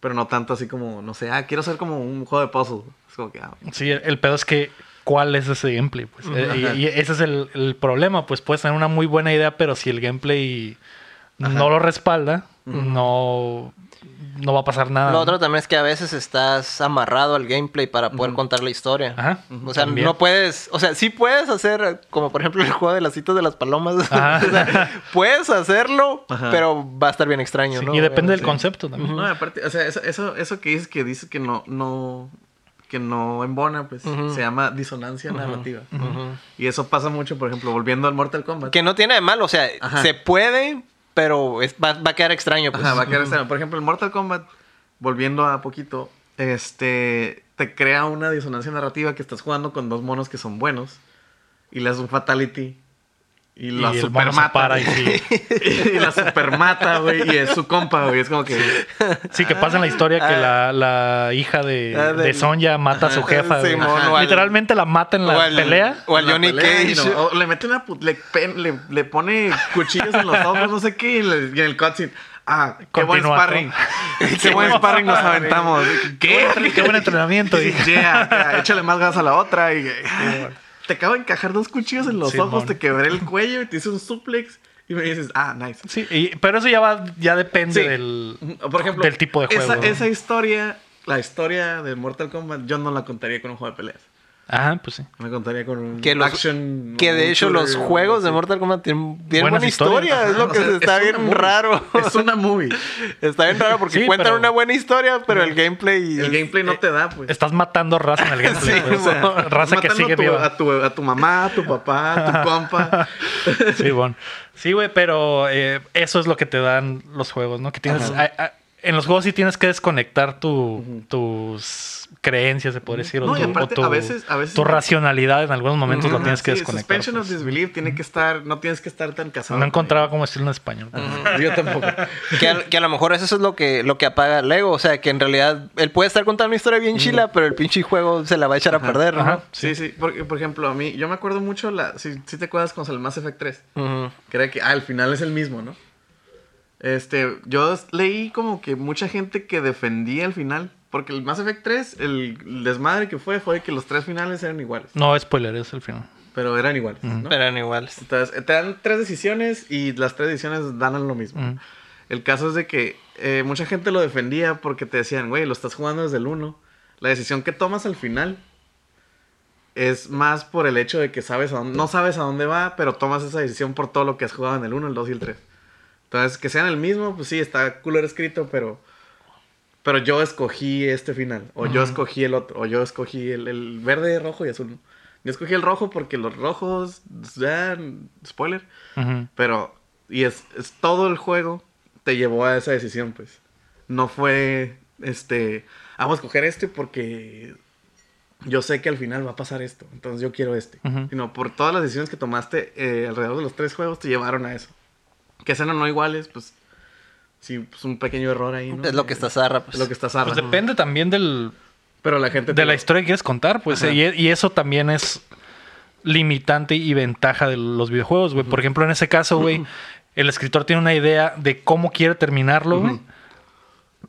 C: Pero no tanto así como, no sé, ah, quiero hacer como un juego de puzzle. Es como que, ah,
A: Sí, el pedo es que cuál es ese gameplay, pues. Eh,
C: Ajá.
A: Y, y ese es el, el problema, pues puedes tener una muy buena idea, pero si el gameplay no lo respalda, no, no va a pasar nada.
B: Lo
A: ¿no?
B: otro también es que a veces estás amarrado al gameplay para poder contar la historia.
A: Ajá.
B: O sea,
A: También.
B: no puedes, o sea, sí puedes hacer, como por ejemplo el juego de las citas de las palomas. [LAUGHS]
A: Ajá.
B: O sea, puedes hacerlo,
C: Ajá.
B: pero va a estar bien extraño,
A: Sí,
B: ¿no?
A: y depende del
B: Obviamente.
A: concepto también.
C: No, y aparte, o sea, eso, eso, eso que dices que dice que no, no, que no embona, pues
B: Ujú.
C: se llama disonancia narrativa. Y eso pasa mucho, por ejemplo, volviendo al Mortal Kombat.
B: Que no tiene de malo, o sea,
C: Ajá.
B: se puede, pero es- va, va a quedar extraño. Pues.
C: Ajá, va a quedar extraño. Por ejemplo, el Mortal Kombat, volviendo a poquito, este te crea una disonancia narrativa que estás jugando con dos monos que son buenos y le haces un fatality. Y
A: Y
C: la
A: el mono se
C: supermata.
A: para y
B: [LAUGHS]
A: sí.
C: [LAUGHS] y la supermata, güey. Y es su compa, güey. Es como que.
A: Sí, que pasa en la historia que la, la hija de,
B: Ah,
A: de
B: del-
A: Sonja mata a su
B: Ajá,
A: jefa. güey.
B: Simón, o al-
A: Literalmente la mata en la
B: o al-
A: pelea.
B: O al
C: La
B: Johnny
C: pelea y
B: Cage.
C: no- o le mete una put- le, pen- le, le pone cuchillos en los ojos, no sé qué, y, le- y en el cutscene. Ah, qué buen
A: Continúa,
C: sparring.
A: ¿no?
C: [LAUGHS] qué buen sparring nos aventamos. ¿Qué?
A: Qué, buen entrenamiento.
C: [LAUGHS] Sí,
A: dije.
C: yeah, yeah, échale más gas a la otra. Y, te acabo de encajar dos cuchillos en los
A: Simón.
C: ojos, te quebré el cuello y te hice un suplex. Y me dices, ah, nice.
A: Sí, y- pero eso ya va, ya depende
C: Sí.
A: del,
B: Mm.
C: O, Por ejemplo,
A: del tipo de juego.
C: Esa,
A: ¿no?
C: esa historia, la historia de Mortal Kombat, yo no la contaría con un juego de peleas.
A: Ajá, pues sí.
C: Me contaría con un
B: Que, los-
C: action.
B: que de
C: un
B: hecho
C: shooter,
B: los
C: o
B: juegos de
C: algo así.
B: Mortal Kombat tienen, tienen
A: Buenas
B: buena historia,
A: historias.
B: es lo
A: [LAUGHS]
B: que
C: O sea,
B: se está
C: es una
B: bien
C: movie.
B: raro. [LAUGHS]
C: Es una movie.
B: Está bien raro porque
A: Sí,
B: cuentan
A: pero-
B: una buena historia, pero el gameplay.
C: El
B: es-
C: gameplay no te da, [LAUGHS] pues.
A: Estás matando raza en
B: [LAUGHS]
A: el gameplay.
B: Sí,
A: pues.
B: o sea,
A: eh, [LAUGHS] raza que
C: Matando
A: sigue
C: a tu,
A: viva.
C: A tu, a tu mamá, a tu papá, a
A: [LAUGHS]
C: tu compa.
A: Sí, bueno. Sí, güey, pero eh, eso es lo que te dan los juegos, ¿no? Que tienes. a- a- en los juegos sí tienes que desconectar tu, tus creencias, se podría decir, o,
C: No, y
A: tu, o
C: aparte,
A: tu-
C: a veces- a veces-
A: tu racionalidad en algunos momentos lo tienes que
C: Sí,
A: desconectar.
C: Suspension
A: pues.
C: of disbelief tiene que estar, no tienes que estar tan casado.
A: No
C: con
A: encontraba cómo decirlo en español. pues.
C: ello. Yo tampoco.
B: Que a, que a lo mejor eso es lo que, lo que apaga Lego. O sea, que en realidad él puede estar contando una historia bien chila, pero el pinche juego se la va a echar a perder, ¿no?
A: Ajá.
C: Sí, sí. Porque, por ejemplo, a mí, yo me acuerdo mucho, la, si, si te acuerdas con el Mass Effect 3.
B: Ujú.
C: que era que ah, al final es el mismo, ¿no? Este, yo s- leí como que mucha gente que defendía el final. Porque el Mass Effect 3, el el desmadre que fue, fue que los tres finales eran iguales.
A: No, spoiler, es el final.
C: Pero eran iguales, ¿no?
B: Pero eran iguales.
C: Entonces, te dan tres decisiones y las tres decisiones dan lo mismo.
A: Ujú.
C: El caso es de que eh, mucha gente lo defendía porque te decían, güey, lo estás jugando desde el 1. La decisión que tomas al final es más por el hecho de que sabes a dónde- no sabes a dónde va, pero tomas esa decisión por todo lo que has jugado en el 1, el 2 y el 3. Entonces, que sean el mismo, pues sí, está color escrito, pero pero yo escogí este final, o yo escogí el otro, o yo escogí el, el verde, rojo y azul. ¿no? Yo escogí el rojo porque los rojos, ya, spoiler,
A: Ujú.
C: pero, y es, es todo el juego te llevó a esa decisión, pues. No fue, este, vamos a escoger este porque yo sé que al final va a pasar esto, entonces yo quiero este.
A: Ujú.
C: Sino por todas las decisiones que tomaste eh, alrededor de los tres juegos te llevaron a eso. Que sean o no iguales, pues, sí, pues un pequeño error ahí, ¿no?
B: Es
A: eh,
B: lo que está zarra, pues.
C: Es lo que estás
A: Pues depende también del,
C: Pero la gente...
A: de
C: te
A: la
C: lo-
A: historia que quieres contar, pues.
C: Ajá.
A: Y, y eso también es limitante y ventaja de los videojuegos, güey. Por ejemplo, en ese caso, güey, el escritor tiene una idea de cómo quiere terminarlo, güey.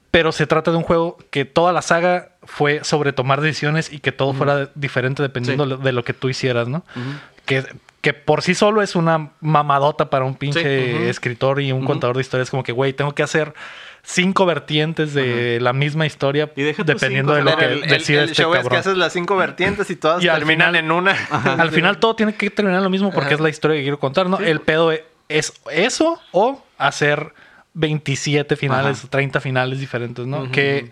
A: Pero se trata de un juego que toda la saga fue sobre tomar decisiones y que todo fuera de- diferente dependiendo
C: Sí.
A: lo- de lo que tú hicieras, ¿no? que, que por sí solo es una mamadota para un pinche
C: Sí, ujú.
A: escritor y un contador de historias. Como que, güey, tengo que hacer cinco vertientes de la misma historia
C: Y deja tus
A: dependiendo de
C: cinco,
A: lo
B: Pero
A: que
B: el, el-
A: decide
B: el
A: este
B: show es que
A: cabrón.
B: haces las cinco vertientes y todas
A: Y al
B: terminan
A: final- [LAUGHS]
B: en una.
A: Al final todo tiene que terminar lo mismo porque es la historia que quiero contar, ¿no? El pedo e- es eso o hacer 27 finales, 30 finales diferentes, ¿no? Que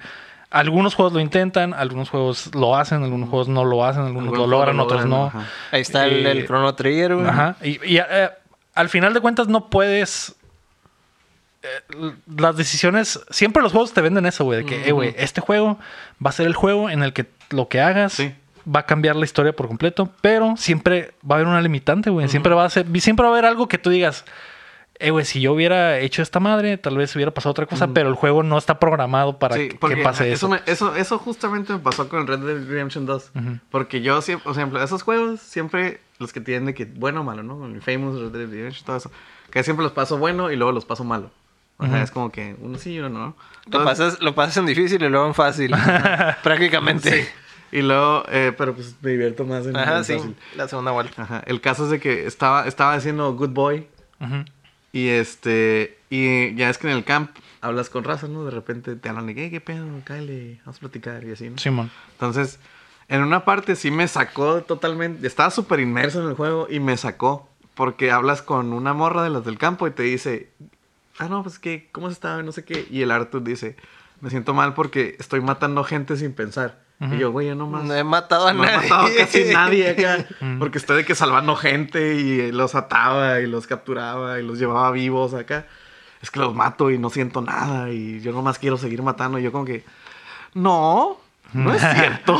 A: Algunos juegos lo intentan, algunos juegos lo hacen, algunos juegos no lo hacen, algunos,
C: Algunos
A: lo logran,
C: lo
A: otros
C: logran,
A: no.
C: ajá.
B: Ahí está el, el
A: Eh,
B: Chrono Trigger, güey.
A: Ajá. Y, y, eh, al final de cuentas no puedes... eh, Las decisiones, siempre los juegos te venden eso, güey, de que, eh, güey, este juego va a ser el juego en el que lo que hagas
C: Sí.
A: va a cambiar la historia por completo, pero siempre va a haber una limitante, güey, siempre va a ser, siempre va a haber algo que tú digas, eh, güey, si yo hubiera hecho esta madre, tal vez hubiera pasado otra cosa, pero el juego no está programado para
C: Sí,
A: que,
C: porque
A: que pase
C: eso,
A: eso.
C: me- eso. eso justamente me pasó con Red Dead Redemption 2. Porque yo siempre, por ejemplo, esos juegos siempre los que tienen de que bueno o malo, ¿no? El Famous, Red Dead Redemption, todo eso. Que siempre los paso bueno y luego los paso malo. O sea, es como que uno sí y uno no.
B: Lo
C: Entonces-
B: pasas, lo pasas en difícil y luego en fácil. Prácticamente.
C: Y luego, eh, pero pues me divierto más en
B: Ajá,
C: en
B: sí.
C: fácil.
B: La segunda vuelta.
C: Ajá. El caso es de que estaba, estaba haciendo Good Boy.
A: Ujú.
C: Y este, y ya es que en el camp hablas con raza, ¿no? De repente te hablan de que, "Ey, qué pedo, cállate, vamos a platicar y así, ¿no?
A: Simón.
C: Entonces, en una parte sí me sacó totalmente. Estaba súper inmerso en el juego y me sacó. Porque hablas con una morra de las del campo y te dice, ah, no, pues que, ¿cómo se estaba? No sé qué. Y el Arthur dice, me siento mal porque estoy matando gente sin pensar. Y yo, güey, yo no más.
B: No he matado a
C: No he
B: nadie.
C: matado a casi nadie acá.
A: Mm.
C: Porque estoy de que salvando gente y los ataba y los capturaba y los llevaba vivos acá. Es que los mato y no siento nada y yo nomás quiero seguir matando. Y yo como que, no, no
A: [LAUGHS]
C: es cierto.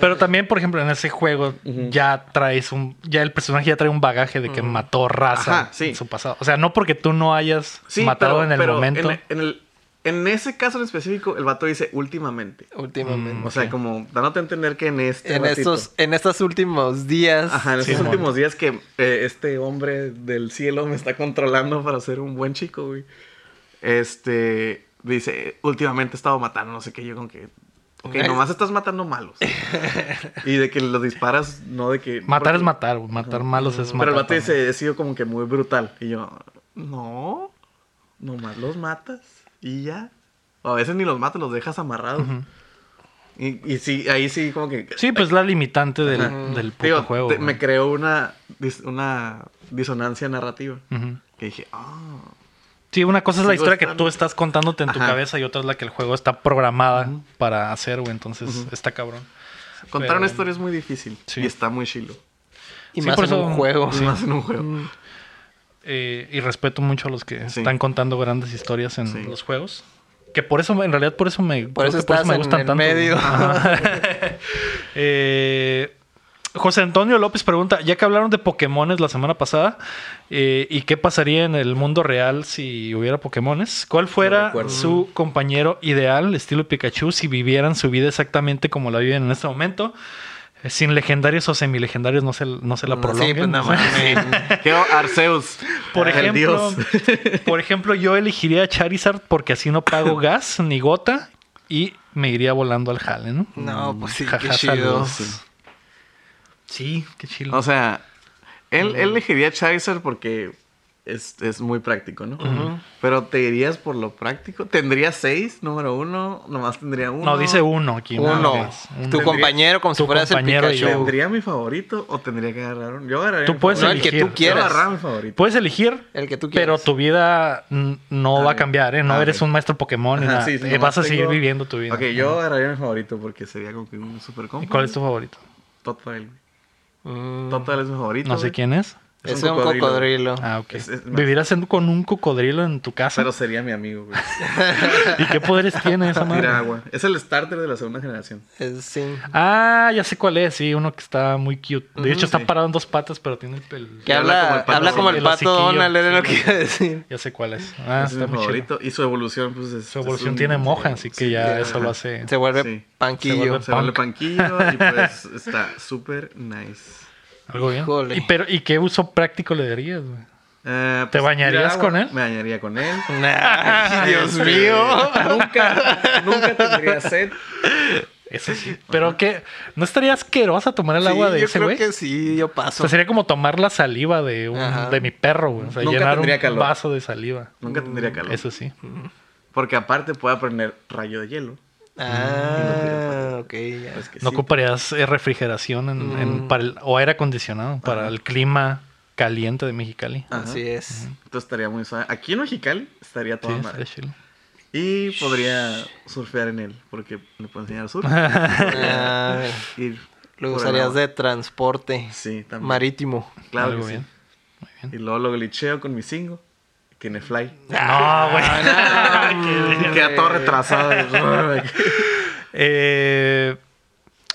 A: Pero también, por ejemplo, en ese juego ya traes un. Ya el personaje ya trae un bagaje de que mató raza
C: Ajá, sí.
A: en su pasado. O sea, no porque tú no hayas
C: Sí,
A: matado
C: pero-
A: en el
C: pero
A: momento.
C: En, en el- en ese caso en específico, el vato dice últimamente.
B: [LAUGHS]
A: Mm,
B: Últimamente.
C: O sea, como dándote a entender que en Mm, este
B: en,
C: ratito-
B: estos, en estos últimos días.
C: Ajá, en
A: Sí,
C: estos
A: mon.
C: últimos días que eh, este hombre del cielo me está controlando para ser un buen chico, güey. Este, dice, últimamente he estado matando, no sé qué, yo con que... Ok,
A: Eh.
B: Ay.
C: nomás estás matando malos.
A: [LAUGHS]
C: y de que los disparas, no de que...
A: matar es
C: porque-
A: matar, güey. matar malos es matar.
C: Pero el vato
A: también.
C: dice, he sido como que muy brutal. Y yo, no, nomás los matas y ya. O a veces ni los matas, los dejas amarrados. y, y sí, ahí sí como que...
A: Sí, pues la limitante del, del puto
C: Digo,
A: juego.
C: te-
A: güey.
C: me creó una, dis- una disonancia narrativa.
A: Ujú.
C: Que dije, ah,
A: Sí, una cosa es la
C: Sigo
A: historia que
C: estando-
A: tú estás contándote en tu
C: Ajá.
A: cabeza y otra es la que el juego está programada para hacer, güey. Entonces está cabrón.
C: contar
A: Pero-
C: una historia es muy difícil.
A: Sí.
C: Y está muy chilo.
B: Y
A: Sí,
B: más
A: por
B: en
A: eso-
B: un juego.
C: Y Más en un juego. [LAUGHS]
A: Eh, y respeto mucho a los que
C: Sí.
A: están contando grandes historias en
C: Sí.
A: los juegos. Que por eso, en realidad, por eso me, creo
B: Por eso
A: que
B: estás en el
A: güey.
B: medio.
A: [LAUGHS] Eh, José Antonio López pregunta, ya que hablaron de Pokémones la semana pasada, eh, ¿y qué pasaría en el mundo real si hubiera Pokémones? ¿Cuál fuera
C: recuerdo.
A: su compañero ideal, estilo Pikachu, si vivieran su vida exactamente como la viven en este momento? Eh, Sin legendarios o semilegendarios no se, no se la prolonguen.
B: Sí, pues nada
A: [LAUGHS] no sé.
B: más.
C: Quiero Arceus.
A: [LAUGHS] Por
C: el
A: ejemplo,
C: dios.
A: [LAUGHS] por ejemplo, yo elegiría a Charizard porque así no pago
C: [LAUGHS]
A: gas ni gota y me iría volando al Jalen. ¿no?
B: No,
C: Mm,
B: pues sí,
A: Jaja,
B: qué chido.
A: saludos. Sí, qué chido.
C: O sea, él, él elegiría Charizard porque es, es muy práctico, ¿no? Pero te irías por lo práctico. Tendría seis, número uno. Nomás tendría uno.
A: no, dice uno aquí. ¿no?
B: Uno.
A: Es
B: Tu compañero, como si
A: Tu
B: fueras el
A: compañero y
B: Pikachu.
A: yo.
C: ¿Tendría mi favorito o tendría que agarrar un? Yo agarraría
A: Tú
C: mi
A: puedes
B: No, el
C: favorito.
B: que
A: elegir.
B: tú quieras.
C: Pues Yo agarraba mi favorito.
A: Puedes elegir,
B: El que tú
A: pero
B: quieras.
A: tu vida mm, no
C: Ah,
A: va a cambiar, ¿eh? No
C: ah,
A: eres
C: ok.
A: un maestro Pokémon, ni
C: Ajá,
A: nada.
C: sí, sí,
A: Eh,
C: nomás
A: vas a
C: tengo-
A: seguir viviendo tu vida.
C: Ok, yo agarraría mi favorito porque sería como que un super combo.
A: ¿Y cuál es tu favorito?
C: Total. güey.
B: Mm,
C: Total es mi favorito.
A: No sé
C: güey.
A: quién es.
B: Es un cocodrilo.
A: Ah, ok.
C: Es- es-
A: ¿Vivirás en- con un cocodrilo en tu casa?
C: Pero sería mi
A: [LAUGHS]
C: amigo, güey.
A: ¿Y qué poderes tiene esa madre?
C: Tira agua. Es el starter de la segunda generación.
B: Es, sí.
A: Ah, ya sé cuál es, sí, uno que está muy cute. De hecho, está
C: sí.
A: parado en dos patas, pero tiene el pelo.
B: Que
C: Y habla como
B: habla,
C: el pato-
B: habla como el
A: el
B: pato
A: hociquillo,
B: Donald, era
A: sí.
B: lo que iba a decir.
A: Ya sé cuál es. Ah, está
C: Ese es mi
A: muy chido.
C: favorito. Y su evolución, pues es.
A: Su evolución
C: es un- eh,
A: tiene moja, así que ya eso lo hace.
B: Se vuelve
C: Sí.
A: Se
B: panquillo.
A: vuelve-
C: Se vale
A: Punk.
C: panquillo
A: [LAUGHS]
C: y pues está súper nice.
A: Algo bien.
B: Híjole.
A: ¿Y, pero, ¿Y qué uso práctico le darías, güey?
C: Eh,
A: ¿Te
C: pues,
A: bañarías
C: tira agua.
A: con él?
C: Me bañaría con él.
B: Ay, Dios
C: Este,
B: mío.
C: Nunca,
B: [LAUGHS]
C: nunca tendría sed.
A: Eso sí. Pero que no estaría asquerosa tomar el agua
B: Sí,
A: de
B: yo
A: ese
B: creo
A: güey.
B: que sí, yo
A: O
B: paso.
A: sea, sería como tomar la saliva de, un-
B: Ajá.
A: de mi perro, güey. O sea,
C: Nunca
A: llenar
C: tendría
A: un
C: calor.
A: vaso de saliva.
C: Nunca tendría calor.
A: Mm, Eso sí.
C: Porque aparte puede aprender rayo de hielo.
B: Ah, ok, ya.
C: Pues que
A: No
C: sí.
A: ocuparías eh, refrigeración en, en-
C: Mm.
A: para el- o aire acondicionado para el clima caliente de Mexicali.
C: Ajá.
B: Así es.
C: Entonces estaría muy suave. Aquí en Mexicali estaría
A: Sí,
C: toda
A: estaría
C: madre.
A: chido.
C: Y podría surfear en él, porque le puedo enseñar surf.
A: [LAUGHS]
B: Ah,
C: Ir
B: lo
C: por
B: usarías
C: el
B: de transporte
C: Sí, también.
B: marítimo.
C: agua. Claro que
A: Muy
C: sí. [LAUGHS]
A: bien.
C: Y luego lo glitcheo con mi single, que me fly. Ah,
A: No, güey.
C: Y queda
B: [LAUGHS]
C: todo retrasado.
A: [LAUGHS] Eh,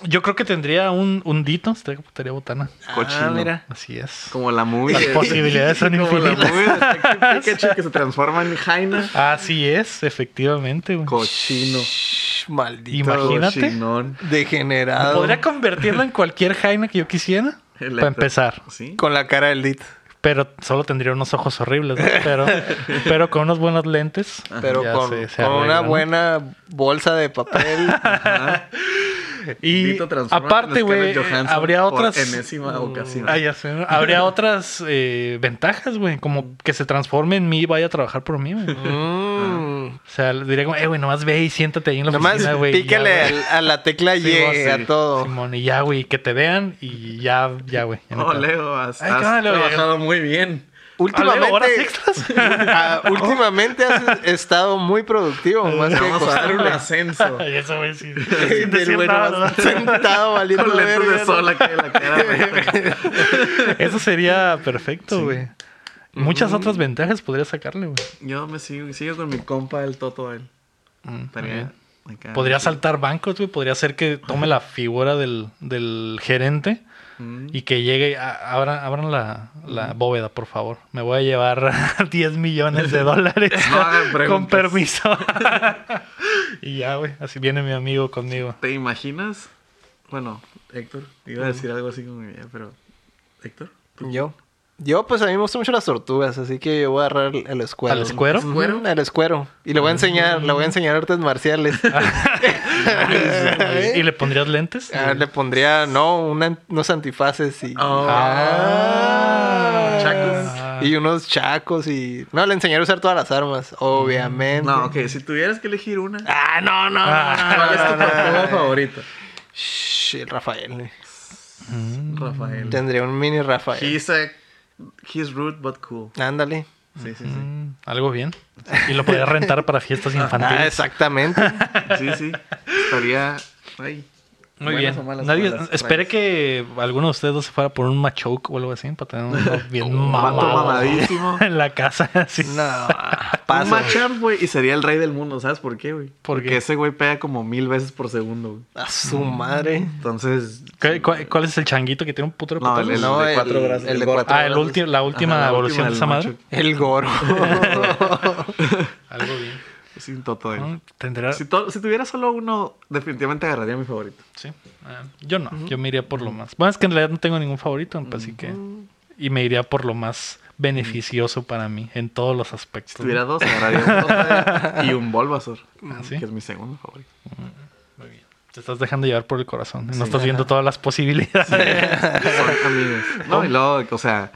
A: yo creo que tendría un, un dito, estaría, estaría botana.
C: Cochino.
B: Ah, mira.
A: Así es.
C: Como la movie.
A: Las
C: de-
A: posibilidades son
C: Como la
A: infinitas.
C: movie de Detective Pikachu que se transforma en Jaina.
A: Así es, efectivamente, güey.
C: Cochino.
B: Shh, Maldito.
A: Imagínate.
C: Cochinón.
B: Degenerado.
A: Podría convertirlo en cualquier jaina que yo quisiera.
C: Electro.
A: Para empezar.
C: Sí.
B: Con la cara del dit.
A: Pero solo tendría unos ojos horribles, ¿no?
C: [LAUGHS]
A: pero, pero con unos buenos lentes.
B: Pero
A: ya
B: con,
A: se- se
B: con
A: arregla,
B: una
A: ¿no?
B: buena bolsa
A: [LAUGHS]
B: de papel.
C: Ajá.
A: Y
C: Dito transforma
A: aparte,
C: en Scarlett
A: güey,
C: Johansson
A: habría
C: por
A: otras.
C: enésima ocasión.
A: Ah, ya sé, ¿no? Habría otras eh, ventajas, güey. Como que se transforme en mí y vaya a trabajar por mí,
C: [LAUGHS]
A: güey.
B: Mm.
A: O sea, le diría como, eh, güey, nomás ve y siéntate ahí en la
B: Nomás
A: oficina, Ah. güey. y ya,
B: pícale
A: güey". [LAUGHS]
B: al- a la tecla
A: Sí,
B: Y
A: vos, sí.
B: a todo.
A: Simón, y ya, güey, que te vean y ya, ya, güey. ya no
C: Oh,
A: te-
C: Leo, has,
A: Ay,
C: has
A: qué malo, Leo.
C: trabajado muy bien.
A: Ah, Leo, ¿horas
B: Últimamente,
A: extras?
B: [LAUGHS] ah, últimamente has estado muy productivo, más que
C: Vamos a dar un
B: acostable.
C: ascenso.
A: [LAUGHS] Ay, eso, güey,
B: [LAUGHS]
A: sí.
B: El
A: Sin decir
B: güey
A: nada,
B: nomás [LAUGHS]
A: ¿no?
C: [LAUGHS]
B: sentado valiendo
C: Con lentes
B: verga,
C: de
B: ¿no?
C: sol acá en la cara.
A: Eso sería perfecto, güey. Muchas
B: Mm.
A: otras ventajas podría sacarle, güey.
C: [LAUGHS] Yo me sigo, sigo con mi compa el Toto. El. Estaría acá.
A: Mm, Podría saltar bancos, güey. Podría hacer que tome la figura del, del gerente
C: Mm.
A: y que llegue. y a- abran abran la, la bóveda, por favor. Me voy a llevar [LAUGHS] 10 millones [LAUGHS] de dólares.
C: No hagan
A: con [LAUGHS]
C: preguntas.
A: permiso. y ya, güey. Así viene mi amigo [LAUGHS] conmigo.
C: ¿Te imaginas? Bueno, Héctor, iba a decir algo así como ya, pero. ¿Héctor?
B: Yo. Yo, pues a mí me gustan mucho las tortugas, así que yo voy a agarrar el escuero.
A: ¿Al escuero?
B: Ujú, al escuero. Y le voy a enseñar, le voy a enseñar artes
A: [LAUGHS]
B: marciales.
A: Ah, ¿Y le pondrías lentes?
B: Ah, le pondría, no, una- unos antifaces y.
C: Oh.
B: Ah.
A: Chacos.
B: Y unos chacos y. No, le enseñaré a usar todas las armas, obviamente.
C: No, ok, si tuvieras que elegir una,
B: Ah, no, no.
A: Ah.
B: no,
C: ¿cuál es tu
B: no, no,
C: tortuga
B: no.
C: favorita?
B: Shh, el Rafael.
C: Rafael.
B: Tendría un mini Rafael.
C: He's a. He's rude but cool.
B: Ándale.
C: Sí, sí, sí.
A: Mm, Algo bien. Y lo podrías rentar para fiestas
B: Ah,
A: infantiles. [LAUGHS]
B: exactamente.
C: Sí, sí. Estaría. Ay.
A: Muy
C: buenas
A: bien.
C: o malas
A: Nadie,
C: palabras.
A: espere que alguno de ustedes dos se fuera por un machoke o algo así para tener [LAUGHS] uno bien
C: Un vato
A: mamado
C: mamadísimo.
A: [LAUGHS] en la casa. así.
B: No.
C: Un
B: Paso.
C: matchup, güey, y sería el rey del mundo, ¿sabes por qué, güey? Porque
A: qué?
C: ese güey pega como mil veces por segundo, güey.
B: A su madre.
C: Entonces.
A: ¿Qué- cuál, cuál es el changuito que tiene un putero de
C: No,
A: putazos?
C: el, el
B: No,
C: de
B: el-
C: cuatro brazos.
B: el de
C: gordo.
B: cuatro
A: Ah, el ulti- la última
C: Ajá,
A: evolución de
C: del
A: esa madre.
C: macho.
B: El Goro.
A: Algo bien.
C: [LAUGHS] Es un toto de él.
A: ¿No? Tendrá-
C: Si, to- si tuviera solo uno, definitivamente agarraría mi favorito.
A: Sí. Ah, yo no, yo me iría por lo más. Bueno, es que en realidad no tengo ningún favorito, pues, así que. Y me iría por lo más beneficioso para mí en todos los aspectos.
C: Si tuviera dos, agarraría un toto y un Bulbasaur,
A: Ah, ¿sí?
C: que es mi segundo favorito.
A: Muy bien. Te estás dejando llevar por el corazón. ¿eh? No estás viendo todas las posibilidades.
C: Son amigos. No, y luego, o sea,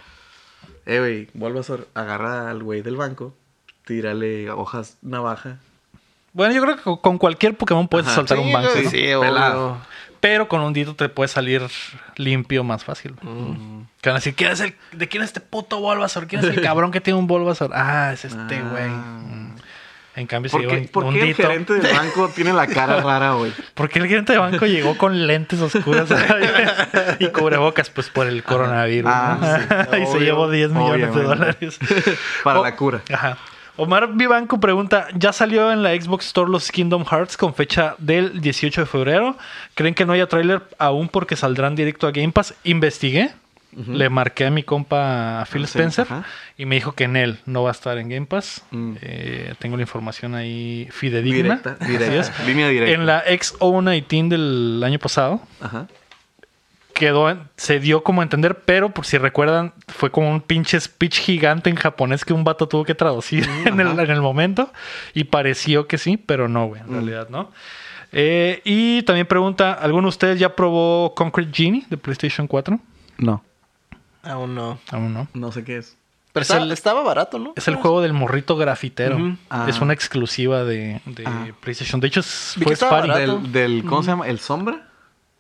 C: eh, güey, Bulbasaur agarra al güey del banco, tírale hojas navaja.
A: [LAUGHS] bueno, yo creo que con- con cualquier Pokémon puedes
C: Ajá.
A: saltar un banco.
B: Sí,
A: ¿no?
B: sí, obvio.
C: Pelado.
A: Pero con un dito te puede salir limpio más fácil.
C: Mm.
A: güey. Que van a decir, ¿quién es el, ¿de quién es este puto Bulbasaur? ¿Quién
C: [LAUGHS]
A: es el cabrón que tiene un Bulbasaur? Ah, es este
C: Ah.
A: güey. Mm. En cambio, si
C: ¿Por
A: lleva
C: qué,
A: un,
C: por
A: un
C: qué el
A: dito.
C: gerente del banco tiene la
A: [LAUGHS]
C: cara rara, güey?
A: ¿Por qué el gerente de banco llegó con lentes
C: [LAUGHS]
A: oscuras [LAUGHS] y cubrebocas? Pues por el coronavirus.
C: Ah,
A: ¿no?
C: sí.
A: [LAUGHS] y se
C: Obvio,
A: llevó 10 millones de
C: obviamente.
A: dólares.
C: [LAUGHS]
A: Oh.
C: Para
A: O-
C: la cura.
A: Ajá. Omar Vivanco pregunta, ¿ya salió en la Xbox Store los Kingdom Hearts con fecha del 18 de febrero? ¿Creen que no haya tráiler aún porque saldrán directo a Game Pass? Investigué, le marqué a mi compa Phil
C: Ah, Sí,
A: Spencer
C: ajá.
A: y me dijo que en él no va a estar en Game Pass.
C: Mm.
A: Eh, tengo la información ahí fidedigna.
C: Directa,
A: Así es. [LAUGHS]
C: directa. Línea directa.
A: En la XO19 del año pasado
C: Ajá.
A: quedó en- se dio como a entender, pero por si recuerdan, fue como un pinche speech gigante en japonés que un vato tuvo que traducir [LAUGHS] en, el, en el momento y pareció que sí, pero no, güey, en realidad no. Eh, y también pregunta, ¿alguno de ustedes ya probó Concrete Genie de PlayStation 4?
C: No.
B: Aún no.
A: Aún no.
C: No sé qué es.
B: Pero
A: Es
B: estaba-
A: el-
B: estaba barato, ¿no?
A: Es el juego del morrito grafitero.
B: Ujú.
C: Ah.
A: Es una exclusiva de, de
C: Ah.
A: PlayStation. De hecho, es-
B: Vi que
A: fue
B: estaba
A: Spari.
B: barato.
C: Del, del- ¿Cómo se llama? ¿El Sombra?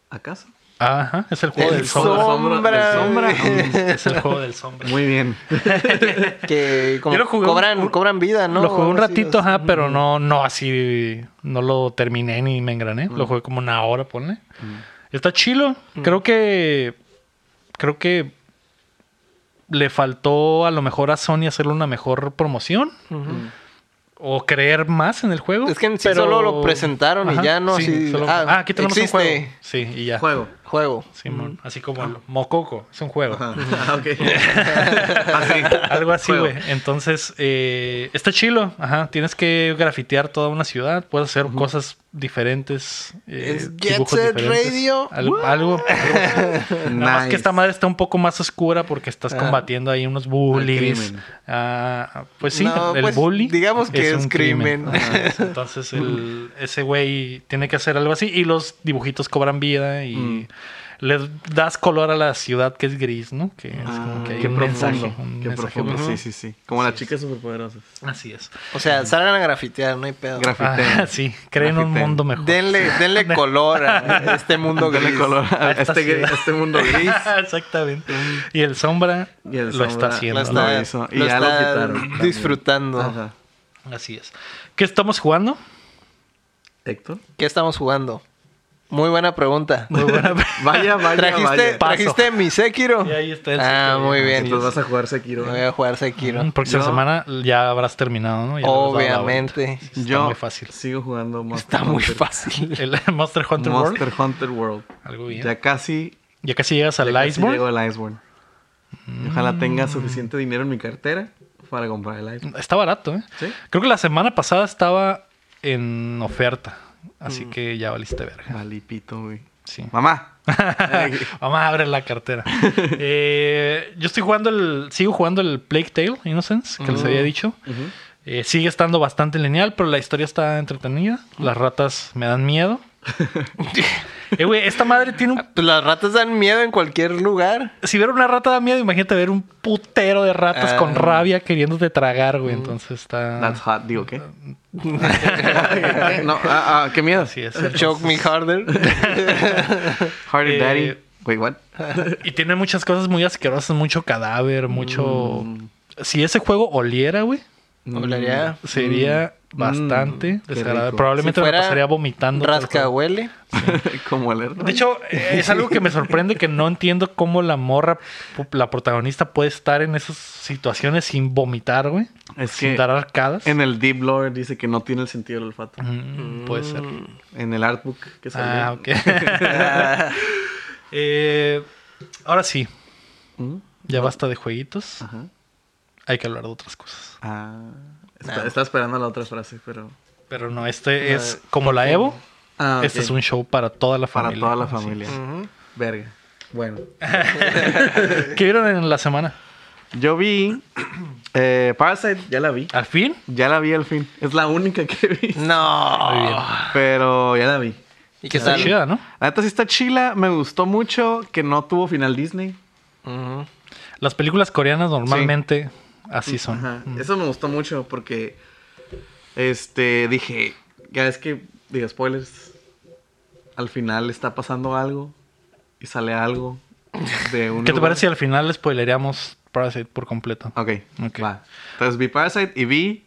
C: ¿Acaso?
A: Ajá, es el juego
B: El
A: del sombra.
B: sombra,
C: Sombra.
B: güey.
A: Es el juego del sombra.
C: Muy bien.
A: [LAUGHS]
B: Que como
A: Yo lo jugué un-
B: cobran,
A: un-
B: cobran vida, ¿no?
A: Lo jugué un
B: Algo así, Mm.
A: ratito,
B: o sea.
A: ajá, pero no, no así, no lo terminé ni me engrané.
B: Mm.
A: Lo jugué como una hora, ponle. Está chilo. Creo que, creo que le faltó a lo mejor a Sony hacerle una mejor promoción
B: Ujú.
A: o creer más en el juego.
B: Es que en sí solo lo presentaron y ya, ¿no? Así,
A: solo-
B: ah,
A: ah, aquí tenemos
B: existe.
A: un juego. Sí, y ya.
C: Juego.
B: Juego. Mm. Ah.
A: Simón, así como el Mococo, es un juego.
C: Ah,
A: [LAUGHS]
C: ok. Así.
A: Algo así,
C: Juego.
A: güey. Entonces, eh, está chilo. Ajá. Tienes que grafitear toda una ciudad. Puedes hacer cosas diferentes. eh,
B: Es Jet
A: dibujos
B: Set
A: diferentes.
B: Radio.
A: Al- algo. Nada más
C: Nice. Ah.
A: que esta madre está un poco más oscura porque estás combatiendo ahí unos bullies.
C: crimen.
A: Ah, pues sí,
B: No,
A: el
B: pues,
A: bully.
B: digamos que es crimen.
A: Ajá. [LAUGHS] Entonces, el- ese güey tiene que hacer algo así. Y los dibujitos cobran vida y.
C: Mm.
A: Le das color a la ciudad que es gris, ¿no? Que es pues, como que hay
C: Ah, qué
A: un
C: profundo.
A: mensaje. un
C: qué
A: mensaje
C: profundo.
A: oculto.
C: Sí, sí, sí. Como las chicas superpoderosas. [LAUGHS]
A: Así es.
B: O sea, salgan a grafitear, no hay pedo.
C: Grafitea.
A: Ah, sí, creen un
C: Grafitea.
A: mundo mejor. [LAUGHS]
B: Denle, denle color a este mundo
C: Dale
B: gris.
C: color a
A: A esta
C: este, gris-
A: ciudad.
C: este mundo gris.
A: [LAUGHS]
C: Mm.
A: Exactamente. Y el sombra
C: Y el
A: lo
C: sombra
A: está
B: Lo
A: haciendo.
C: No
B: está,
C: lo hizo, y
B: lo
C: ya lo
B: está
C: quitaron también.
B: disfrutando.
C: Ajá.
A: ¿no? Así es. ¿Qué estamos jugando?
C: Héctor.
B: ¿Qué estamos jugando? Muy buena pregunta.
C: [LAUGHS]
A: Muy buena.
C: Vaya, vaya,
B: ¿Trajiste,
C: vaya.
A: Paso.
B: ¿Trajiste mi Sekiro?
A: Y ahí está el
B: Ah,
A: Sekiro.
B: muy bien.
C: Entonces vas a jugar Sekiro.
B: Voy a jugar Sekiro.
A: Próxima
C: Yo-
A: semana ya habrás terminado, ¿no? Mm, Ya le habrás dado la vuelta.
B: Obviamente.
A: Sí, Está
C: Yo
A: muy fácil.
C: sigo jugando Monster
B: Está muy
C: Hunter.
A: [LAUGHS]
B: fácil.
A: El Monster Hunter
C: Monster
A: World.
C: Hunter World.
A: Algo bien. Ya,
C: Ya casi
A: casi llegas al
C: ya casi
A: Iceborne. Mm.
C: Llego al Iceborne. Y Ojalá tenga suficiente dinero en mi cartera para comprar el Iceborne.
A: Está barato, ¿eh?
C: ¿Sí?
A: Creo que la semana pasada estaba en oferta. Así
C: Mm.
A: que ya valiste verga.
C: Valipito, güey.
A: Sí. [LAUGHS]
C: Mamá.
A: Mamá, abre la
C: [LAUGHS]
A: cartera. Eh, yo estoy jugando el. Sigo jugando el Plague Tale Innocence, que les
C: Mm,
A: había dicho. Eh, sigue estando bastante lineal, pero la historia está entretenida. Las ratas me dan
C: [LAUGHS]
A: miedo. Eh, güey, esta madre tiene un.
B: Pues las ratas dan miedo en cualquier lugar.
A: Si ver una rata da miedo, imagínate ver un putero de ratas
B: Ah.
A: con rabia queriéndote tragar,
C: Mm.
A: güey. Entonces está. [LAUGHS]
C: That's hot. Digo, ¿qué? no, ah, ah, qué miedo.
A: Así
C: [LAUGHS]
A: es.
B: Choke me harder.
A: [LAUGHS]
C: Hardy
A: Eh,
C: Daddy. Wait, what?
A: Y tiene muchas cosas muy asquerosas, mucho cadáver, mucho.
B: Mm.
A: Si ese juego oliera, güey. Mm,
B: Hablaría.
A: Sería
B: Mm.
A: bastante
C: qué
A: desagradable.
C: rico.
A: Probablemente
B: Si
A: me
B: fuera
A: pasaría vomitando. todo el
B: Rasca
A: juego.
B: huele.
C: [LAUGHS] Como alerta.
A: De
B: [LAUGHS]
A: hecho, eh, es algo que me sorprende que no entiendo cómo la morra, pu- la protagonista, puede estar en esas situaciones sin vomitar, güey.
C: Es
A: sin
C: que-
A: dar arcadas.
C: en el Deep Lore dice que no tiene el sentido del olfato.
A: Mm, puede ser.
C: En el artbook que salió.
A: Ah, ok.
C: [LAUGHS]
A: [LAUGHS] Eh, ahora sí,
C: Mm,
A: ya basta de jueguitos.
C: Ajá.
A: Hay que hablar de otras cosas.
C: Ah, está- estaba esperando la otra frase, pero.
A: Pero no, este es como la Evo.
C: Ah,
A: Este es un show para toda la
C: Para
A: familia.
C: toda la
A: Así
C: familia.
B: Ujú.
C: Verga. Bueno.
A: es. [LAUGHS] ¿Qué vieron en la semana?
C: Yo vi. [CLEARS THROAT] eh, Parasite, ya la vi.
A: ¿Al fin?
C: Ya la vi al fin. Es la única que vi.
A: Muy bien.
B: No.
C: [LAUGHS] Ah, Pero ya la vi.
B: ¿Y qué
A: Está
B: tal?
A: chida, ¿no?
C: La neta sí está chila. Me gustó mucho que no tuvo final Disney.
B: Ujú.
A: Las películas coreanas normalmente así son.
C: Ajá. Eso me gustó mucho porque. Este. Dije. Ya es que. Digo, spoilers. Al final está pasando algo. Y sale algo.
A: [LAUGHS]
C: De un
A: ¿Qué te
C: lugar.
A: parece si al final spoileríamos Parasite por completo?
C: Ok,
A: Ok.
C: va. Entonces vi Parasite y vi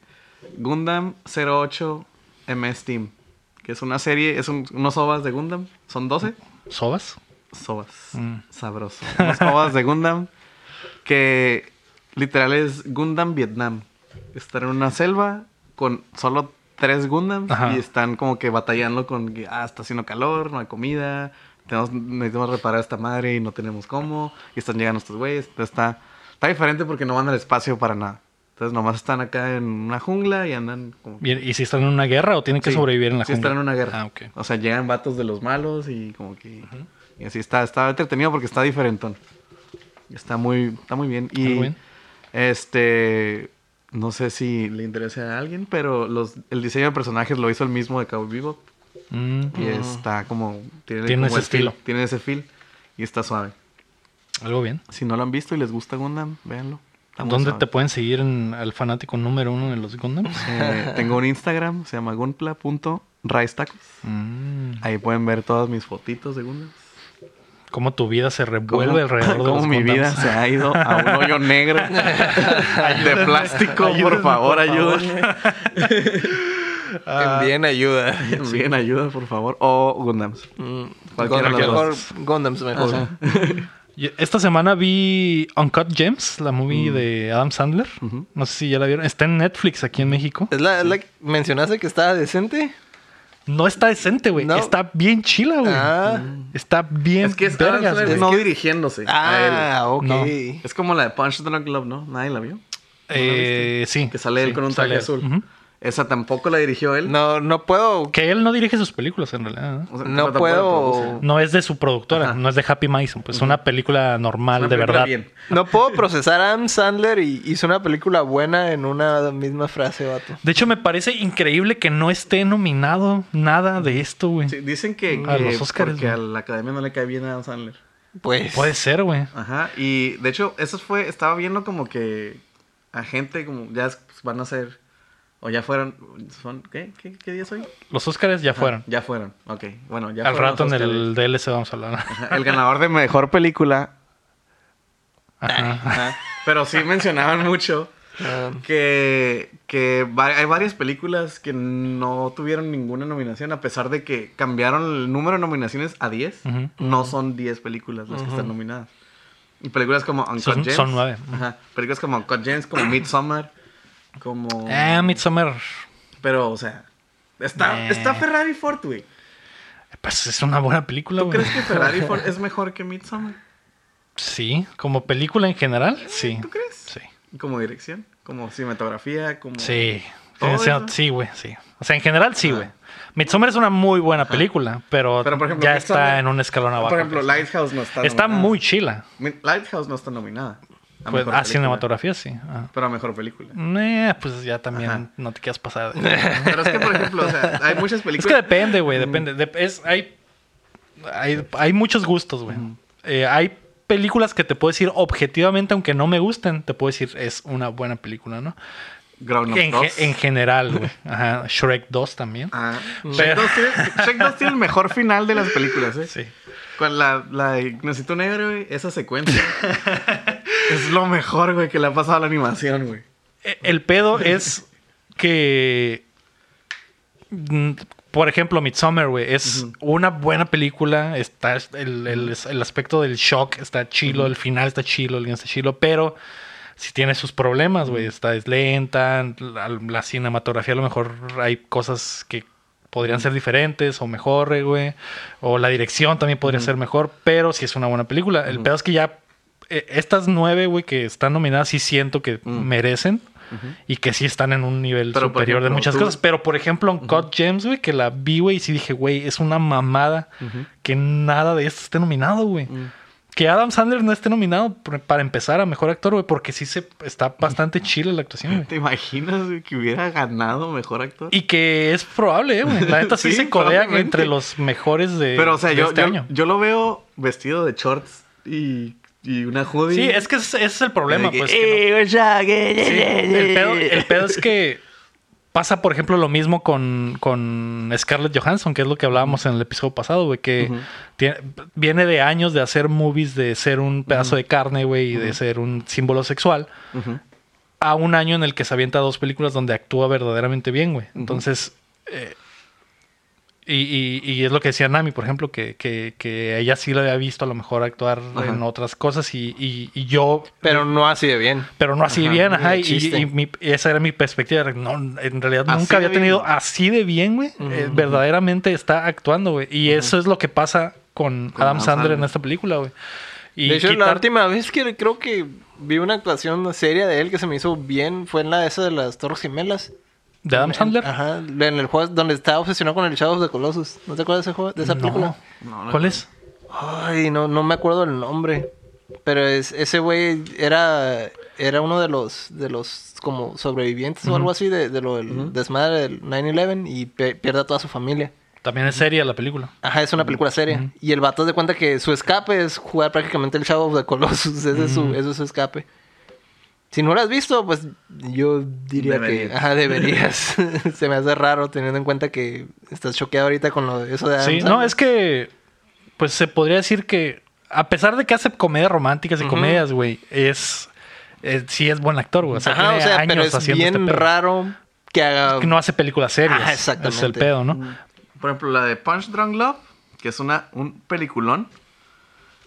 C: Gundam 08 MS Team, que es una serie, es un- unos ovas de Gundam, son 12
A: ¿Sobas?
C: sobas,
A: Mm.
C: sabroso. Unos ovas de Gundam que literal es Gundam Vietnam. Están en una selva con solo tres Gundams
A: Ajá.
C: y están como que batallando con que, ah, está haciendo calor, no hay comida, tenemos, necesitamos reparar esta madre y no tenemos cómo, y están llegando estos güeyes. Entonces está, está diferente porque no van al espacio para nada. Entonces nomás están acá en una jungla y andan como
A: Bien, ¿Y si están en una guerra o tienen que
C: Sí,
A: sobrevivir en la
C: sí
A: jungla?
C: están en una guerra.
A: Ah, ok.
C: O sea, llegan vatos de los malos y como que... Y así está, está entretenido porque está diferentón. Está muy, está muy bien. Y
A: Muy bien.
C: este... No sé si le interesa a alguien, pero los, el diseño de personajes lo hizo el mismo de Cowboy Bebop.
A: Mm,
C: Y está como... Tiene,
A: Tiene
C: como
A: ese
C: el feel-
A: estilo.
C: tiene ese feel. Y está suave.
A: algo bien.
C: Si no lo han visto y les gusta Gundam, véanlo. Está muy
A: ¿Dónde
C: suave.
A: te pueden seguir en al fanático número uno de los Gundams?
C: Eh, tengo un Instagram, se llama gunpla.raistacos.
A: Mm,
C: Ahí pueden ver todas mis fotitos de Gundam.
A: cómo tu vida se revuelve
C: [LAUGHS]
A: alrededor de
C: Cómo
A: los
C: mi
A: Gundams.
C: vida se ha ido a un hoyo [LAUGHS] negro de plástico.
A: Ayúdenme, por
C: por favor,
A: favor.
C: ayúdenme. Ah.
B: Bien ayuda.
C: [LAUGHS] Bien, ayuda, por favor. O Gundams.
B: Mm,
C: Cualquiera
A: de los
B: Mejor Gundams mejor.
C: Ajá.
A: Y Esta semana vi Uncut Gems, la
C: Mm.
A: movie de Adam Sandler. No sé si ya la vieron. Está en Netflix aquí en México.
B: ¿Es la, es la que mencionaste que estaba decente?
A: No está decente, güey.
B: No.
A: Está bien chila, güey.
B: Ah.
A: Está bien
C: Es que es Adam
A: vergas,
C: Sandler
A: güey.
C: no dirigiéndose a él.
B: Ah, ok.
A: No.
C: Es como la de Punch Drunk Love, ¿no? Nadie la vio.
A: Eh, sí.
C: Que sale él
A: sí,
C: con un
A: sale
C: traje
A: él.
C: azul.
A: Ujú.
C: Esa tampoco la dirigió él.
B: No, no puedo.
A: Que él no dirige sus películas, en realidad. ¿no?
C: O sea,
B: No
C: tampoco la produce.
B: puedo.
A: No es de su productora,
C: Ajá.
A: no es de Happy Mason. Pues es una película normal,
C: Una
A: Ah, de
C: película
A: verdad.
C: bien.
B: No puedo procesar a Adam Sandler y hizo una película buena en una misma frase, vato.
A: De hecho, me parece increíble que no esté nominado nada de esto, güey.
C: Sí, dicen que,
A: A
C: que
A: los Óscares,
C: porque
A: ¿no?
C: a la academia no le cae bien a Adam Sandler.
B: Pues.
A: Puede ser, güey.
C: Ajá, y de hecho, eso fue, estaba viendo como que a gente como ya es- pues, van a ser, o ya fueron, son, ¿qué? ¿Qué, qué día es hoy?
A: Los Óscares ya fueron.
C: Ya fueron, ok, bueno, Ah, ya
A: Al
C: fueron
A: rato en
C: los
A: el DLC vamos a hablar.
C: [LAUGHS] Óscares. Ajá, El ganador
A: [LAUGHS]
C: de mejor película.
A: Ajá.
C: Ajá, Pero sí mencionaban mucho
B: ah,
C: que, que va- hay varias películas que no tuvieron ninguna nominación, a pesar de que cambiaron el número de nominaciones a 10.
A: Ujú.
C: No son 10 películas las que están nominadas. Y películas como Uncut
A: Son-
C: Gems.
A: son nueve.
C: Ajá. Películas como Uncut Gems, como Midsommar, como...
A: Ah, Midsommar.
C: Pero, o sea, está,
A: Eh.
C: está Ferrari Ford, güey.
A: Pues es una buena película,
C: ¿Tú
A: güey.
C: crees que Ferrari
A: [LAUGHS]
C: Ford es mejor que Midsommar?
A: Sí, como película en general, sí.
C: ¿Tú crees?
A: Sí.
C: Como dirección, como cinematografía, como...
A: Sí.
C: Todo
A: O sea,
C: eso.
A: sí, güey, sí. O sea, en general sí, güey. Midsommar es una muy buena película, pero,
C: Pero, por ejemplo,
A: ya
C: Midsommar-
A: está en un escalón abajo.
C: Por ejemplo,
A: pues.
C: Lighthouse no está
A: está
C: nominada.
A: muy chila.
C: Mi- Lighthouse no está nominada.
A: A,
C: A
A: pues,
C: mejor
A: a
C: película,
A: cinematografía sí. Ah.
C: Pero a mejor película.
A: Eh, pues ya también
C: Ajá.
A: no te quieras pasar.
C: [LAUGHS]
A: de-
C: Pero es que, por ejemplo, o sea, hay muchas
A: es que
C: películas. Mm.
A: depende, güey, depende. Dep- es, hay, hay, hay muchos gustos, güey. Eh, hay películas que te puedo decir objetivamente, aunque no me gusten, te puedo decir es una buena película, ¿no?
C: Grown
A: en,
C: Up
A: ge-
C: 2.
A: en general,
C: [LAUGHS]
A: güey. Ajá. Shrek 2 también.
C: Ah, Shrek
A: Pero-
C: 2 tiene, Shrek 2 tiene el mejor final de las películas, ¿eh?
A: Sí.
C: Con la, la de Necesito un héroe, güey, esa secuencia. es lo mejor, güey, que le ha pasado a la animación, güey.
A: E- El pedo es que. mm, Por ejemplo, Midsommar, güey, es una buena película. Está el, el- el aspecto del shock está chilo, el final está chilo, el guion está chilo, pero si tiene sus problemas, güey. Está es lenta, la, la cinematografía a lo mejor hay cosas que podrían ser diferentes o mejor, güey. O la dirección también podría ser mejor, pero si es una buena película. El pedo es que ya eh, estas nueve, güey, que están nominadas, sí siento que merecen. Y que sí están en un nivel
C: Pero, por
A: superior de
C: ejemplo,
A: muchas
C: tú-
A: cosas. Pero, por ejemplo, en Cod James, güey, que la vi, güey, y sí dije, güey, es una mamada que nada de esto esté nominado, güey. Que Adam Sandler no esté nominado por- para empezar a mejor actor, güey, porque sí se está bastante chile la actuación, güey.
C: ¿Te imaginas güey, que hubiera ganado mejor actor?
A: Y que es probable, eh, güey. La neta sí,
C: [LAUGHS] Sí,
A: se codea
C: probablemente.
A: entre los mejores de,
C: Pero, o sea,
A: de
C: yo,
A: este
C: yo-
A: año.
C: yo lo veo vestido de shorts y, y una hoodie.
A: Sí, es que ese ese es el problema,
C: De que,
A: pues. que no- Sí,
C: [LAUGHS]
A: el, pedo, el pedo es que pasa, por ejemplo, lo mismo con, con Scarlett Johansson, que es lo que hablábamos en el episodio pasado, güey, que tiene- viene de años de hacer movies, de ser un pedazo de carne, güey, y de ser un símbolo sexual,
C: Ujú.
A: a un año en el que se avienta dos películas donde actúa verdaderamente bien, güey. Entonces, eh, y, y- y es lo que decía Nami, por ejemplo, que, que, que ella sí la había visto a lo mejor actuar
C: Ajá.
A: en otras cosas y, y- y yo
B: Pero no así de bien.
A: pero no así
C: Ajá,
A: bien,
C: ni
A: ajá.
C: de
A: Y,
C: chiste.
A: y mi- esa era mi perspectiva. era, No, en realidad
C: Así
A: nunca
C: de
A: había tenido
C: bien.
A: así de bien, güey. Eh, verdaderamente está actuando, güey. Y eso es lo que pasa con,
C: Con
A: Adam
C: Adam
A: Sandler en
C: Sandler.
A: esta película, güey. Y
B: De hecho, la
A: quitar-
B: última vez que creo que vi una actuación seria de él que se me hizo bien fue en la esa de las Torres Gemelas.
A: de Adam
B: En-
A: Sandler.
B: Ajá, en el juego donde estaba obsesionado con el Shadow of the Colossus. ¿No te acuerdas de, ese juego, de esa
A: No.
B: película?
C: No, no
A: ¿Cuál es?
B: Ay, no, no me acuerdo el nombre. Pero es, ese güey era, era uno de los, de los como sobrevivientes o algo así de, de lo del desmadre del 9-11 y pe- pierde a toda su familia.
A: También es seria la película.
B: Ajá, es una película seria. Y el vato de cuenta que su escape es jugar prácticamente el Shadow of the Colossus. [LAUGHS] Ese, es su, ese es su escape. Si no lo has visto, pues yo diría que
C: Deberías.
B: ajá, deberías. [LAUGHS] Se me hace raro teniendo en cuenta que estás choqueado ahorita con lo de eso de Adam
A: Sí, no,
B: Sandler.
A: es que. Pues se podría decir que a pesar de que hace comedias románticas y comedias, güey, es, es- sí es buen actor, güey. O sea,
B: Ajá, o
A: tiene
B: sea,
A: años
B: pero es
A: haciendo
B: bien
A: este pedo.
B: raro que haga...
A: Que no hace películas serias.
B: Ajá,
A: exactamente. Es el
B: exactamente.
A: pedo, ¿no?
C: Por ejemplo, la de Punch Drunk Love, que es una, un peliculón.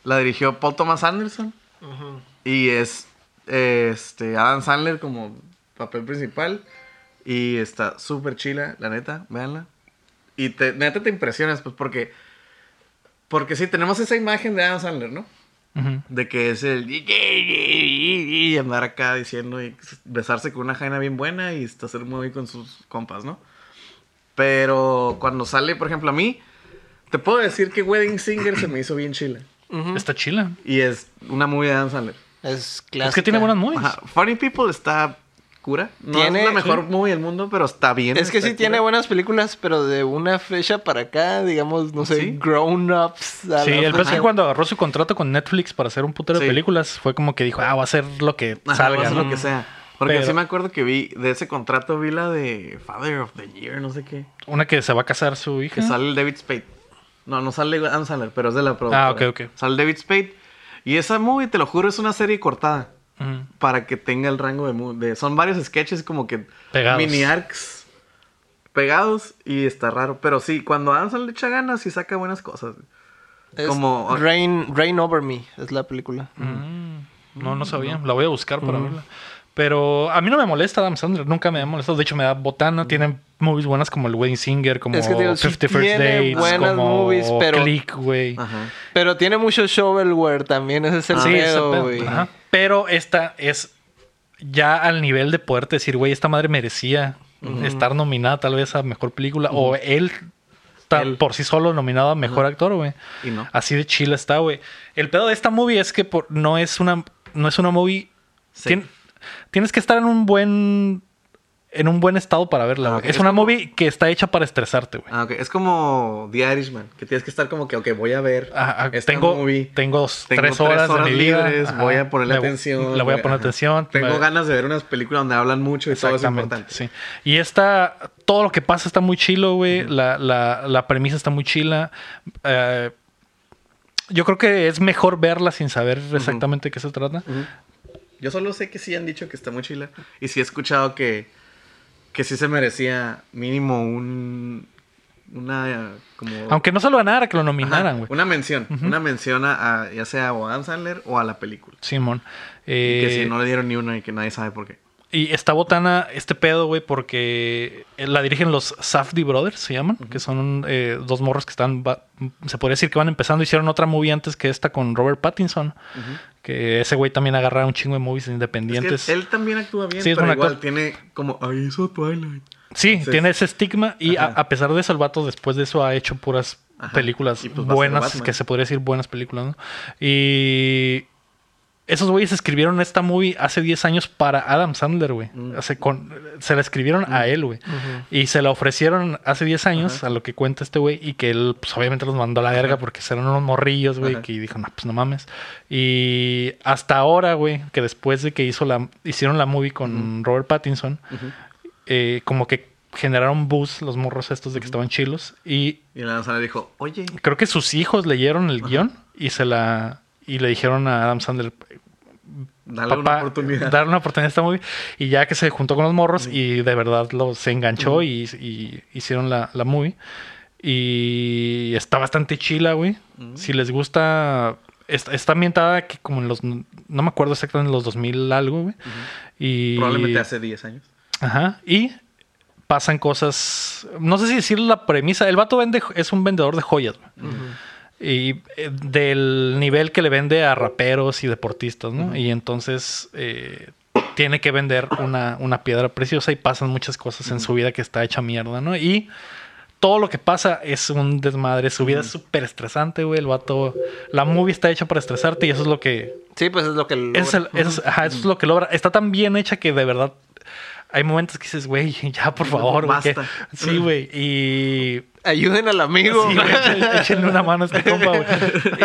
C: La dirigió Paul Thomas Anderson. Y es eh, este, Adam Sandler como papel principal. Y está súper chila, la neta, véanla. Y te, neta te impresionas, pues, porque... Porque sí, tenemos esa imagen de Adam Sandler, ¿no?
A: Ujú.
C: De que es el... Y andar acá diciendo y besarse con una jaina bien buena y estar muy con sus compas, ¿no? Pero cuando sale, por ejemplo, a mí, te puedo decir que Wedding Singer se me hizo bien chila.
B: Ujú.
A: Está chila.
C: Y es una movie de Adam Sandler.
B: Es clásica.
A: Es que tiene buenas movies.
C: Ajá, Funny People está cura. No
B: Tiene-
C: es la mejor
B: sí.
C: movie del mundo, pero está bien.
B: Es que
C: está
B: sí tiene
C: cura.
B: buenas películas, pero de una fecha para acá, digamos, no sé,
C: Sí.
B: Grown Ups.
A: Sí,
B: a la
A: el
B: fecha.
A: peor es que cuando agarró su contrato con Netflix para hacer un putero de
C: Sí.
A: películas, fue como que dijo, ah, va a hacer lo que
C: Ajá,
A: salga.
C: pasa
A: ¿no?
C: lo que sea. Porque
A: Pero-
C: sí me acuerdo que vi, de ese contrato vi la de Father of the Year, no sé qué.
A: Una que se va a casar su hija.
C: Que sale el David Spade. No, no sale Adam Sandler, pero es de la productora.
A: Ah, ok, ok.
C: Sale David Spade. Y esa movie, te lo juro, es una serie cortada.
A: Ujú.
C: para que tenga el rango de, mu- de- son varios sketches como que
A: Pegados.
C: mini arcs pegados y está raro pero sí cuando Adam Sandler le echa ganas y saca buenas cosas
B: Es
C: como-
B: Rain, Rain Over Me es la película.
A: Mm, No, no Mm. sabía. La voy a buscar para verla. Pero a mí no me molesta Adam Sandler. Nunca me ha molestado. De hecho, me da botana. Tienen movies buenas como El Wedding Singer, como
B: Es que digo, sí
A: 50 First
B: tiene
A: Dates,
B: buenas
A: como
B: movies, pero-
A: Click, güey.
C: ajá
B: Pero tiene mucho shovelware también, ese es el
A: Ah, Sí, ese
B: pedo,
A: pedo.
B: güey.
A: Ajá. Pero esta es ya al nivel de poderte decir, güey, esta madre merecía estar nominada tal vez a mejor película. O él, ta-
C: Él.
A: por sí solo nominado a mejor actor, güey.
C: y no
A: Así de chila está, güey. El pedo de esta movie es que por- no es una no es una movie
C: Sí.
A: tien- tienes que estar en un buen en un buen estado para verla,
C: Ah,
A: güey.
C: ok.
A: Es
C: Es
A: una movie que está hecha para estresarte, güey.
C: Ah, ok. es como The Irishman que tienes que estar como que ok voy a ver
A: Ah, ah,
C: esta
A: tengo,
C: movie.
A: tengo, dos-
C: Tengo
A: tres,
C: tres
A: horas,
C: horas
A: de mi vida.
C: libres,
A: Ajá.
C: voy a ponerle
A: Le-
C: atención,
A: Le voy a
C: güey.
A: poner
C: Ajá.
A: atención.
C: tengo
A: Me-
C: ganas de ver unas películas donde hablan mucho y todo es
A: Exactamente,
C: importante
A: sí. Y esta, todo lo que pasa está muy chilo, güey. la, la- la premisa está muy chila. Eh, yo creo que es mejor verla sin saber exactamente de qué se trata.
C: yo solo sé que sí han dicho que está muy chila y sí he escuchado que que sí se merecía mínimo un una eh, como
A: Aunque no se lo ganara, que lo
C: Ajá,
A: nominaran, güey.
C: Una mención. Una mención a, a- ya sea o a Adam Sandler o a la película.
A: Simón.
C: Y
A: Eh,
C: que si no le dieron ni una y que nadie sabe por qué.
A: Y está botana este pedo, güey, porque eh, la dirigen los Safdie Brothers, se llaman, que son eh, dos morros que están, va- se podría decir que van empezando, hicieron otra movie antes que esta con Robert Pattinson, que ese güey también agarra un chingo de movies
C: Es que
A: independientes.
C: él también actúa bien,
A: Sí, es
C: pero
A: buen actor.
C: igual tiene como, ahí hizo Twilight.
A: Sí,
C: Entonces-
A: tiene ese estigma y a,
C: Ajá.
A: a pesar de eso, el vato después de eso ha hecho puras
C: Ajá.
A: películas
C: Y pues va a ser
A: buenas,
C: Batman.
A: que se podría decir buenas películas, ¿no? Y esos güeyes escribieron esta movie hace 10 años para Adam Sandler, güey.
C: Mm.
A: O sea, con- se la escribieron a él, güey. Y se la ofrecieron hace 10 años, a lo que cuenta este güey, y que él, pues obviamente los mandó a la verga porque serán unos morrillos, güey,
C: Ajá.
A: que dijo, no, pues no mames. Y hasta ahora, güey, que después de que hizo la, hicieron la movie con Robert Pattinson, eh, como que generaron buzz los morros estos de que estaban chilos. Y
C: Y el Adam Sandler dijo, oye,
A: creo que sus hijos leyeron el guión y se la. Y le dijeron a Adam Sandler,
C: dale una
A: papá,
C: oportunidad.
A: darle una oportunidad a esta movie. Y ya que se juntó con los morros y de verdad los, se enganchó y, y hicieron la, la movie. Y está bastante chila, güey. Si les gusta... es- Está, ambientada que como en los... No me acuerdo exactamente, en los 2000 algo, güey. Y...
C: Probablemente hace
A: [LAUGHS]
C: 10 años.
A: Ajá. Y pasan cosas. No sé si decir la premisa. El vato vende, es un vendedor de joyas. güey. Y eh, del nivel que le vende a raperos y deportistas, ¿no? Y entonces eh, tiene que vender una, una piedra preciosa y pasan muchas cosas en su vida que está hecha mierda, ¿no? Y todo lo que pasa es un desmadre. Su vida es súper estresante, güey. El vato. La movie está hecha para estresarte y eso es lo que
B: Sí, pues es lo que... logra.
A: es el- es- ajá, eso es lo que logra. Está tan bien hecha que de verdad hay momentos que dices, güey, [LAUGHS] ya por favor, güey. que-
C: Basta.
A: Sí, güey. Y.
B: Ayuden al amigo.
A: Sí, güey,
C: [LAUGHS]
A: echen- échenle una mano a este compa, güey.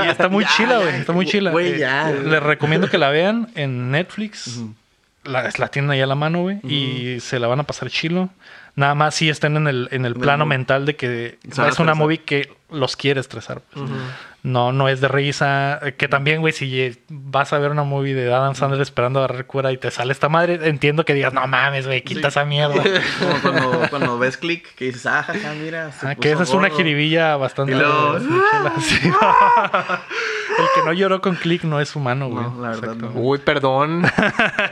A: Y está muy
C: Ya,
A: chila,
C: ya,
A: güey. Está muy chila.
C: güey,
A: Eh,
C: ya.
A: Les recomiendo que la vean en Netflix. La, la tienen ahí a la mano, güey. Y se la van a pasar chilo. Nada más si estén en el, en el plano
C: mood.
A: mental de que
C: Se van a
A: es una
C: estresar.
A: movie que los quiere estresar. pues. No, no es de risa. Que también, güey, si eh, vas a ver una movie de Adam Sandler esperando agarrar cura y te sale esta madre, entiendo que digas, no mames, güey, quita esa mierda.
C: [LAUGHS] Como cuando, cuando ves click que dices, ah, jaja, mira. se
A: Ah,
C: puso
A: que esa es una
C: gordo".
A: jiribilla bastante.
C: Y luego- ¡ah!
A: Sí. [LAUGHS] El que no lloró con click no es humano, güey.
C: No, la verdad
A: Exacto.
C: no.
B: Uy,
A: [LAUGHS]
B: perdón.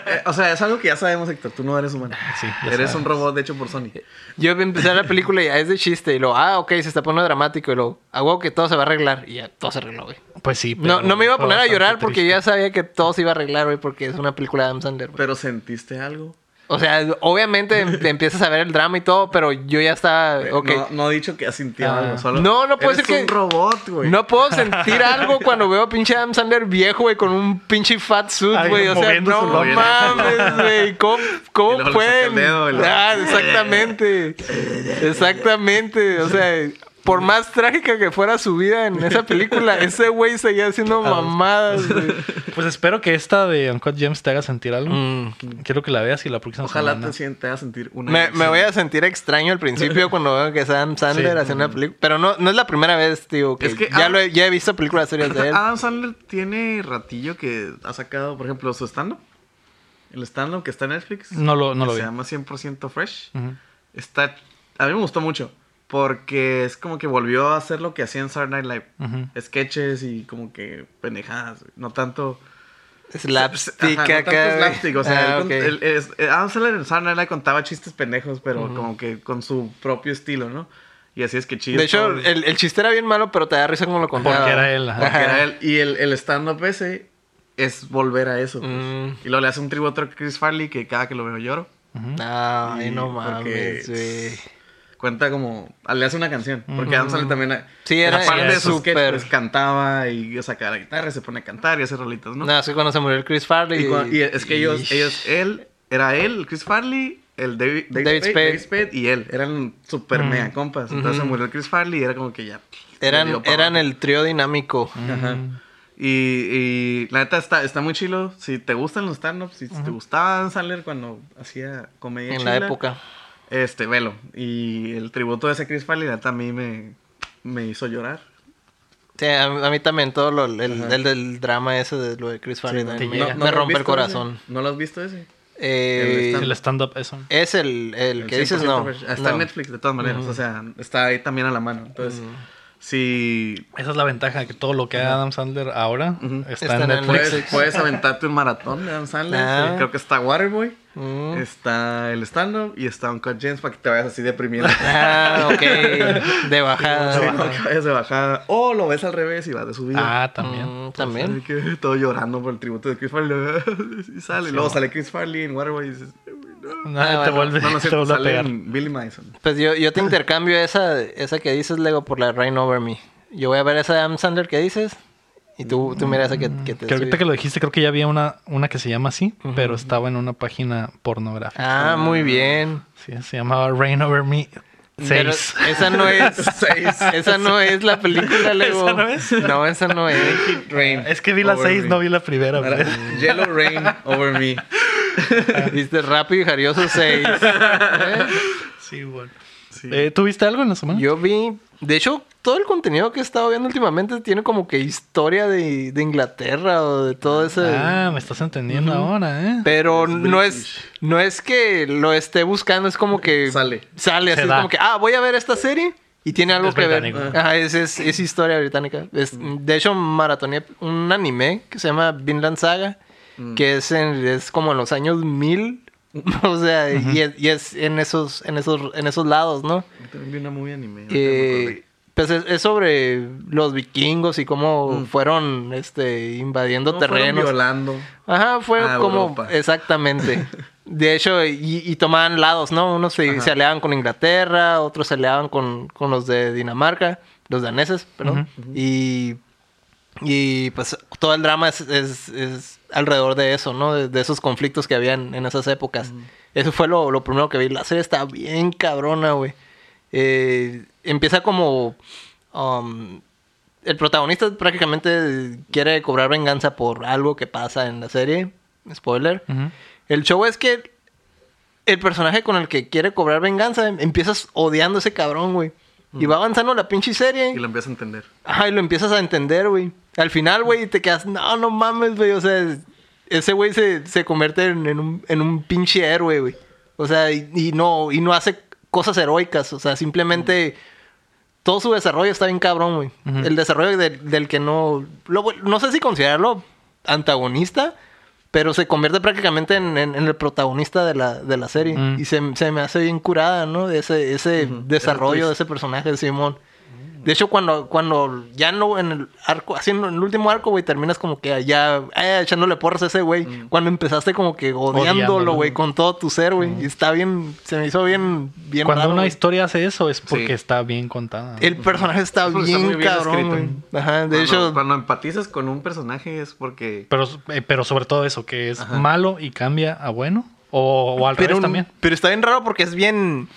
C: Eh, o sea, es algo que ya sabemos, Héctor. Tú no eres humano.
A: Sí, ya
C: eres
A: sabemos.
C: un
A: Eh,
C: robot hecho por Sony.
B: Yo empecé la película y ya es de chiste. Y luego, ah, ok, se está poniendo dramático. Y luego, ah, huevo que todo se va a arreglar. Y ya todo se arregló, güey.
A: Pues sí.
B: No,
A: pero
B: no me iba a
A: fue
B: poner a
A: bastante
B: llorar porque
A: triste.
B: ya sabía que todo se iba a arreglar, güey, porque es una película de Adam Sandler, güey.
C: Pero sentiste algo.
B: O sea, obviamente em- empiezas a ver el drama y todo, pero yo ya estaba,
C: Eh,
B: ok.
C: No, no he dicho que sintió
A: Ah.
C: algo. Solo
B: No, no puede
C: eres
B: ser que-
C: un robot, güey.
B: No puedo sentir algo cuando veo a pinche Adam Sandler viejo, güey, con un pinche fat suit,
A: Ay,
B: güey. O sea,
A: moviendo
B: no
A: su lomo.
B: mames, güey. ¿Cómo,
C: Y
B: cómo
C: luego le saca
B: pueden?
C: el dedo, güey.
B: Ah, exactamente. Exactamente. O sea, por más trágica que fuera su vida en esa película, ese güey seguía haciendo
C: Ah,
B: mamadas, güey.
A: Pues espero que esta de Uncut Gems te haga sentir algo.
B: Mm.
A: Quiero que la veas y la próxima
C: Ojalá
A: semana.
C: te, sientas a sentir una.
B: Me,
C: emoción.
B: me voy a sentir extraño al
C: [LAUGHS]
B: principio cuando veo que Sam Sandler
A: Sí.
B: hace una película. Pero no, no es la primera vez, tío, que,
C: Es que ah,
B: ya,
C: Adam-
B: lo he, ya he visto películas serias de él.
C: Adam Sandler tiene ratillo que ha sacado, por ejemplo, su stand-up. El stand-up que está en Netflix.
A: No lo, no
C: que
A: lo
C: Se
A: vi.
C: llama 100% Fresh.
A: Ujú.
C: Está. A mí me gustó mucho. Porque es como que volvió a hacer lo que hacía en Saturday Night Live.
A: Ujú.
C: Sketches y como que pendejadas. güey. No tanto.
B: Slapstick
C: Ah, pues, Ajá, no
B: acá,
C: tanto
B: güey.
C: slapstick, o sea,
B: Ah,
C: él con-
B: ok.
C: él- es- eh, Adam Sandler en Saturday Night Live contaba chistes pendejos, pero como que con su propio estilo, ¿no? Y así es que chido.
B: De hecho, el, el chiste era bien malo, pero te da risa como lo contaba.
A: Porque era él, ajá.
C: Porque era él. Y el, el stand-up ese es volver a eso. pues.
B: Mm.
C: Y luego le hace un tributo a Chris Farley que cada que lo veo lloro.
B: No, ay,
C: Y
B: no
C: porque-
B: mames, güey.
C: Cuenta como... ah, Le hace una canción. Porque Adam Sandler también...
B: Sí, era-
C: Aparte
A: era
C: de sus
B: súper-
C: sketches, pues, cantaba y sacaba la guitarra y se pone a cantar y hace rolitas, ¿no?
B: No, es que cuando se murió el Chris Farley.
C: Y, cua- y es que ellos...
B: y-
C: ellos eh, él... Era él, Chris Farley, el David, David,
B: David
C: Spade,
B: Spade. Mm.
C: David Spade y él. Eran super mega compas. Entonces murió Chris Farley y era como que ya... le
B: Eran,
C: dio pa'
B: eran
C: abajo.
B: el trío dinámico.
C: Ajá.
A: Mm.
C: Y, y la neta está, está muy chilo. Si te gustan los stand-ups, si te gustaba Dan Sandler cuando hacía comedia
B: En la
C: chila,
B: época.
C: Este, velo. Y el tributo de ese Chris Farley, la neta, a mí me, me hizo llorar.
B: Sí, a, a mí también todo lo, el, el del drama ese de lo de Chris Farley
A: te
B: también me,
A: llega.
B: me
C: lo has
B: rompe el
C: visto
B: corazón.
C: ese? ¿No lo has visto ese?
B: Eh,
A: El stand-up, eso.
B: es el, el que dices
C: 100%
B: no.
C: fresh. Ah, Está
B: no.
C: en Netflix, de todas maneras. O sea, está ahí también a la mano. Entonces, si
A: Esa es la ventaja, que todo lo que haga Adam Sandler ahora
C: Ujú.
A: está,
B: Está en
A: en Netflix.
C: puedes, puedes aventarte un maratón de Dan Sandler.
B: Ah.
C: eh, Creo que está Waterboy.
B: Mm.
C: Está el stand-up y está Uncut James para que te vayas
A: [LAUGHS]
C: así deprimido.
B: Ah, ok. De bajada.
C: Sí,
B: de
C: no, [LAUGHS]
B: bajada.
C: que vayas de bajada. O lo ves al revés y vas de subida.
A: Ah, también.
B: Mm,
C: Así
B: También.
C: que todo llorando por el tributo de Chris Farley. [LAUGHS] y sale. luego sale Chris Farley en Waterboy
A: [LAUGHS]
C: y dices, "Eh, güey, no.
A: Nada,
B: Ah,
A: te
B: bueno.
A: vuelve,
C: No, no
A: [LAUGHS]
C: es
A: te
C: cierto,
A: vuelve a
C: sale
A: pegar.
C: en Billy Madison.
B: Pues yo, yo te intercambio esa, esa que dices, Lego, por la Rain Over Me. Yo voy a ver esa de Adam Sandler que dices. Y tú, tú mira esa que, que te
A: Que ahorita
B: subí.
A: que lo dijiste, creo que ya había una, una que se llama así, pero estaba en una página pornográfica.
B: Ah, muy bien.
A: Sí, se llamaba Rain Over Me 6.
B: Pero esa no es.
C: Seis.
B: Esa no es la película, Lego.
A: ¿Esa no es?
B: No, esa no es.
C: Rain.
A: [LAUGHS] Es que vi la
C: over
A: 6,
C: me.
A: no vi la primera.
C: Era
A: güey.
C: Yellow Rain
A: [LAUGHS]
C: over me.
B: Ah, Viste Rápido y Jarioso 6.
A: Sí, bueno.
C: [LAUGHS] Sí.
A: Eh, ¿Tuviste algo en la semana?
B: Yo vi. De hecho, todo el contenido que he estado viendo últimamente tiene como que historia de, de Inglaterra o de todo ese.
A: Ah, me estás entendiendo ahora, ¿eh?
B: eh,
C: [LAUGHS]
B: Pero no es,
C: British.
B: no es que lo esté buscando, es como que
C: Sale.
B: Sale,
A: Se
B: así es
A: da.
B: como que, ah, voy a ver esta serie y tiene algo
A: Es
B: que ver.
A: británico.
B: Ajá, es, es, es historia británica. Es- de hecho, maratoné un anime que se llama Vinland Saga,
C: Mm.
B: que es, en- es como en los años 1000. [LAUGHS] O sea, y es, y es en esos, en esos, en esos lados, ¿no?
C: Yo También vi una movie anime. ahorita me
B: Eh,
C: acordé.
B: pues es, es sobre los vikingos y cómo fueron este invadiendo
C: No, Mm. fueron
B: terrenos.
C: violando.
B: Ajá, fue
C: A
B: como.
C: Ah, Europa. [LAUGHS]
B: Exactamente. De hecho, y, y tomaban lados, ¿no? Unos se,
C: Ajá.
B: se aliaban con Inglaterra, otros se aliaban con, con los de Dinamarca, los daneses, perdón. Y. Y pues todo el drama es, es- es alrededor de eso, ¿no? De, de esos conflictos que habían en esas épocas. Eso fue lo, lo primero que vi. La serie está bien cabrona, güey. Eh, empieza como. um, el protagonista prácticamente quiere cobrar venganza por algo que pasa en la serie. Spoiler.
A: Ujú.
B: El show es que el personaje con el que quiere cobrar venganza empiezas odiando a ese cabrón, güey. Y va avanzando la pinche serie.
C: Y lo empiezas a entender.
B: Ay, lo empiezas a entender, güey. Al final, güey, te quedas, no, no mames, güey. O sea, es- ese güey se, se convierte en, en un, en un pinche héroe, güey. O sea, y, y no, y no hace cosas heroicas. O sea, simplemente todo su desarrollo está bien cabrón, güey. El desarrollo del- del que no. lo- no sé si considerarlo antagonista, pero se convierte prácticamente en, en- en el protagonista de la, de la serie.
A: Mm.
B: Y se, se me hace bien curada, ¿no? De ese, ese desarrollo
C: twist.
B: de ese personaje de Simón. De hecho, cuando, cuando ya no en el arco, así en el último arco, güey, terminas como que allá eh, echándole porras a ese güey. Cuando empezaste como que odiándolo,
A: Odiándolo.
B: güey, con todo tu ser, güey. Y está bien, se me hizo bien, bien
A: Cuando
B: raro,
A: una
B: güey.
A: historia hace eso es porque
C: Sí.
A: está bien contada.
B: El personaje está
C: Es porque
B: bien,
C: muy
B: cabrón, güey.
C: escrito.
B: Ajá, de
C: Cuando-
B: hecho,
C: Cuando empatizas con un personaje es porque...
A: Pero, eh, pero sobre todo eso, que es malo y cambia a bueno. O, o al
B: pero,
A: revés también.
B: pero está bien raro porque es bien.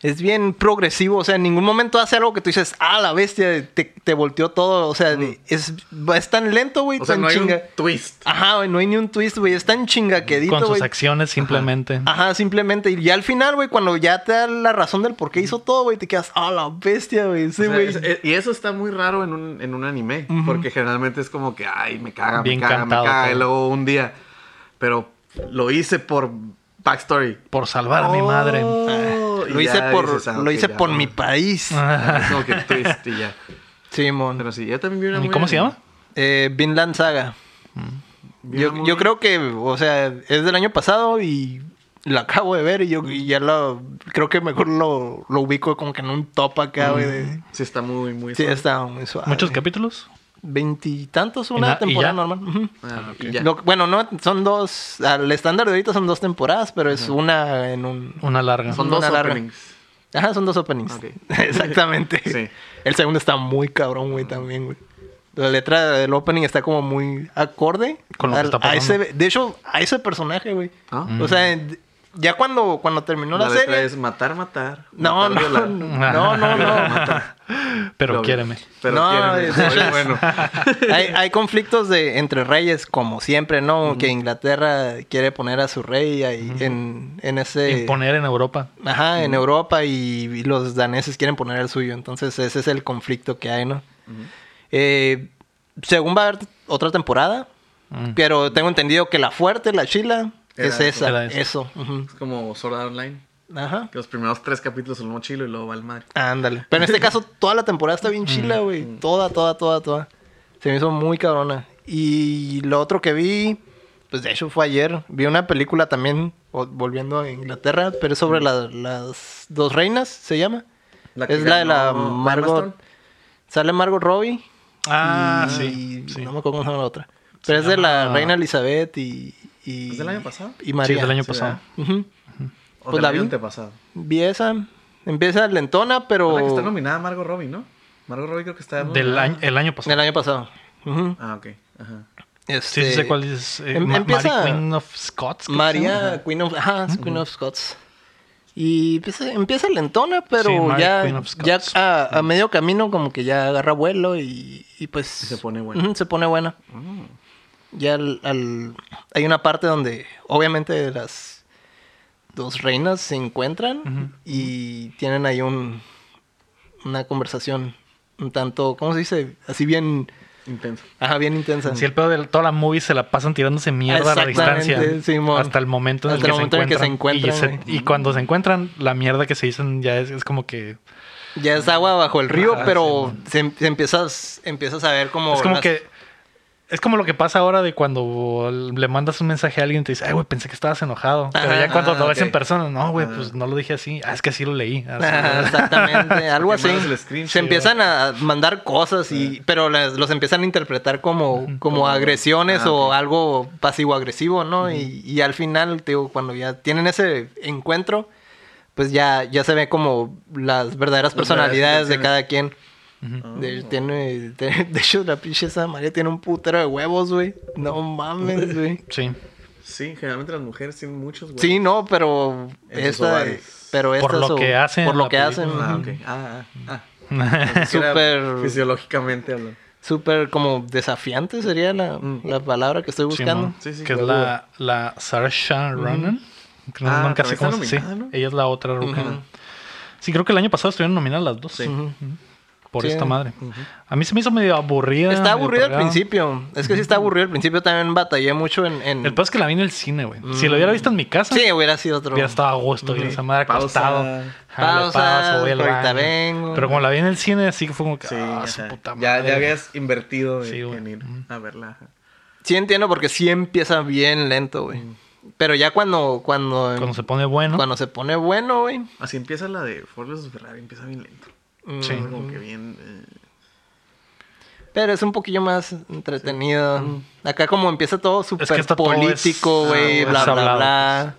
B: Es bien progresivo, o sea, en ningún momento hace algo que tú dices, ah, la bestia, te, te volteó todo, o sea, de- es, va- es tan lento, güey,
C: O sea,
B: tan
C: no hay un
B: chinga.
C: twist.
B: Ajá, güey, no hay ni un twist, güey, es tan
A: Con
B: chingaquedito,
A: sus
B: güey. Ah.
A: acciones simplemente.
B: Ajá, simplemente. Y ya al final, güey, cuando ya te da la razón del por qué hizo todo, güey, te quedas, ah, la bestia, güey,
C: O
B: sí,
C: sea,
B: güey.
C: es- es- y eso está muy raro en un, en un anime, porque generalmente es como que, ay, me caga,
A: Bien
C: me caga, me
A: cantado
C: caga, y
A: todo.
C: luego un día, pero lo hice por backstory.
A: Por salvar a mi madre. [LAUGHS]
C: Oh, y
B: lo hice
C: ya
B: por,
C: dices, ah,
B: lo
C: ok,
B: hice
C: ya,
B: por
C: bueno.
B: mi país.
A: Ah.
C: [LAUGHS] Es como que twist y ya.
B: Simón.
C: Pero sí, yo también vi una
A: ¿Y
C: muy
A: cómo se llama?
B: Eh, Vinland Saga.
C: Vi
B: Yo,
C: una muy-
B: yo creo que, o sea, es del año pasado y la acabo de ver y yo y ya lo, creo que mejor lo, lo ubico como que en un top acá, güey. de-
C: Sí, está muy, muy
B: Sí,
C: suave.
B: está muy suave.
A: Muchos capítulos.
B: Veintitantos,
A: ¿Y
B: una
A: na- y
B: temporada
A: ya?
B: normal. Ujú.
C: Ah, y ya.
B: Lo- bueno, no, son dos. Al estándar de ahorita son dos temporadas, pero es una en un.
A: Una larga.
C: Son dos
B: una larga.
C: openings.
B: Ajá, son dos openings.
C: Ok.
B: [LAUGHS] Exactamente.
C: Sí.
B: El segundo está muy cabrón, güey, también, güey. La letra del opening está como muy acorde.
A: Con lo que
B: al-
A: está
B: a
A: pasando.
B: ese, de hecho, a ese personaje, güey.
C: Ah.
A: Mm.
B: O sea, en- ya cuando, cuando terminó la,
C: la letra
B: serie.
C: es matar, matar.
B: No,
C: matar,
B: [LAUGHS] no,
C: violar.
B: no, no, no.
A: Ah. [LAUGHS] Pero
C: Lo-
A: quiéreme.
C: Pero
B: No,
C: quiéreme.
B: es- es-
C: bueno.
B: [LAUGHS] hay, hay conflictos de entre reyes, como siempre, ¿no? Que Inglaterra quiere poner a su rey ahí en, en ese.
A: Imponer en Europa.
B: Ajá, en Europa y, y los daneses quieren poner el suyo. Entonces ese es el conflicto que hay, ¿no? Eh, según va a haber otra temporada,
A: Mm.
B: pero tengo entendido que la fuerte, la chila,
C: Era
B: es
C: eso.
B: esa.
A: Era eso.
B: Eso. ujú.
C: Es como Sword Art Online.
B: Ajá.
C: Que los primeros tres capítulos son muy chilo y luego va el madre.
B: Ándale. Pero en este caso toda la temporada está bien chila, güey. Toda, toda, toda, toda. Se me hizo muy cabrona. Y lo otro que vi, pues de hecho fue ayer. Vi una película también, o- volviendo a Inglaterra, pero es sobre la- las dos reinas, se llama.
C: que
B: es la de la
C: ganó Emma
B: Margot.
C: Stone.
B: Sale Margot Robbie.
A: Ah,
B: y-
A: sí.
B: y
A: sí.
B: No me acuerdo cómo se llama la otra. Pero es de la
A: llama-
B: reina Elizabeth y. y
C: ¿Es del año pasado?
B: Y María.
A: Sí, del año
C: sí,
A: pasado.
B: Ujú.
C: O
B: Pues
C: del
B: la
C: año
B: vi.
C: antepasado.
B: Vi esa. Empieza lentona, pero.
C: Es la que está nominada Margot Robbie, ¿no? Margot Robbie creo que está
A: Del
C: nominada.
A: año, eh. el año pasado.
B: Del año pasado. Ujú.
C: Ah, ok. Ajá.
A: Sí, sí
B: Este,
A: sé cuál es. eh,
B: em-
A: Ma-
B: empieza-
A: Mary Queen of Scots. creo que se llama.
B: María, Queen of. Ajá, es Queen of Scots. Y empieza, empieza lentona, pero
A: Sí, Mary Queen
B: ya,
A: of
B: ya
A: Scots.
B: a, a medio camino como que ya agarra vuelo y, y pues...
C: Y se pone buena.
B: Ujú, se pone buena.
A: Mm.
B: Ya al- al- hay una parte donde obviamente las dos reinas se encuentran y tienen ahí un, una conversación un tanto, ¿cómo se dice? Así bien,
C: Intenso.
B: ajá, bien intensa.
A: Si el pedo de toda la movie se la pasan tirándose mierda a la
B: Exactamente,
A: distancia.
B: Simón.
A: Hasta el momento en,
B: Hasta el
A: el,
B: momento en el
A: que
B: que se
A: se encuentran.
B: encuentran,
A: y, se- y cuando se encuentran, la mierda que se dicen ya es, es como que.
B: Ya es agua bajo el río,
A: Ajá,
B: pero se, se empiezas, empiezas a ver como...
A: Es como
B: las-
A: que. Es como lo que pasa ahora de cuando le mandas un mensaje a alguien y te dice, ay, güey, pensé que estabas enojado. Pero
B: Ajá,
A: ya cuando
C: ah,
A: lo ves
C: ok.
A: en persona, no, güey,
C: Ah.
A: pues no lo dije así. Ah, es que así lo leí. Así.
B: Ajá, [LAUGHS] exactamente, algo
C: Porque
B: así.
C: mandas el screen,
B: Se
C: sí,
B: empiezan a mandar cosas y pero las- los empiezan a interpretar como, como agresiones
C: Ah,
B: o
C: ok.
B: algo pasivo agresivo, ¿no? y, y al final, te digo, cuando ya tienen ese encuentro, pues ya ya se ve como las verdaderas
C: Las verdaderas
B: personalidades de
C: intenciones. Ah.
B: cada quien. De,
C: Oh.
B: tiene, [LAUGHS] de, de hecho, la pinche esa María tiene un putero de huevos, güey. No mames, güey.
A: [LAUGHS]
B: [LAUGHS]
A: Sí.
C: Sí, generalmente las mujeres tienen muchos, güey.
B: Sí, no, pero
C: En sus
B: esta,
C: ovarios.
B: pero esta
A: Por lo
B: su-
A: que hacen
B: por
A: en
B: lo
A: la
B: que hacen,
A: película.
C: Ah,
B: ujú.
C: ok. Ah, ah,
B: [LAUGHS]
C: ah.
B: Súper-
C: Fisiológicamente hablando.
B: súper como desafiante sería la,
C: Mm.
B: la palabra que estoy buscando.
A: Simón,
C: Sí, sí,
A: que es
C: la
A: la, la Saoirse Ronan. que no-
C: Ah,
A: nunca
C: también
A: sé
B: Ah,
C: está
A: cómo se- sí,
C: nominada, ¿no?
A: Ella es la otra ruca.
B: Ujú.
A: Sí, creo que el año pasado estuvieron nominadas las dos. Ujú. Por
B: Sí.
A: esta madre. A mí se me hizo medio aburrida.
B: Está
A: medio
B: aburrido al
A: pagada.
B: principio. Es que sí está aburrido al principio. También batallé mucho en... en-
A: El peor es que la vi en el cine, güey. Si lo
B: Mm.
A: hubiera visto en mi casa,
B: Sí, hubiera sido otro.
A: ya estaba a gusto. Y esa madre
C: Pausa.
A: acostado. Jale,
B: Pausa,
A: paso, voy al
B: ahorita
A: baño.
B: vengo.
A: Pero como la vi en el cine, así que fue como que.
C: Sí,
A: ah,
C: o
A: su
C: sea,
A: puta
C: ya,
A: madre.
C: ya habías invertido en,
A: Sí, güey.
C: en ir a verla. ajá.
B: Sí entiendo porque sí empieza bien lento, güey. Pero ya cuando... Cuando,
A: Cuando se pone bueno.
B: cuando se pone bueno, güey.
C: Así empieza la de Ford vs Ferrari, empieza bien lento.
B: Mm,
A: Sí.
C: Como que bien. eh,
B: Pero es un poquillo más entretenido. Acá como empieza todo súper
A: está todo
B: político,
A: es-
B: güey,
A: ah,
B: bla, bla,
A: hablado,
B: bla.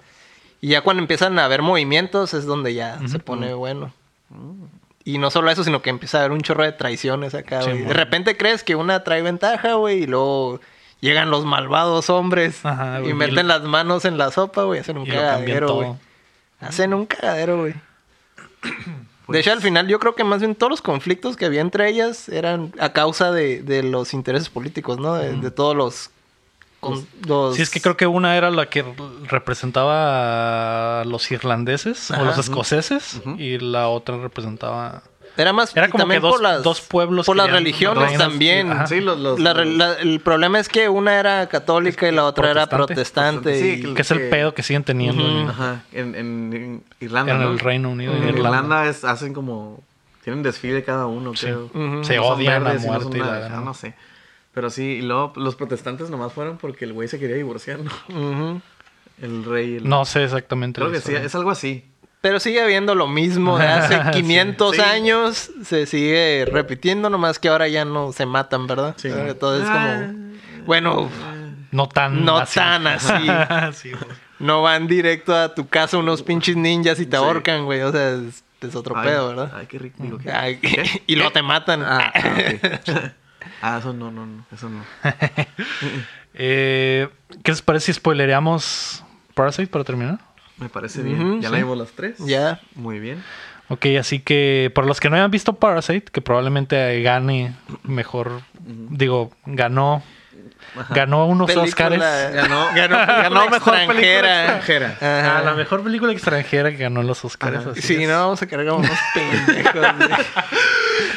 B: Y ya cuando empiezan a haber movimientos es donde ya se pone bueno. Y no solo eso, sino que empieza a haber un chorro de traiciones acá,
A: Sí,
B: güey. de
A: mon.
B: repente crees que una trae ventaja, güey, y luego llegan los malvados hombres
A: Ajá, güey,
B: y
A: y
B: meten
A: lo-
B: las manos en la sopa, güey, hacen un
A: Y lo cambian
B: cagadero, güey.
A: todo.
B: Hacen un cagadero,
A: [CLEARS THROAT]
B: güey. De
A: Pues-
B: hecho, al final yo creo que más bien todos los conflictos que había entre ellas eran a causa de, de los intereses políticos, ¿no? De, de todos los, con- los-
A: Sí, es que creo que una era la que representaba a los irlandeses
B: Ajá.
A: o los escoceses y la otra representaba...
B: Era más
A: Era
B: y
A: como
B: también
A: que dos-
B: por las-
A: dos pueblos
B: Por
A: que
B: las
A: eran
B: religiones
A: reinas.
B: también.
A: Ajá.
C: Sí, los. los-
B: La re- la- el problema es que una era católica y la otra era
A: Protestante.
B: protestante.
C: Sí,
B: y-
C: que-
A: Que es el pedo que siguen teniendo
B: Ujú.
A: en-
C: Ajá, en, en- en Irlanda.
A: en
C: ¿no?
A: el Reino Unido. y
C: En
A: en
C: Irlanda,
A: Irlanda.
C: es- hacen como. Tienen desfile cada uno,
A: Sí.
C: creo.
B: Ujú.
A: Se
C: Unos son
A: odian a
C: verdes y unos
A: muerte. y
C: son
A: la
C: naranjas,
A: gran-
C: no sé. Pero sí, y luego los protestantes nomás fueron porque el güey se quería divorciar, ¿no? [LAUGHS]
B: Ujú.
C: El rey. el-
A: No sé exactamente.
C: Creo
A: la
C: que sí,
A: historia.
C: es algo así.
B: Pero sigue habiendo lo mismo de hace 500
C: Sí.
B: años, se sigue repitiendo, nomás que ahora ya no se matan, ¿verdad?
C: Sí.
B: Entonces
C: Ah.
B: como, bueno,
A: No tan
B: no
A: así.
B: tan así.
A: [LAUGHS] Sí, güey.
B: no van directo a tu casa unos pinches ninjas y te
C: Sí.
B: ahorcan, güey, o sea, es, es otro
C: Ay,
B: pedo, ¿verdad?
C: Ay, qué rico. Digo, ¿qué?
B: Ay, [LAUGHS]
C: [LAUGHS] ¿Qué?
B: y luego
C: ¿Qué?
B: te matan. [LAUGHS]
C: Ah, ah, ok. [LAUGHS] Ah, eso no, no, no. Eso no.
A: Eh, ¿Qué les parece si spoilereamos Parasite para terminar?
C: Me parece bien.
B: Ujú,
C: ya
B: sí.
C: la vimos las tres.
B: Ya.
C: Muy bien.
A: Ok, así que para los que no hayan visto Parasite, que probablemente gane mejor, digo, ganó, ganó unos
B: Película-
A: Oscars.
B: [LAUGHS]
C: Ganó-
B: ganó,
C: ganó mejor película extranjera. Ah,
A: A
B: Ajá.
A: Ah, la mejor película extranjera que ganó los Oscars. así
B: Sí,
A: es.
B: no, vamos a cargar unos
C: [LAUGHS]
B: pendejos, güey.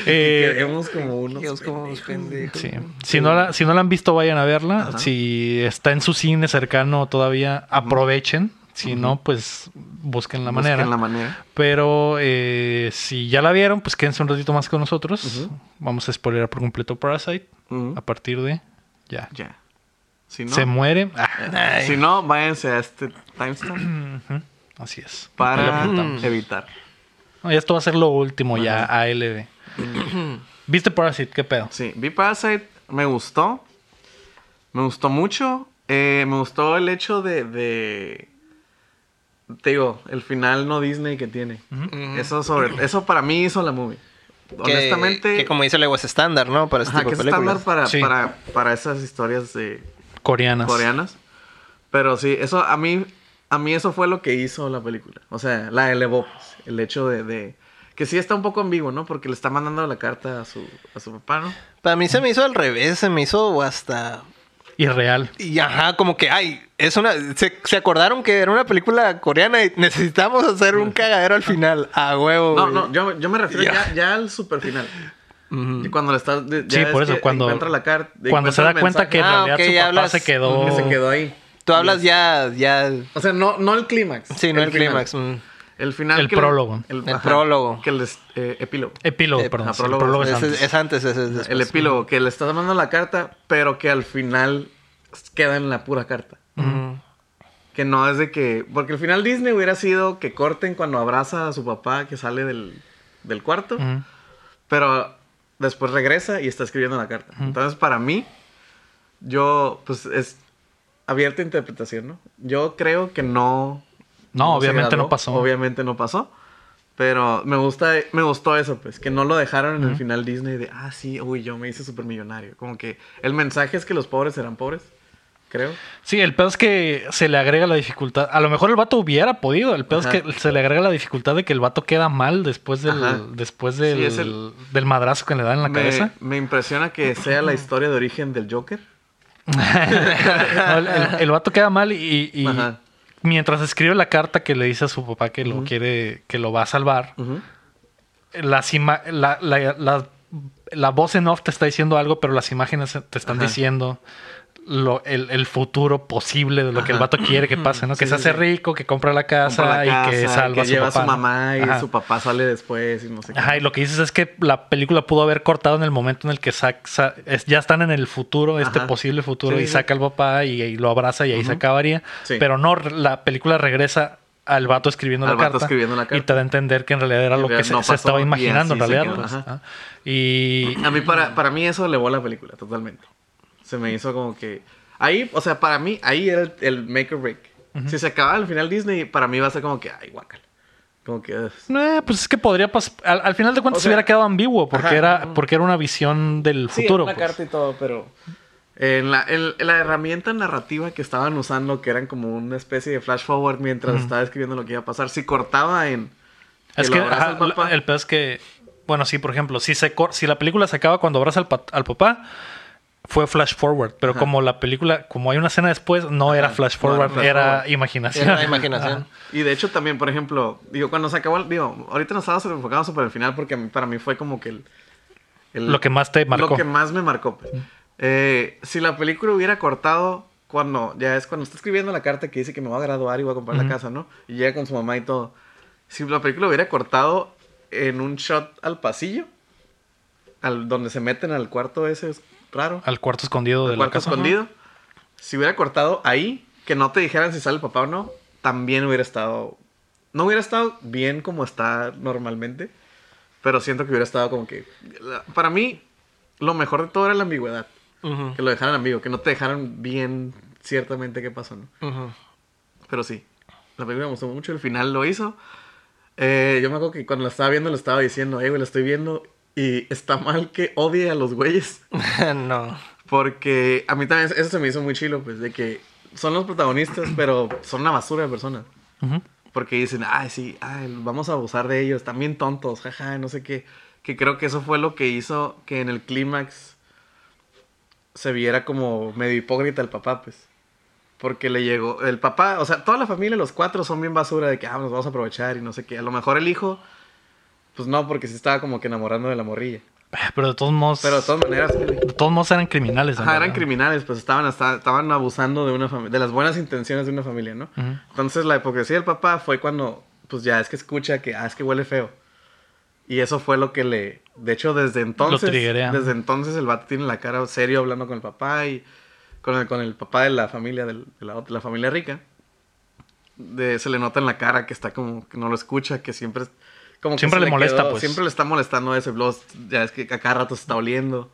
A: Eh,
C: Queremos como unos.
B: Dios, como unos pendejos.
A: sí. Si, no la, si no la han visto, vayan a verla. Si está en su cine cercano todavía, aprovechen. Si no, pues busquen la manera.
C: En la manera.
A: Pero eh, si ya la vieron, pues quédense un ratito más con nosotros. Vamos a spoilear por completo Parasite.
C: Ujú.
A: A partir de ya.
C: Ya. Si no, eh,
A: Se muere. Ah,
B: Ay.
C: si no, váyanse a este timestamp
A: ujú. Así es.
C: para evitar.
A: No, ya esto va a ser lo último, ya
C: [CLEARS THROAT]
A: ALB. ¿Viste Parasite? ¿Qué pedo?
C: Sí, vi Parasite, me gustó. Me gustó mucho. Eh, me gustó el hecho de, de- Te digo, el final no Disney que tiene. Eso sobre eso para mí hizo la movie.
B: Que-
C: Honestamente.
B: Que como dice Lego es estándar, ¿no? Para este
C: ajá,
B: tipo
C: que
B: de
C: es
B: películas.
C: estándar para,
A: Sí.
C: para, para esas historias de
A: Coreanas.
C: coreanas. Pero sí, eso a mí, a mí eso fue lo que hizo la película. O sea, la elevó. pues, El hecho de, de- que sí está un poco ambiguo, ¿no? Porque le está mandando la carta a su, a su papá, ¿no?
B: Para mí se me hizo al revés, se me hizo hasta...
A: Irreal.
B: Y ajá, como que, ay, es una... Se, se acordaron que era una película coreana y necesitamos hacer
C: [LAUGHS]
B: un cagadero al final. A huevo,
C: No,
B: güey.
C: no, yo, yo me refiero ya, ya al super final. Y cuando le está. de- ya
A: Sí,
C: ves
A: por eso,
C: que
A: cuando-
C: encuentra la carta.
A: Cuando se da cuenta que en
B: Ah,
A: realidad
B: ok,
A: su papá
B: hablas-
A: se quedó.
C: se quedó ahí.
B: Tú hablas ya... ya...
C: O sea, no, no el clímax.
B: Sí, no el,
C: final.
B: clímax. mm.
C: El final.
A: El
C: que le-
A: prólogo.
C: El,
B: El prólogo.
C: Que les, eh, epílogo.
A: Epílogo,
B: Eh,
A: perdón.
C: ah,
A: sí, el
C: prólogo.
A: prólogo es
B: Ese-
A: antes.
B: Es antes, ese es después.
C: El epílogo, que le está mandando la carta, pero que al final queda en la pura carta.
B: Mm.
C: Que no es de que. Porque el final Disney hubiera sido que corten cuando abraza a su papá que sale del, del cuarto.
A: Ujú.
C: Pero después regresa y está escribiendo la carta. Entonces, para mí, yo, pues es abierta a interpretación, ¿no? Yo creo que no.
A: No,
C: se
A: obviamente
C: grabó,
A: no pasó.
C: Obviamente no pasó. Pero me gusta, me gustó eso, pues, que no lo dejaron en el final Disney de, ah, sí, uy, yo me hice supermillonario. Como que el mensaje es que los pobres serán pobres, creo.
A: Sí, el pedo es que se le agrega la dificultad. A lo mejor el vato hubiera podido. El pedo
C: Ajá.
A: es que se le agrega la dificultad de que el vato queda mal después
C: Ajá.
A: del, después del,
C: Sí, es el-
A: del madrazo que le dan en la
C: me,
A: cabeza.
C: [LAUGHS] me impresiona que sea la historia de origen del Joker.
A: No, el, el- el vato queda mal y, y
C: Ajá.
A: mientras escribe la carta que le dice a su papá que lo quiere, que lo va a salvar, las ima- la, la- la- la voz en off te está diciendo algo, pero las imágenes te están
C: Ajá.
A: diciendo lo- el, el futuro posible de lo que el
C: Ajá.
A: vato quiere que pase, ¿no? Que
C: Sí,
A: se
C: sí,
A: hace
C: sí.
A: rico, que compra la casa,
C: Compra la casa,
A: y que salva a su
C: lleva
A: papá.
C: a su
A: ¿no?
C: mamá y
A: Ajá.
C: su papá sale después y no sé qué.
A: Ajá, y lo que dices es que la película pudo haber cortado en el momento en el que sac- sa- es- ya están en el futuro, este
C: Ajá.
A: posible futuro,
C: Sí,
A: y
C: sí.
A: saca al papá y, y lo abraza y ahí se acabaría.
C: Sí.
A: Pero no, re- la película regresa al vato escribiendo, la,
C: Al vato
A: carta,
C: escribiendo la
A: y
C: carta.
A: te da a entender que en realidad era
C: En
A: lo que
C: realidad
A: se,
C: no
A: se
C: pasó
A: estaba
C: y
A: imaginando en
C: así se
A: realidad.
C: quedó.
A: pues,
C: Ajá.
A: ajá. Y
C: A mí para, para mí eso elevó la película totalmente. Se me hizo como que... Ahí, o sea, para mí, ahí era el, el make or break. Si se acababa al final Disney, para mí va a ser como que, ay, guácala. Como que... ah, ugh.
A: eh, pues es que podría pasar, al, al final de cuentas
C: O
A: se hubiera
C: sea,
A: quedado ambiguo porque
C: ajá.
A: era porque era una visión del
C: Sí,
A: futuro.
C: era una
A: pues.
C: carta y todo, pero... En la, en- en la herramienta narrativa que estaban usando, que eran como una especie de flash forward mientras estaba escribiendo lo que iba a pasar, si cortaba en...
A: Es
C: lo
A: que
C: abraza
A: ajá,
C: el papá.
A: la- el peor es que, bueno, sí, por ejemplo, si, se cor- si la película se acaba cuando abraza al, pa- al papá, fue flash forward, pero
C: Ajá.
A: como la película, como hay una escena después, no era flash
C: no era
A: forward,
C: flash
A: era
C: forward.
A: imaginación. [LAUGHS]
B: Era la imaginación.
C: Y de hecho también, por ejemplo, digo, cuando se acabó, el- digo, ahorita nos estábamos enfocando sobre el final porque a mí- para mí fue como que el, el-
A: Lo que más te marcó.
C: Lo que más me marcó. pues. Eh, si la película hubiera cortado cuando, ya es cuando está escribiendo la carta que dice que me voy a graduar y voy a comprar la casa, ¿no? Y llega con su mamá y todo. Si la película hubiera cortado en un shot al pasillo, al donde se meten al cuarto ese es raro
A: Al cuarto escondido de
C: el cuarto
A: la casa.
C: escondido. Si hubiera cortado ahí, que no te dijeran si sale el papá o no, también hubiera estado. No hubiera estado bien como está normalmente, pero siento que hubiera estado como que. la- Para mí, lo mejor de todo era la ambigüedad.
B: Ujú,
C: Que lo dejaran ambiguo, que no te dejaran bien ciertamente qué pasó, ¿no?
B: ujú. [LAUGHS]
C: Pero sí, la película me gustó mucho, el final lo hizo. Eh, yo me acuerdo que cuando la estaba viendo, le estaba diciendo, hey, güey, la estoy viendo y está mal que odie a los güeyes.
B: no.
C: Porque a mí también eso se me hizo muy chilo, pues, de que son los protagonistas, [CLEARS THROAT] pero son una basura de personas.
A: Ujú.
C: Porque dicen, ay, sí, ay, vamos a abusar de ellos, también tontos, jaja, no sé qué. Que creo que eso fue lo que hizo que en el clímax se viera como medio hipócrita el papá, pues. Porque le llegó, el papá, o sea, toda la familia, los cuatro son bien basura de que, ah, nos vamos a aprovechar y no sé qué. A lo mejor el hijo, pues no, porque se estaba como que enamorando de la morrilla.
A: Pero de todos modos.
C: Pero de todas maneras...
A: de todos modos eran criminales. en
C: Ajá, eran
A: realidad.
C: criminales, pues estaban hasta- estaban abusando de una fami- de las buenas intenciones de una familia, ¿no?
A: Ujú.
C: Entonces la hipocresía del papá fue cuando, pues ya es que escucha que, ah, es que huele feo. Y eso fue lo que le, de hecho desde entonces,
A: triggerea.
C: desde entonces el vato tiene la cara serio hablando con el papá y con el, con el papá de la familia, del- de la, ot- la familia rica. De, se le nota en la cara que está como que no lo escucha, que siempre... Como que
A: Siempre
C: se
A: le molesta,
C: quedó-
A: pues.
C: Siempre le está molestando ese blog, ya es que a cada rato se está oliendo.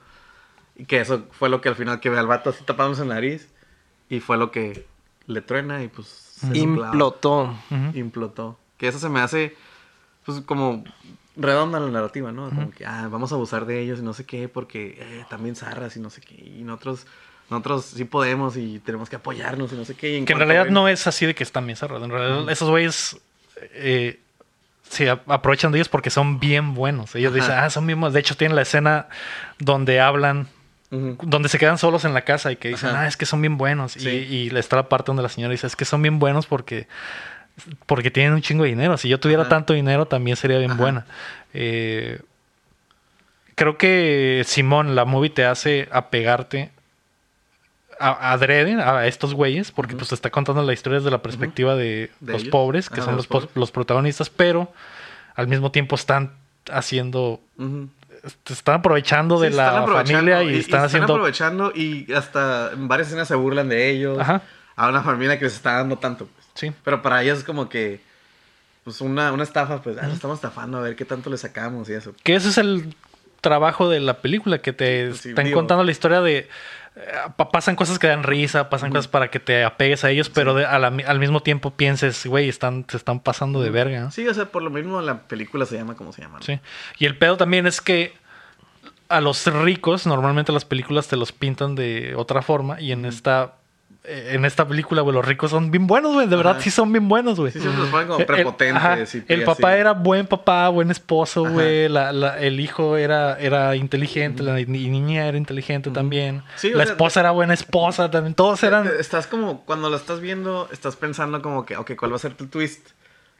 C: Y que eso fue lo que al final que ve al vato así tapándose en la nariz. Y fue lo que le truena y pues... se clava.
B: Implotó.
A: Ujú.
C: Implotó. Que eso se me hace, pues, como redonda la narrativa, ¿no? Como que, ah, vamos a abusar de ellos y no sé qué, porque eh, también zarras y no sé qué. Y nosotros, nosotros sí podemos y tenemos que apoyarnos y no sé qué. y
A: Que en
C: cuanto
A: realidad
C: ven-
A: no es así de que están bien cerrados. En realidad, esos güeyes eh, se a- aprovechan de ellos porque son bien buenos. Ellos
C: Ajá.
A: dicen, ah, son mismos. De hecho, tienen la escena donde hablan,
C: Ujú.
A: donde se quedan solos en la casa y que dicen,
C: Ajá.
A: ah, es que son bien buenos. Y-
C: Sí.
A: Y, está la parte donde la señora dice, es que son bien buenos porque, porque tienen un chingo de dinero. Si yo tuviera
C: Ajá.
A: tanto dinero, también sería bien
C: Ajá.
A: buena. Eh, creo que Simón, la movie te hace apegarte a, adrede a estos güeyes, porque pues te está contando la historia desde la perspectiva de,
C: De
A: los
C: ellos.
A: pobres, que
C: Ajá,
A: son
C: los
A: los, pos-
C: pobres.
A: los protagonistas, pero al mismo tiempo están haciendo,
C: Ujú.
A: te están aprovechando de
C: Sí,
A: la
C: están aprovechando
A: familia y, están, haciendo...
C: aprovechando y hasta en varias escenas se burlan de ellos.
A: Ajá.
C: A una familia que les está dando tanto, pues.
A: Sí.
C: Pero para ellos es como que, pues, una, una estafa, pues, ah, lo estamos estafando, a ver qué tanto le sacamos y eso.
A: Que ese es el trabajo de la película, que te
C: Sí,
A: están
C: digo-
A: contando la historia de... eh, pa- Pasan cosas que dan risa, pasan cosas para que te apegues a ellos, pero de- a la mi- al mismo tiempo pienses, güey, están, se están pasando de verga. ¿no?
C: Sí, o sea, por lo mismo la película se llama como se llama. ¿no?
A: Sí. Y el pedo también es que a los ricos normalmente las películas te los pintan de otra forma y en esta eh, en esta película, güey, los ricos son bien buenos, güey. De verdad, sí son bien buenos, güey.
C: Sí, siempre los ponen como
A: El- ajá,
C: prepotentes. y-
A: el
C: y
A: papá
C: así.
A: era buen papá, buen esposo, güey. La- la- el hijo era, era inteligente, la ni- niña era inteligente también.
C: Sí, o
A: la
C: sea, eh,
A: esposa era buena esposa también. Todos eran...
C: Estás como, cuando lo estás viendo, estás pensando como que, ok, ¿cuál va a ser tu twist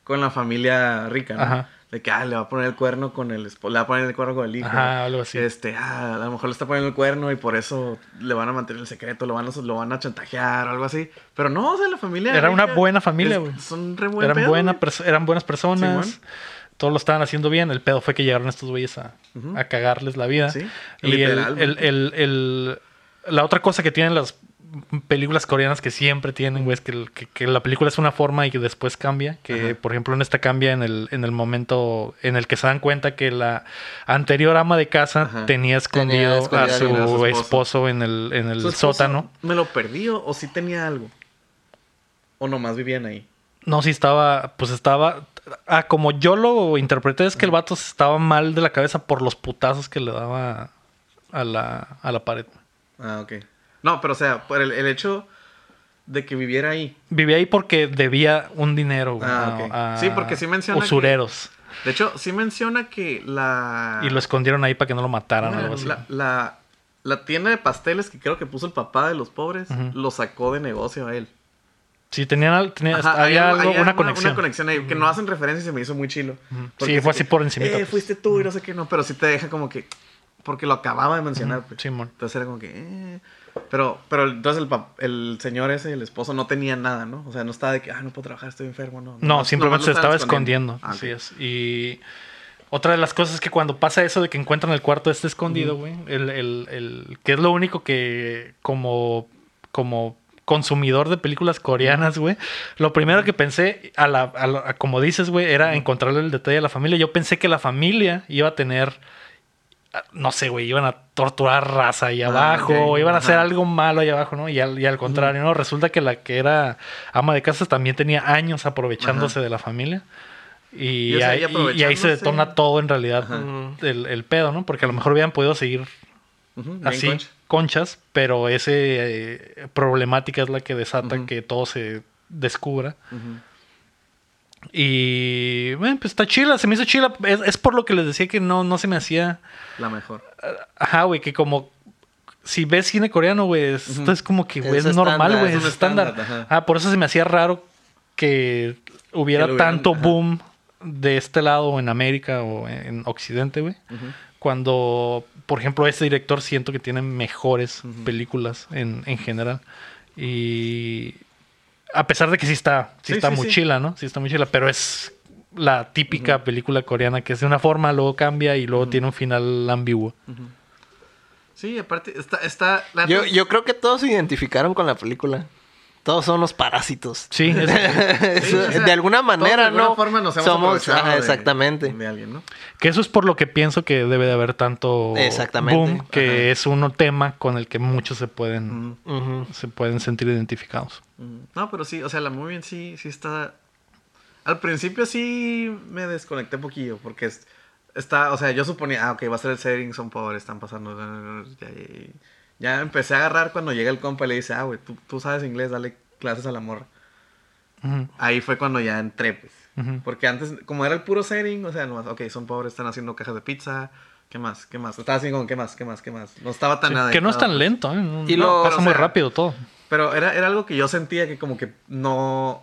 C: con la familia rica? ¿no?
A: Ajá.
C: De que, ah, le va a poner el cuerno con el esp- le va a poner el cuerno con el hijo.
A: Ajá, algo así.
C: Este, ah, a lo mejor le está poniendo el cuerno y por eso le van a mantener el secreto, lo van a, lo van a chantajear o algo así. Pero no, o sea, la familia
A: Era una
C: rica
A: buena familia,
C: es-
A: güey.
C: Son re buen
A: eran,
C: pedo,
A: buena
C: güey.
A: perso- eran buenas personas.
C: Simón.
A: Todos lo estaban haciendo bien. El pedo fue que llegaron estos güeyes a, a cagarles la vida.
C: Sí,
A: y el-
C: literal,
A: el- el- el- la otra cosa que tienen las películas coreanas que siempre tienen, güey, es que, el- que- que la película es una forma y que después cambia. Que, por ejemplo, en esta cambia en el, en el momento en el que se dan cuenta que la anterior ama de casa
C: Ajá.
A: tenía escondido
B: Tenía escondida
A: a su
C: a su
A: esposo,
C: esposo.
A: en el, en el
C: ¿Su esposo
A: sótano.
C: ¿Me lo perdí o, o sí tenía algo? ¿O nomás vivían ahí?
A: No, sí estaba, pues estaba... Ah, como yo lo interpreté es que el vato estaba mal de la cabeza por los putazos que le daba a la, a la pared.
C: Ah, ok. No, pero o sea, por el, el hecho de que viviera ahí.
A: Vivía ahí porque debía un dinero güey,
C: Ah,
A: a-
C: ok.
A: a
C: Sí, porque sí menciona que-
A: usureros.
C: De hecho, sí menciona que la...
A: Y lo escondieron ahí para que no lo mataran o algo así.
C: Ah. la, la, la tienda de pasteles que creo que puso el papá de los pobres, lo sacó de negocio a él.
A: Sí, tenían, al- tenía-
C: Ajá, hay
A: había
C: algo-
A: algo-
C: hay
A: una
C: alguna-
A: conexión.
C: ahí que no hacen referencia y se me hizo muy chilo. Porque
A: Sí, fue
C: dice
A: así
C: que,
A: por encimita,
C: Eh,
A: pues.
C: fuiste tú y no sé qué, no, pero sí te deja como que... Porque lo acababa de mencionar, pues.
A: Simón.
C: Entonces era como que... eh. Pero, pero entonces el, pap- el señor ese, el esposo, no tenía nada, ¿no? O sea, no estaba de que, ah, no puedo trabajar, estoy enfermo, no.
A: No,
C: Nomás- nomás
A: simplemente
C: lo
A: se
C: estaban
A: estaba escondiendo.
C: Ah,
A: Así
C: ok.
A: es. Y otra de las cosas es que cuando pasa eso de que encuentran el cuarto este escondido, güey, el, el- el- que es lo único que como, como consumidor de películas coreanas, güey, lo primero que pensé, a la, a la- a como dices, güey, era encontrarle el detalle a la familia. Yo pensé que la familia iba a tener... ah, No sé, güey, iban a torturar raza ahí
C: Ah,
A: abajo,
C: ok.
A: iban a hacer
C: Ajá.
A: algo malo ahí abajo, ¿no? Y al, y al contrario, ¿no? Resulta que la que era ama de casa también tenía años aprovechándose
C: Ajá.
A: de la familia.
C: Y,
A: Y,
C: o sea,
A: ahí, y
C: y
A: ahí se
C: aprovechándose.
A: detona todo en realidad
C: Ajá.
A: el, el pedo, ¿no? Porque a lo mejor hubieran podido seguir
C: Ujú, bien
A: así,
C: concha.
A: conchas, pero esa problemática es la que desata
C: Ujú.
A: que todo se descubra.
C: Ujú.
A: Y bueno, pues está chila, se me hizo chila. Es, es por lo que les decía que no, no se me hacía.
C: La mejor.
A: Ajá, güey, que como. Si ves cine coreano, güey, esto
C: Ujú.
A: es como que güey, es,
B: Es
A: normal,
B: estándar,
A: güey,
B: es
A: es,
C: un
A: estándar.
C: estándar, ajá.
A: Ah, por eso se me hacía raro que hubiera
C: Que lo hubieran-
A: tanto
C: ajá.
A: boom de este lado en América o en Occidente, güey.
C: Ujú.
A: Cuando, por ejemplo, este director siento que tiene mejores
C: Ujú.
A: películas en, en general. Y a pesar de que sí está, sí
C: Sí,
A: está
C: sí,
A: muy
C: sí.
A: chila, ¿no? Sí está muy chila, pero es la típica película coreana que es de una forma, luego cambia y luego tiene un final ambiguo.
C: Sí, aparte, está... está la
B: Yo,
C: neta-
B: yo creo que todos se identificaron con la película. Todos son los parásitos. [LAUGHS]
A: Sí, es-
C: Sí, o sea,
B: de alguna
C: todos
B: manera,
C: de alguna
B: ¿no?
C: forma nos hemos
B: Somos,
C: aprovechado
B: ajá,
C: de-
B: exactamente.
C: De alguien, ¿no?
A: que eso es por lo que pienso que debe de haber tanto
B: Exactamente.
A: boom, que
C: Ajá.
A: es un tema con el que muchos se pueden,
B: Mm.
C: Ujú.
B: Ujú.
A: se pueden sentir identificados.
C: Mm, No, pero sí, o sea, la movie en sí, sí está. Al principio sí me desconecté un poquillo, porque es- está, o sea, yo suponía, ah, ok, va a ser el setting, son pobres, están pasando. no, no, no, Ya, ya, ya. Ya empecé a agarrar cuando llega el compa y le dice, ah, güey, tú, tú sabes inglés, dale clases a la morra.
A: Ujú,
C: Ahí fue cuando ya entré, pues.
A: ujú.
C: Porque antes, como era el puro setting, o sea, nomás, ok, son pobres, están haciendo cajas de pizza, ¿qué más? ¿Qué más? Estaba así como, ¿qué más? ¿Qué más? ¿Qué más? No estaba tan
A: Sí,
C: nada.
A: que no es tan lento, ¿eh? No-
B: Y
A: no,
B: lo-
A: pasa
C: o
A: muy
C: sea,
A: rápido todo.
C: Pero era, era algo que yo sentía que como que no...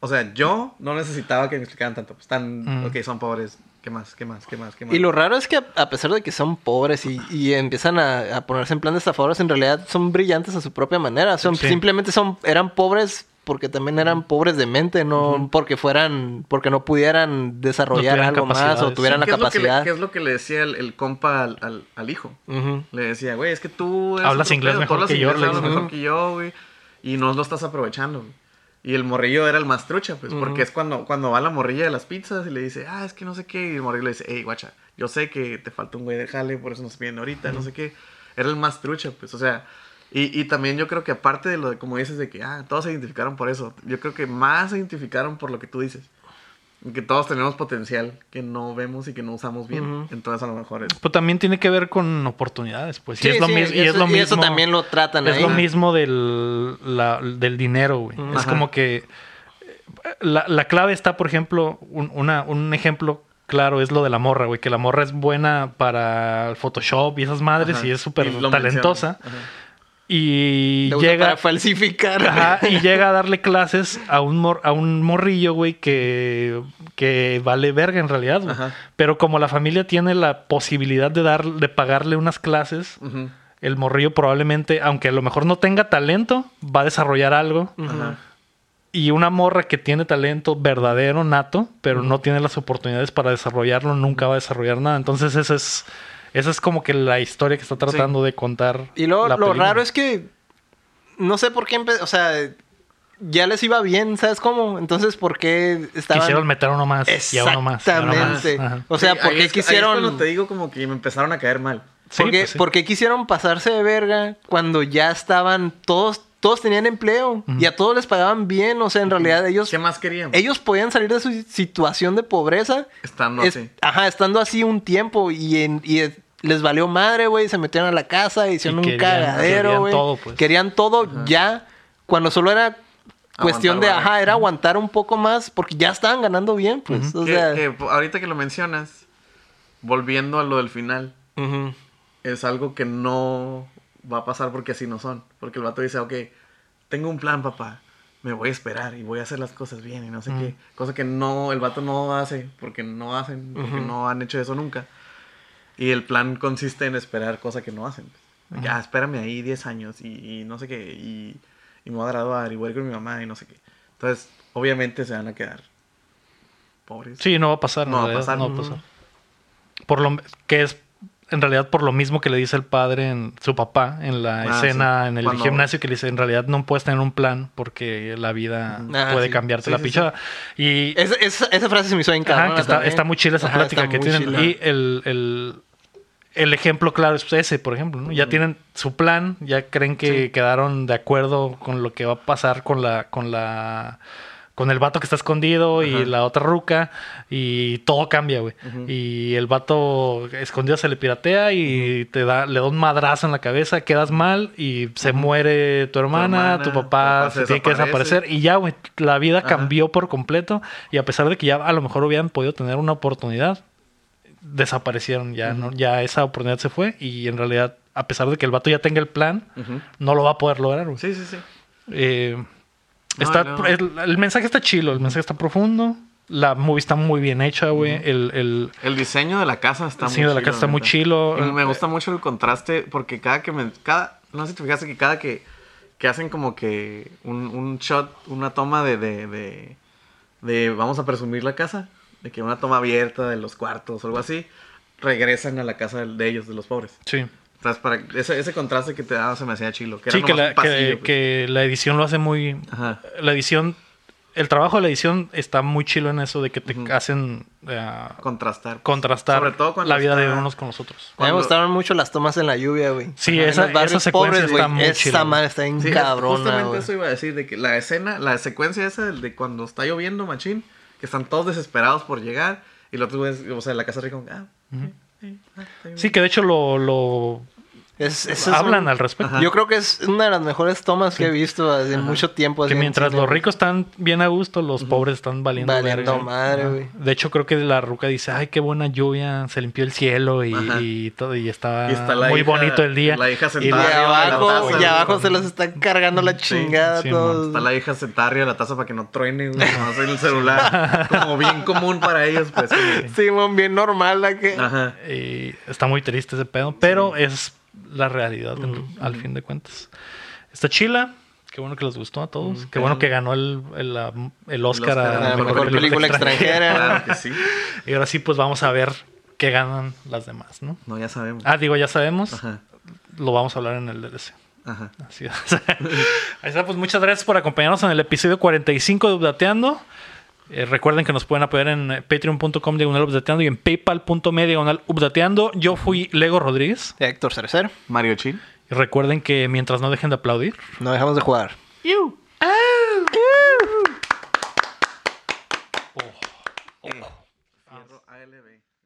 C: O sea, yo no necesitaba que me explicaran tanto. Pues tan...
A: Mm.
C: Ok, son pobres. ¿Qué más? ¿Qué más? ¿Qué más? ¿Qué más?
B: Y lo raro es que a- a pesar de que son pobres y, y empiezan a, a ponerse en plan de estafadores, en realidad son brillantes a su propia manera. Son,
A: Sí.
B: Simplemente son, eran pobres porque también eran pobres de mente, no porque fueran, porque no pudieran desarrollar
A: tuvieran
B: algo más o
A: capacidades.
B: tuvieran la
C: ¿Qué es lo que le-
B: capacidad.
C: ¿Qué es lo que le decía el, el compa al, al- al hijo?
B: Ujú.
C: Le decía, güey, es que tú... eres
A: Hablas
C: otro
A: inglés
C: pedo, tú
A: mejor
C: hablas
A: que yo,
C: inglés,
A: le
C: hablas
B: dice.
C: mejor que yo, güey. Y no lo estás aprovechando, güey. Y el morrillo era el más trucha, pues. Porque es cuando, cuando va la morrilla de las pizzas y le dice, ah, es que no sé qué. Y el morrillo le dice, hey, guacha, yo sé que te falta un güey de jale, por eso nos piden ahorita, no sé qué. Era el más trucha, pues. O sea... Y, y también yo creo que aparte de lo de, como dices, de que, ah, todos se identificaron por eso. Yo creo que más se identificaron por lo que tú dices. Que todos tenemos potencial que no vemos y que no usamos bien.
B: Ujú.
C: Entonces, a lo mejor es.
A: Pero también tiene que ver con oportunidades, pues. Y
B: Sí,
A: es lo,
B: sí,
A: mis- y es
B: eso-
A: lo
B: y
A: mismo.
B: eso también lo tratan
A: Es
B: ahí.
A: lo mismo del, la- del dinero, güey.
B: Ujú.
A: Es
C: Ajá.
A: como que eh, la, la clave está, por ejemplo, un, una- un ejemplo claro es lo de la morra, güey. Que la morra es buena para el Photoshop y esas madres
C: Ajá.
A: y es súper
C: lo
A: talentosa.
C: menciona. Ajá.
A: Y
B: Le usa
A: llega...
B: para falsificar.
C: [LAUGHS]
A: Ajá, y llega a darle clases a un, mor- a un morrillo, güey, que, que vale verga en realidad, güey.
C: Ajá.
A: Pero como la familia tiene la posibilidad de, dar, de pagarle unas clases,
C: Ujú.
A: el morrillo probablemente, aunque a lo mejor no tenga talento, va a desarrollar algo.
C: Ajá.
A: Y una morra que tiene talento verdadero, nato, pero no tiene las oportunidades para desarrollarlo, nunca va a desarrollar nada. Entonces esa es, esa es como que la historia que está tratando de contar.
B: Y luego
A: la
B: lo
A: película.
B: raro es que no sé por qué, empe- o sea, ya les iba bien, ¿sabes cómo? Entonces, ¿por qué estaban
A: Quisieron meter a uno más y a uno más. y a uno más.
B: Exactamente.
A: Ajá.
B: O sea,
C: Sí,
B: ¿por qué
C: ahí es- ahí es
B: quisieron
C: cuando te digo como que me empezaron a caer mal.
A: Sí,
B: por qué-
A: pues sí.
B: por qué quisieron pasarse de verga cuando ya estaban todos todos tenían empleo y a todos les pagaban bien, o sea, en realidad ellos
C: ¿Qué más querían?
B: ellos podían salir de su situación de pobreza
C: Estando
B: Es-
C: así.
B: Ajá, estando así un tiempo y, en- y es- les valió madre, güey. Se metieron a la casa,
A: Y
B: hicieron un
A: querían-
B: cagadero,
A: querían
B: güey.
A: todo, pues.
B: Querían todo ya. Cuando solo era cuestión
C: Aguantar
B: de,
C: vara.
B: ajá, era aguantar un poco más porque ya estaban ganando bien, pues. O
C: Que-
B: sea,
C: que ahorita que lo mencionas, volviendo a lo del final,
B: ujú.
C: es algo que no va a pasar porque así no son. Porque el vato dice, ok, tengo un plan, papá. Me voy a esperar y voy a hacer las cosas bien y no sé qué. Cosa que no, el vato no hace porque no hacen, porque no han hecho eso nunca. Y el plan consiste en esperar cosa que no hacen. pues. Ya, espérame ahí 10 años y, y no sé qué. Y, y me voy a graduar y voy a ir con mi mamá y no sé qué. Entonces, obviamente se van a quedar pobres.
A: Sí, no va a pasar. en
C: No va a
A: realidad,
C: pasar.
A: No va a pasar. Por lo que es en realidad por lo mismo que le dice el padre en su papá en la
C: Ah,
A: escena
C: sí.
A: en el
C: Cuando-
A: gimnasio que le dice en realidad no puedes tener un plan porque la vida
B: Ah,
A: puede
B: sí.
A: cambiarte
C: Sí,
A: la
C: sí,
A: pichada y
B: Es- es- esa frase se me hizo bien
A: Ajá,
B: cabrona
A: que está,
B: también.
A: está muy chila esa
B: Ajá,
A: plática
B: está
A: que
B: muy
A: tienen.
B: chila.
A: Y el, el, el ejemplo claro es ese, por ejemplo. ¿no? Ya tienen su plan, ya creen que quedaron de acuerdo con lo que va a pasar con la, con la. con el vato que está escondido y
C: Ajá.
A: la otra ruca. Y todo cambia, güey. Y el vato escondido se le piratea y te da, le da un madrazo en la cabeza, quedas mal y se muere tu hermana,
C: hermana,
A: tu
C: tu
A: papá,
C: papá
A: se,
C: se
A: tiene que
C: desaparece.
A: desaparecer. Y ya, güey, la vida
C: Ajá.
A: cambió por completo. Y a pesar de que ya a lo mejor hubieran podido tener una oportunidad, desaparecieron ya, ¿no? Ya esa oportunidad se fue. Y en realidad, a pesar de que el vato ya tenga el plan,
C: Ujú.
A: no lo va a poder lograr, güey.
C: Sí, sí, sí.
A: Eh,
C: No,
A: está,
C: no.
A: El, el mensaje está chilo, el mensaje está profundo. La movie está muy bien hecha, güey. El, el-
C: El diseño de la casa está
A: El diseño de la casa está muy
C: neta.
A: chilo.
C: Y me gusta mucho el contraste porque cada que me... Cada, no sé si te fijaste que cada que, que hacen como que un, un shot, una toma de, de, de, de Vamos a presumir la casa. De que una toma abierta de los cuartos o algo así. Regresan a la casa del- de ellos, de los pobres.
A: Sí.
C: Entonces, para, ese, ese contraste que te daba se me hacía chilo. Que
A: Sí,
C: era
A: que
C: nomás
A: la,
C: un pasillo,
A: que-
C: pues.
A: que la edición lo hace muy,
C: Ajá.
A: la edición, el trabajo de la edición está muy chilo en eso de que te
C: Ujú.
A: hacen eh,
C: Contrastar.
A: contrastar
C: Sobre todo cuando
A: la vida de
C: está-
A: unos con los otros.
B: A mí
C: Cuando-
B: me gustaron mucho las tomas en la lluvia, güey.
A: Sí,
B: Ajá, en
A: esa-
B: los barrios
A: esa secuencia está
B: güey.
A: muy chila,
B: Esta madre está bien
C: Sí, es-
B: cabrona,
C: Justamente
B: güey.
C: eso iba a decir, de que la escena, la secuencia esa del de cuando está lloviendo, machín, que están todos desesperados por llegar, y lo otro es, o sea, la casa rica, ah, sí, ah, está bien.
A: Sí, que de hecho lo, lo
B: Es- eso es
A: hablan
B: un-
A: al respecto.
B: Yo creo que es una de las mejores tomas que he visto hace mucho tiempo. así
A: Que
B: en
A: mientras
B: cine.
A: los ricos están bien a gusto, los pobres están valiendo,
B: Valiendo
A: verga.
B: madre,
A: Ajá.
B: güey.
A: De hecho, creo que la ruca dice, ay, qué buena lluvia, se limpió el cielo y,
C: Ajá.
A: y todo, y estaba
C: Y está la
A: muy
C: hija-
A: bonito el día.
C: la hija
A: Y
B: Y
C: sentada
A: la-
C: arriba de la
B: abajo,
C: taza,
B: y
C: güey.
B: abajo se los está cargando la
C: Sí,
B: chingada
A: sí,
B: a todos.
C: pues, Está la hija sentada arriba de la taza para que no truene, güey, nomás en
B: [LAUGHS]
C: el celular. Como bien común para ellos, pues. como-
B: Simón, bien normal la que.
C: Ajá.
A: Y eh, está muy triste ese pedo, pero es la realidad en- al fin de cuentas. Está chila. Qué bueno que les gustó a todos. Qué bueno que ganó el, el, la- el Oscar,
C: Oscar
A: a
C: a
B: La
A: mejor, película, extranjera.
C: Claro que sí.
A: Y ahora sí, pues vamos a ver qué ganan las demás, ¿no?
C: No, ya sabemos.
A: Ah, digo, ya sabemos.
C: Ajá.
A: Lo vamos a hablar en el DLC.
C: Ajá.
A: Así es. [LAUGHS] Ahí está, pues muchas gracias por acompañarnos en el episodio 45 de Updateando. Eh, recuerden que nos pueden apoyar en eh, patreon.com diagonal updateando y en paypal.me diagonal updateando. Yo fui Lego Rodríguez.
B: Héctor Cerecer,
C: Mario Chin.
A: Y recuerden que mientras no dejen de aplaudir,
B: no dejamos de jugar.
C: Ah, debe.